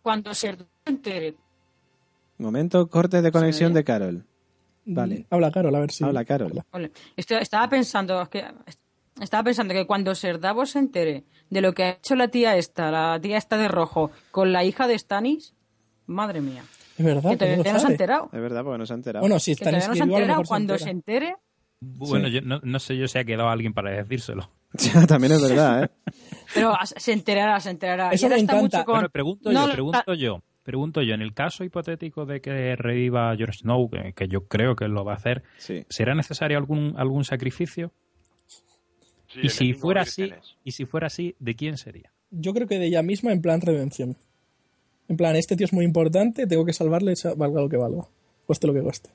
Cuando Ser Davos se entere.
Momento corte de conexión
oye?
de Carol. Vale.
Mm, Habla Carol, a ver si.
Habla Carol.
Ole. Esto- estaba pensando es que estaba pensando que cuando Ser Davos se entere de lo que ha hecho la tía esta, la tía esta de rojo, con la hija de Stannis, madre mía,
Es verdad.
que
que no lo
todavía no se ha
sabe.
enterado.
Es verdad, porque no se ha enterado.
Bueno, si
Que
está en
todavía no se ha
escribió, a lo
enterado
mejor se
cuando se,
entera.
entere.
Bueno, yo no, no sé yo si ha quedado alguien para decírselo.
Ya, También es verdad, ¿eh?
Pero as- se enterará, se enterará.
Eso
Y ahora
me
está
encanta.
mucho con-
Bueno, pregunto
No, ah.
yo,
la-
pregunto yo, pregunto yo, en el caso hipotético de que reviva George Snow, que, que yo creo que lo va a hacer,
Sí.
¿será necesario algún algún sacrificio?
Sí,
y
el
si
enemigo
fuera
de
así,
Tienes.
y si fuera así, ¿de quién sería?
Yo creo que de ella misma, en plan redención. En plan, este tío es muy importante, tengo que salvarle, sa- valga lo que valga. Cueste lo que cueste.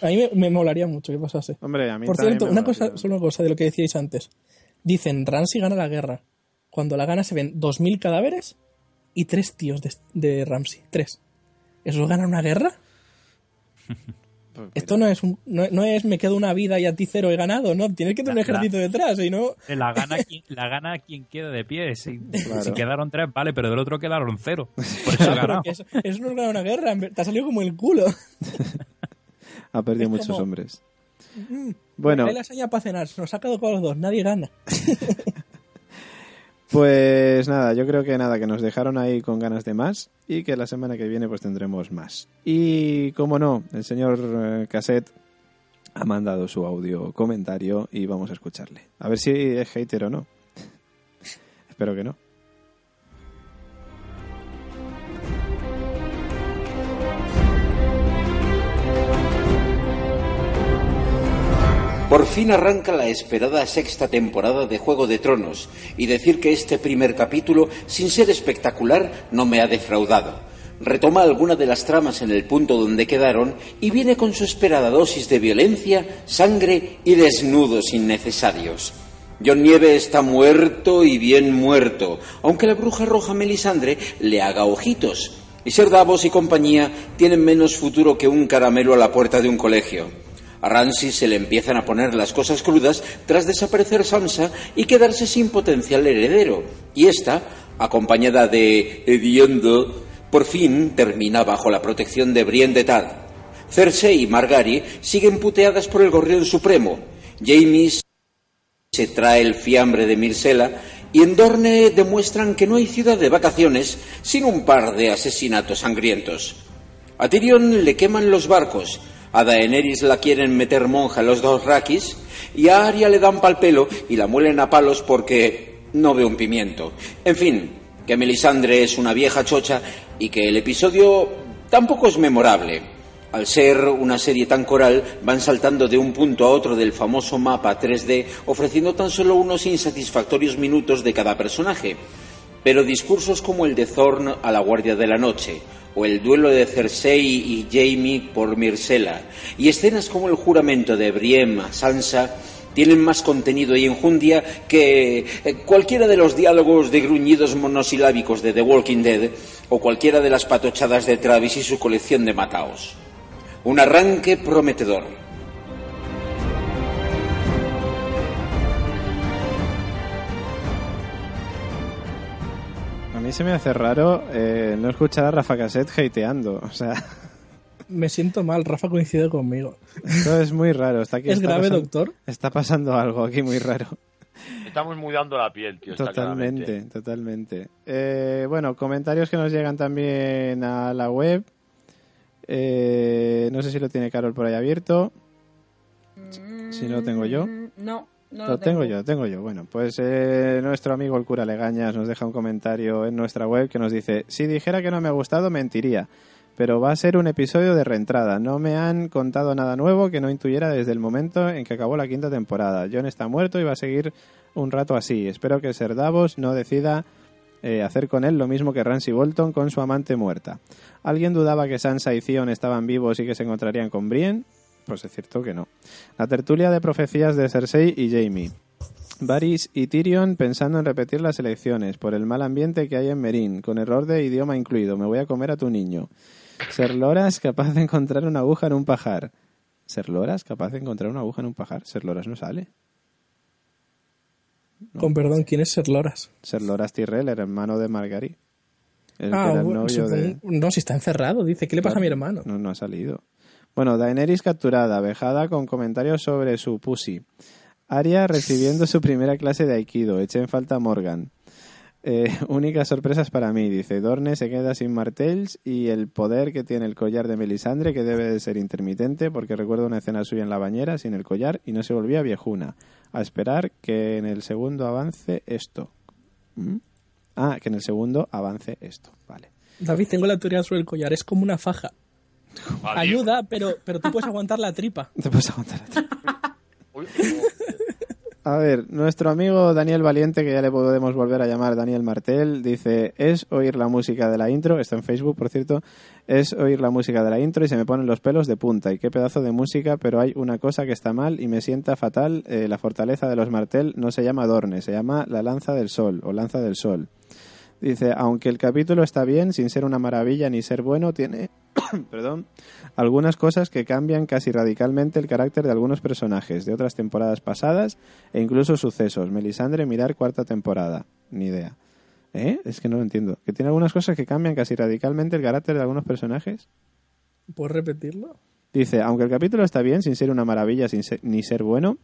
A mí me, me molaría mucho que pasase.
Hombre, a mí
Por
también
cierto,
me
una
molaría.
cosa, solo una cosa de lo que decíais antes. Dicen, Ramsey gana la guerra. Cuando la gana se ven 2.000 cadáveres y tres tíos de, de Ramsey. Tres. ¿Eso gana una guerra?
Pues mira,
Esto no es, un, no, no es me quedo una vida y a ti cero he ganado, no. Tienes que tener un
Ya, ya.
ejército detrás y no...
Eh, La gana quien, la gana quien quede de pie. Si,
Claro.
si quedaron tres, vale, pero del otro quedaron cero. Por eso
Claro,
ganamos.
que eso, eso no es ganar una guerra, en ver- te ha salido como el culo.
Ha perdido
es
muchos
como- Mm.
hombres. Bueno,
Hay lasaña para cenar, se nos ha quedado con los dos, nadie gana.
pues nada, yo creo que nada, que nos dejaron ahí con ganas de más y que la semana que viene pues tendremos más. Y como no, el señor eh, Cassette ha mandado su audio comentario y vamos a escucharle. A ver si es hater o no. Espero que no.
Por fin arranca la esperada sexta temporada de Juego de Tronos y decir que este primer capítulo, sin ser espectacular, no me ha defraudado. Retoma alguna de las tramas en el punto donde quedaron y viene con su esperada dosis de violencia, sangre y desnudos innecesarios. John Nieve está muerto y bien muerto, aunque la bruja roja Melisandre le haga ojitos. Y Ser Davos y compañía tienen menos futuro que un caramelo a la puerta de un colegio. A Ramsay se le empiezan a poner las cosas crudas tras desaparecer Sansa y quedarse sin potencial heredero. Y esta, acompañada de Hediondo, por fin termina bajo la protección de Brienne de Tarth. Cersei y Margari siguen puteadas por el Gorrión Supremo. Jaime se trae el fiambre de Mirsela y en Dorne demuestran que no hay ciudad de vacaciones sin un par de asesinatos sangrientos. A Tyrion le queman los barcos, a Daenerys la quieren meter monja los dos raquis y a Arya le dan pal pelo y la muelen a palos porque no ve un pimiento. En fin, que Melisandre es una vieja chocha y que el episodio tampoco es memorable. Al ser una serie tan coral, van saltando de un punto a otro del famoso mapa 3D, ofreciendo tan solo unos insatisfactorios minutos de cada personaje. Pero discursos como el de Thorn a la Guardia de la Noche, o el duelo de Cersei y Jaime por Myrcella, y escenas como el juramento de Brienne a Sansa, tienen más contenido y enjundia que eh, cualquiera de los diálogos de gruñidos monosilábicos de The Walking Dead o cualquiera de las patochadas de Travis y su colección de mataos. Un arranque prometedor.
A mí se me hace raro eh, no escuchar a Rafa Cassette hateando. O sea,
Me siento mal, Rafa coincide conmigo.
esto es muy raro. Está aquí,
¿Es
está
grave,
pasando-
doctor?
Está pasando algo aquí muy raro.
Estamos mudando la piel, tío. está
Totalmente,
claramente.
totalmente. Eh, bueno, comentarios que nos llegan también a la web. Eh, no sé si lo tiene Carol por ahí abierto. Si no lo tengo yo.
Mm, No, no
Lo tengo yo, lo tengo yo. Bueno, pues eh, nuestro amigo el cura Legañas nos deja un comentario en nuestra web que nos dice, si dijera que no me ha gustado, mentiría. Pero va a ser un episodio de reentrada. No me han contado nada nuevo que no intuyera desde el momento en que acabó la quinta temporada. John está muerto y va a seguir un rato así. Espero que Ser Davos no decida eh, hacer con él lo mismo que Ramsay Bolton con su amante muerta. ¿Alguien dudaba que Sansa y Theon estaban vivos y que se encontrarían con Brienne? Pues es cierto que no. La tertulia de profecías de Cersei y Jaime. Varys y Tyrion pensando en repetir las elecciones por el mal ambiente que hay en Merín, con error de idioma incluido. Me voy a comer a tu niño. Ser Loras capaz de encontrar una aguja en un pajar. Ser Loras capaz de encontrar una aguja en un pajar. Ser Loras no sale.
Con perdón, ¿quién es Serloras?
Ser Loras Tyrell, el hermano de Margaery. El que
Ah,
era el
bueno,
novio
supongo-
de...
no, si está encerrado, dice, ¿qué le pasa a mi hermano?
No, no ha salido. Bueno, Daenerys capturada, vejada con comentarios sobre su pussy. Arya recibiendo su primera clase de Aikido. Eché en falta a Morgan. Eh, únicas sorpresas para mí, dice. Dorne se queda sin martells y el poder que tiene el collar de Melisandre, que debe de ser intermitente, porque recuerdo una escena suya en la bañera sin el collar y no se volvía viejuna. A esperar que en el segundo avance esto. ¿Mm? Ah, que en el segundo avance esto. Vale.
David, tengo la teoría sobre el collar, es como una faja.
Adiós.
Ayuda, pero, pero tú puedes aguantar la tripa.
Te puedes aguantar a ti.
Uy, uy,
A ver, nuestro amigo Daniel Valiente, que ya le podemos volver a llamar Daniel Martel, dice, es oír la música de la intro, está en Facebook, por cierto, es oír la música de la intro y se me ponen los pelos de punta. Y qué pedazo de música, pero hay una cosa que está mal y me sienta fatal. eh, la fortaleza de los Martel no se llama Dorne, se llama la Lanza del Sol o Lanza del Sol. Dice, aunque el capítulo está bien, sin ser una maravilla ni ser bueno, tiene... Perdón algunas cosas que cambian casi radicalmente el carácter de algunos personajes de otras temporadas pasadas e incluso sucesos. Melisandre, mirar cuarta temporada. Ni idea. ¿Eh? Es que no lo entiendo. ¿Que tiene algunas cosas que cambian casi radicalmente el carácter de algunos personajes?
¿Puedes repetirlo?
Dice, aunque el capítulo está bien, sin ser una maravilla sin ser- ni ser bueno,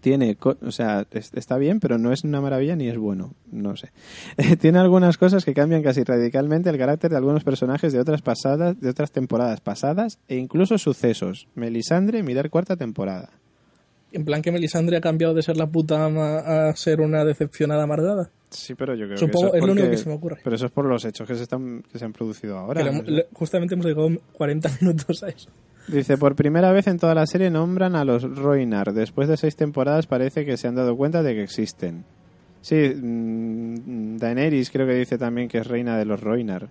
tiene, co- o sea, es- está bien, pero no es una maravilla ni es bueno, no sé. tiene algunas cosas que cambian casi radicalmente el carácter de algunos personajes de otras pasadas, de otras temporadas pasadas e incluso sucesos. Melisandre, mirar cuarta temporada.
En plan que Melisandre ha cambiado de ser la puta ama a ser una decepcionada amargada.
Sí, pero yo creo
que Supongo-
que
eso es es lo único porque- que se me ocurre.
Pero eso es por los hechos que se están que se han producido ahora.
Que le- le- justamente hemos llegado 40 minutos a eso.
Dice, por primera vez en toda la serie nombran a los Roinar. Después de seis temporadas parece que se han dado cuenta de que existen. Sí, mm, Daenerys creo que dice también que es reina de los Roinar.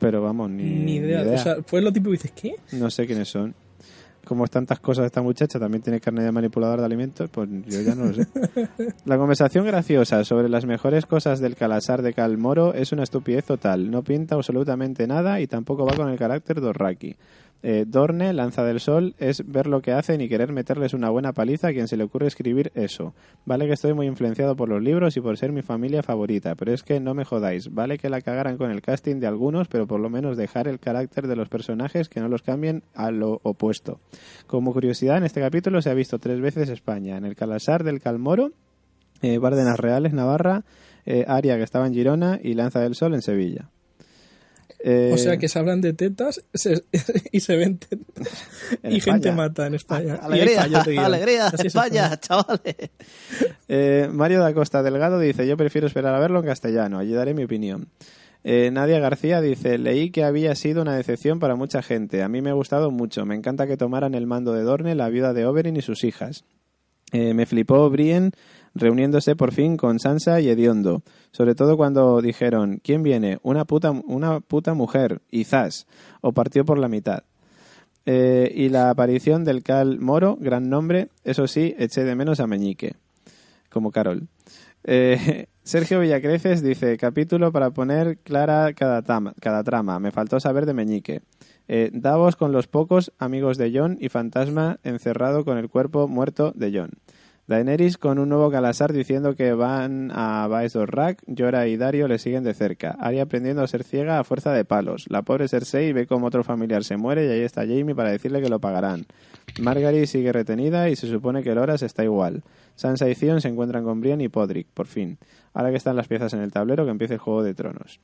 Pero vamos, ni,
Ni idea. O sea, pues lo típico que dices, ¿qué?
No sé quiénes son. Como es tantas cosas esta muchacha, también tiene carne de manipulador de alimentos, pues yo ya no lo sé. La conversación graciosa sobre las mejores cosas del Calasar de Calmoro es una estupidez total. No pinta absolutamente nada y tampoco va con el carácter de Orraki. Eh, Dorne, Lanza del Sol, es ver lo que hacen y querer meterles una buena paliza a quien se le ocurre escribir eso. Vale que estoy muy influenciado por los libros y por ser mi familia favorita, pero es que no me jodáis. Vale que la cagaran con el casting de algunos, pero por lo menos dejar el carácter de los personajes que no los cambien a lo opuesto. Como curiosidad, en este capítulo se ha visto tres veces España, en el Calasar del Calmoro, eh, Bárdenas Reales, Navarra, eh, Aria, que estaba en Girona, y Lanza del Sol en Sevilla. Eh,
O sea que se hablan de tetas se- y se ven tetas.
Eh, En
y
España.
gente mata en España. Y hay
Alegría,
fallos de guión.
alegría,
Así es
España, chavales.
Eh, Mario da Costa Delgado dice, yo prefiero esperar a verlo en castellano, allí daré mi opinión. Eh, Nadia García dice, leí que había sido una decepción para mucha gente, a mí me ha gustado mucho, me encanta que tomaran el mando de Dorne, la viuda de Oberyn y sus hijas. Eh, me flipó Brienne reuniéndose por fin con Sansa y Ediondo, sobre todo cuando dijeron, ¿quién viene? Una puta, una puta mujer, y zas, o partió por la mitad. Eh, y la aparición del Cal Moro, gran nombre, eso sí, eché de menos a Meñique como Carol. Eh, Sergio Villacreces dice, capítulo para poner clara cada, tam- cada trama. Me faltó saber de Meñique. Eh, Davos con los pocos amigos de John y Fantasma encerrado con el cuerpo muerto de John. Daenerys con un nuevo Calasar diciendo que van a Baes Rack, Llora y Dario le siguen de cerca. Arya aprendiendo a ser ciega a fuerza de palos. La pobre Cersei ve como otro familiar se muere y ahí está Jamie para decirle que lo pagarán. Margaery sigue retenida y se supone que Loras está igual. Sansa y Theon se encuentran con Brienne y Podrick, por fin. Ahora que están las piezas en el tablero, que empiece el Juego de Tronos.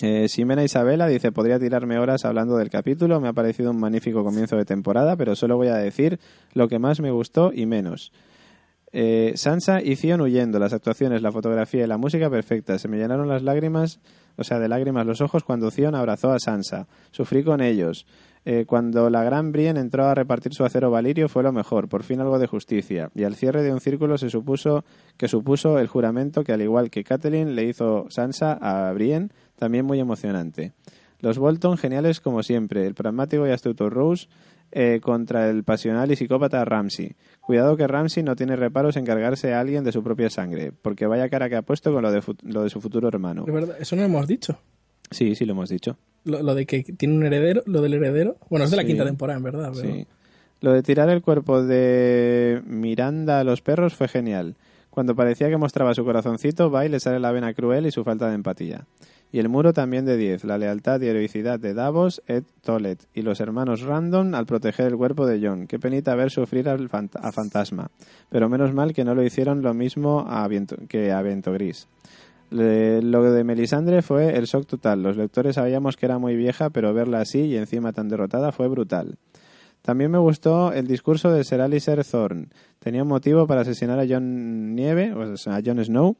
Eh, Ximena Isabela dice, podría tirarme horas hablando del capítulo, me ha parecido un magnífico comienzo de temporada, pero solo voy a decir lo que más me gustó y menos. Eh, Sansa y Theon huyendo, las actuaciones, la fotografía y la música perfecta. Se me llenaron las lágrimas, o sea, de lágrimas los ojos cuando Theon abrazó a Sansa. Sufrí con ellos. Eh, cuando la gran Brienne entró a repartir su acero valirio fue lo mejor, por fin algo de justicia. Y al cierre de un círculo se supuso que supuso el juramento que al igual que Catelyn le hizo Sansa a Brienne, también muy emocionante. Los Bolton geniales como siempre, el pragmático y astuto Rose eh, contra el pasional y psicópata Ramsey. Cuidado que Ramsey no tiene reparos en cargarse a alguien de su propia sangre, porque vaya cara que ha puesto con lo de, fu- lo de su futuro hermano.
Es verdad, eso no lo hemos dicho.
Sí, sí, lo hemos dicho.
Lo, lo de que tiene un heredero, lo del heredero. Bueno, es de la
Sí.
quinta temporada, en verdad. Pero...
Sí. Lo de tirar el cuerpo de Miranda a los perros fue genial. Cuando parecía que mostraba su corazoncito, va y le sale la vena cruel y su falta de empatía. Y el muro también de 10, la lealtad y heroicidad de Davos, Ed Tolet y los hermanos Random al proteger el cuerpo de John. Qué penita ver sufrir al fant- a Fantasma. Pero menos mal que no lo hicieron lo mismo a Viento- que a Viento Gris. Le- lo de Melisandre fue el shock total. Los lectores sabíamos que era muy vieja, pero verla así y encima tan derrotada fue brutal. También me gustó el discurso de Ser Alistair Thorne. Tenía un motivo para asesinar a John Nieve, o sea, a Jon Snow,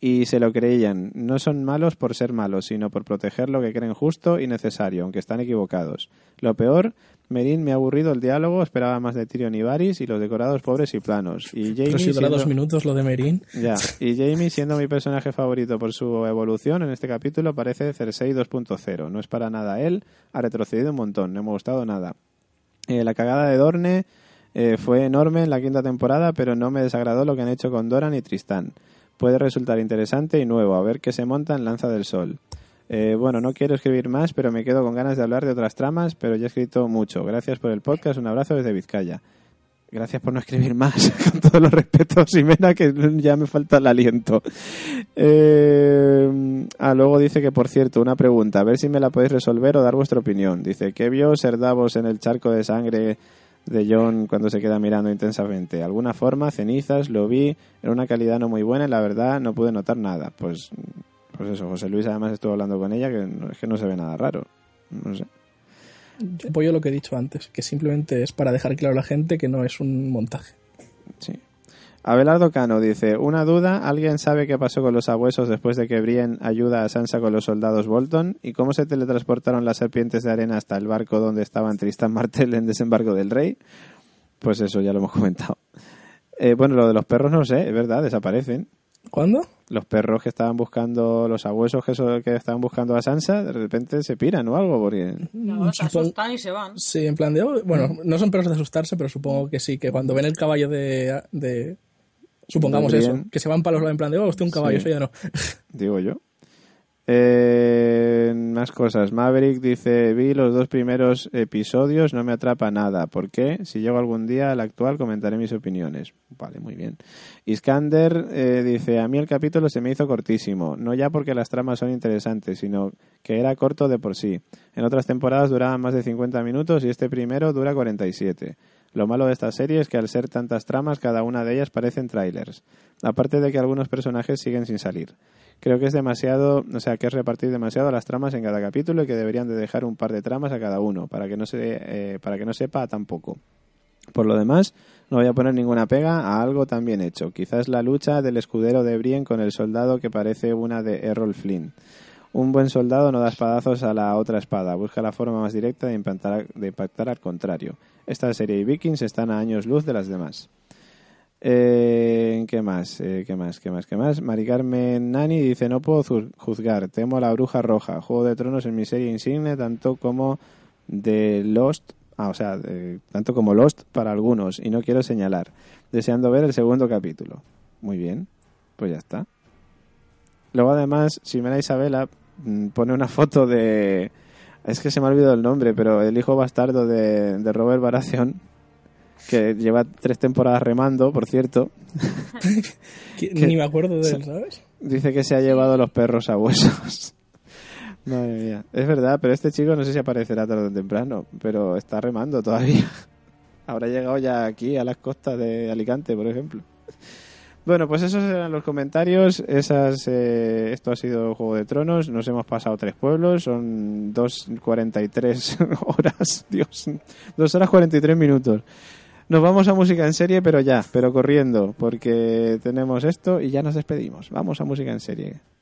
y se lo creían. No son malos por ser malos, sino por proteger lo que creen justo y necesario, aunque están equivocados. Lo peor, Merin me ha aburrido el diálogo, esperaba más de Tyrion y Varys y los decorados pobres y planos. Y Jaime
Pero si dura dos minutos lo de Merín.
ya, y Jamie, siendo mi personaje favorito por su evolución en este capítulo, parece Cersei 2.0. No es para nada él, ha retrocedido un montón, no me ha gustado nada. Eh, la cagada de Dorne eh, fue enorme en la quinta temporada, pero no me desagradó lo que han hecho con Doran y Tristán. Puede resultar interesante y nuevo, a ver qué se monta en Lanza del Sol. Eh, bueno, no quiero escribir más, pero me quedo con ganas de hablar de otras tramas, pero ya he escrito mucho. Gracias por el podcast, un abrazo desde Vizcaya. Gracias por no escribir más, con todos los respetos, Ximena, que ya me falta el aliento. Eh, ah, luego dice que, por cierto, una pregunta, a ver si me la podéis resolver o dar vuestra opinión. Dice, ¿qué vio Ser Davos en el charco de sangre de John cuando se queda mirando intensamente? ¿Alguna forma? ¿Cenizas? Lo vi, era una calidad no muy buena y la verdad no pude notar nada. Pues, pues eso, José Luis además estuvo hablando con ella, que no- es que no se ve nada raro. No sé.
Yo apoyo lo que he dicho antes, que simplemente es para dejar claro a la gente que no es un montaje.
Sí. Abelardo Cano dice, una duda, ¿alguien sabe qué pasó con los abuesos después de que Brienne ayuda a Sansa con los soldados Bolton? ¿Y cómo se teletransportaron las serpientes de arena hasta el barco donde estaban Tristan Martel en Desembarco del Rey? Pues eso ya lo hemos comentado. Eh, bueno, lo de los perros no sé, es verdad, desaparecen.
¿Cuándo?
Los perros que estaban buscando, los abuesos que, so- que estaban buscando a Sansa, de repente se piran o algo, porque...
Claro, se
Supongo-
asustan y se van.
Sí, en plan de. oh,
Mm.
bueno, no son perros de asustarse, pero supongo que sí, que cuando ven el caballo de. de- supongamos
Muy
eso,
bien.
este que se van para los lados en plan de. Oh, usted un caballo,
Sí.
eso ya no.
digo yo. Eh, más cosas. Maverick dice, vi los dos primeros episodios, no me atrapa nada. ¿Por qué? Si llego algún día al actual, comentaré mis opiniones. Vale, muy bien. Iskander eh, dice, a mí el capítulo se me hizo cortísimo, no ya porque las tramas son interesantes, sino que era corto de por sí. En otras temporadas duraban más de 50 minutos y este primero dura 47. Lo malo de esta serie es que al ser tantas tramas, cada una de ellas parecen trailers. Aparte de que algunos personajes siguen sin salir. Creo que es demasiado, o sea, que es repartir demasiado las tramas en cada capítulo y que deberían de dejar un par de tramas a cada uno, para que no, se, eh, para que no sepa tampoco. Por lo demás, no voy a poner ninguna pega a algo tan bien hecho. Quizás la lucha del escudero de Brien con el soldado que parece una de Errol Flynn. Un buen soldado no da espadazos a la otra espada, busca la forma más directa de impactar, de impactar al contrario. Esta serie y Vikings están a años luz de las demás. Eh, ¿Qué más? Eh, ¿Qué más? ¿Qué más? ¿Qué más? Mari Carmen Nani dice, no puedo zu- juzgar, temo a la bruja roja. Juego de Tronos es mi serie insigne, tanto como de Lost, ah, o sea, eh, tanto como Lost para algunos, y no quiero señalar. Deseando ver el segundo capítulo. Muy bien, pues ya está. Luego además, Ximena Isabela mm, pone una foto de... Es que se me ha olvidado el nombre, pero el hijo bastardo de, de Robert Baratheon, que lleva tres temporadas remando, por cierto,
Que
Que-
Ni me acuerdo de
Sí.
él, ¿sabes?
dice que se ha llevado los perros a huesos. Madre mía. Es verdad, pero este chico no sé si aparecerá tarde o temprano, pero está remando todavía. Habrá llegado ya aquí, a las costas de Alicante, por ejemplo. Bueno, pues esos eran los comentarios. Esas, eh, esto ha sido Juego de Tronos. Nos hemos pasado tres pueblos. Son 2.43 horas. Dios, 2 horas 43 minutos. Nos vamos a música en serie, pero ya, pero corriendo, porque tenemos esto y ya nos despedimos. Vamos a música en serie.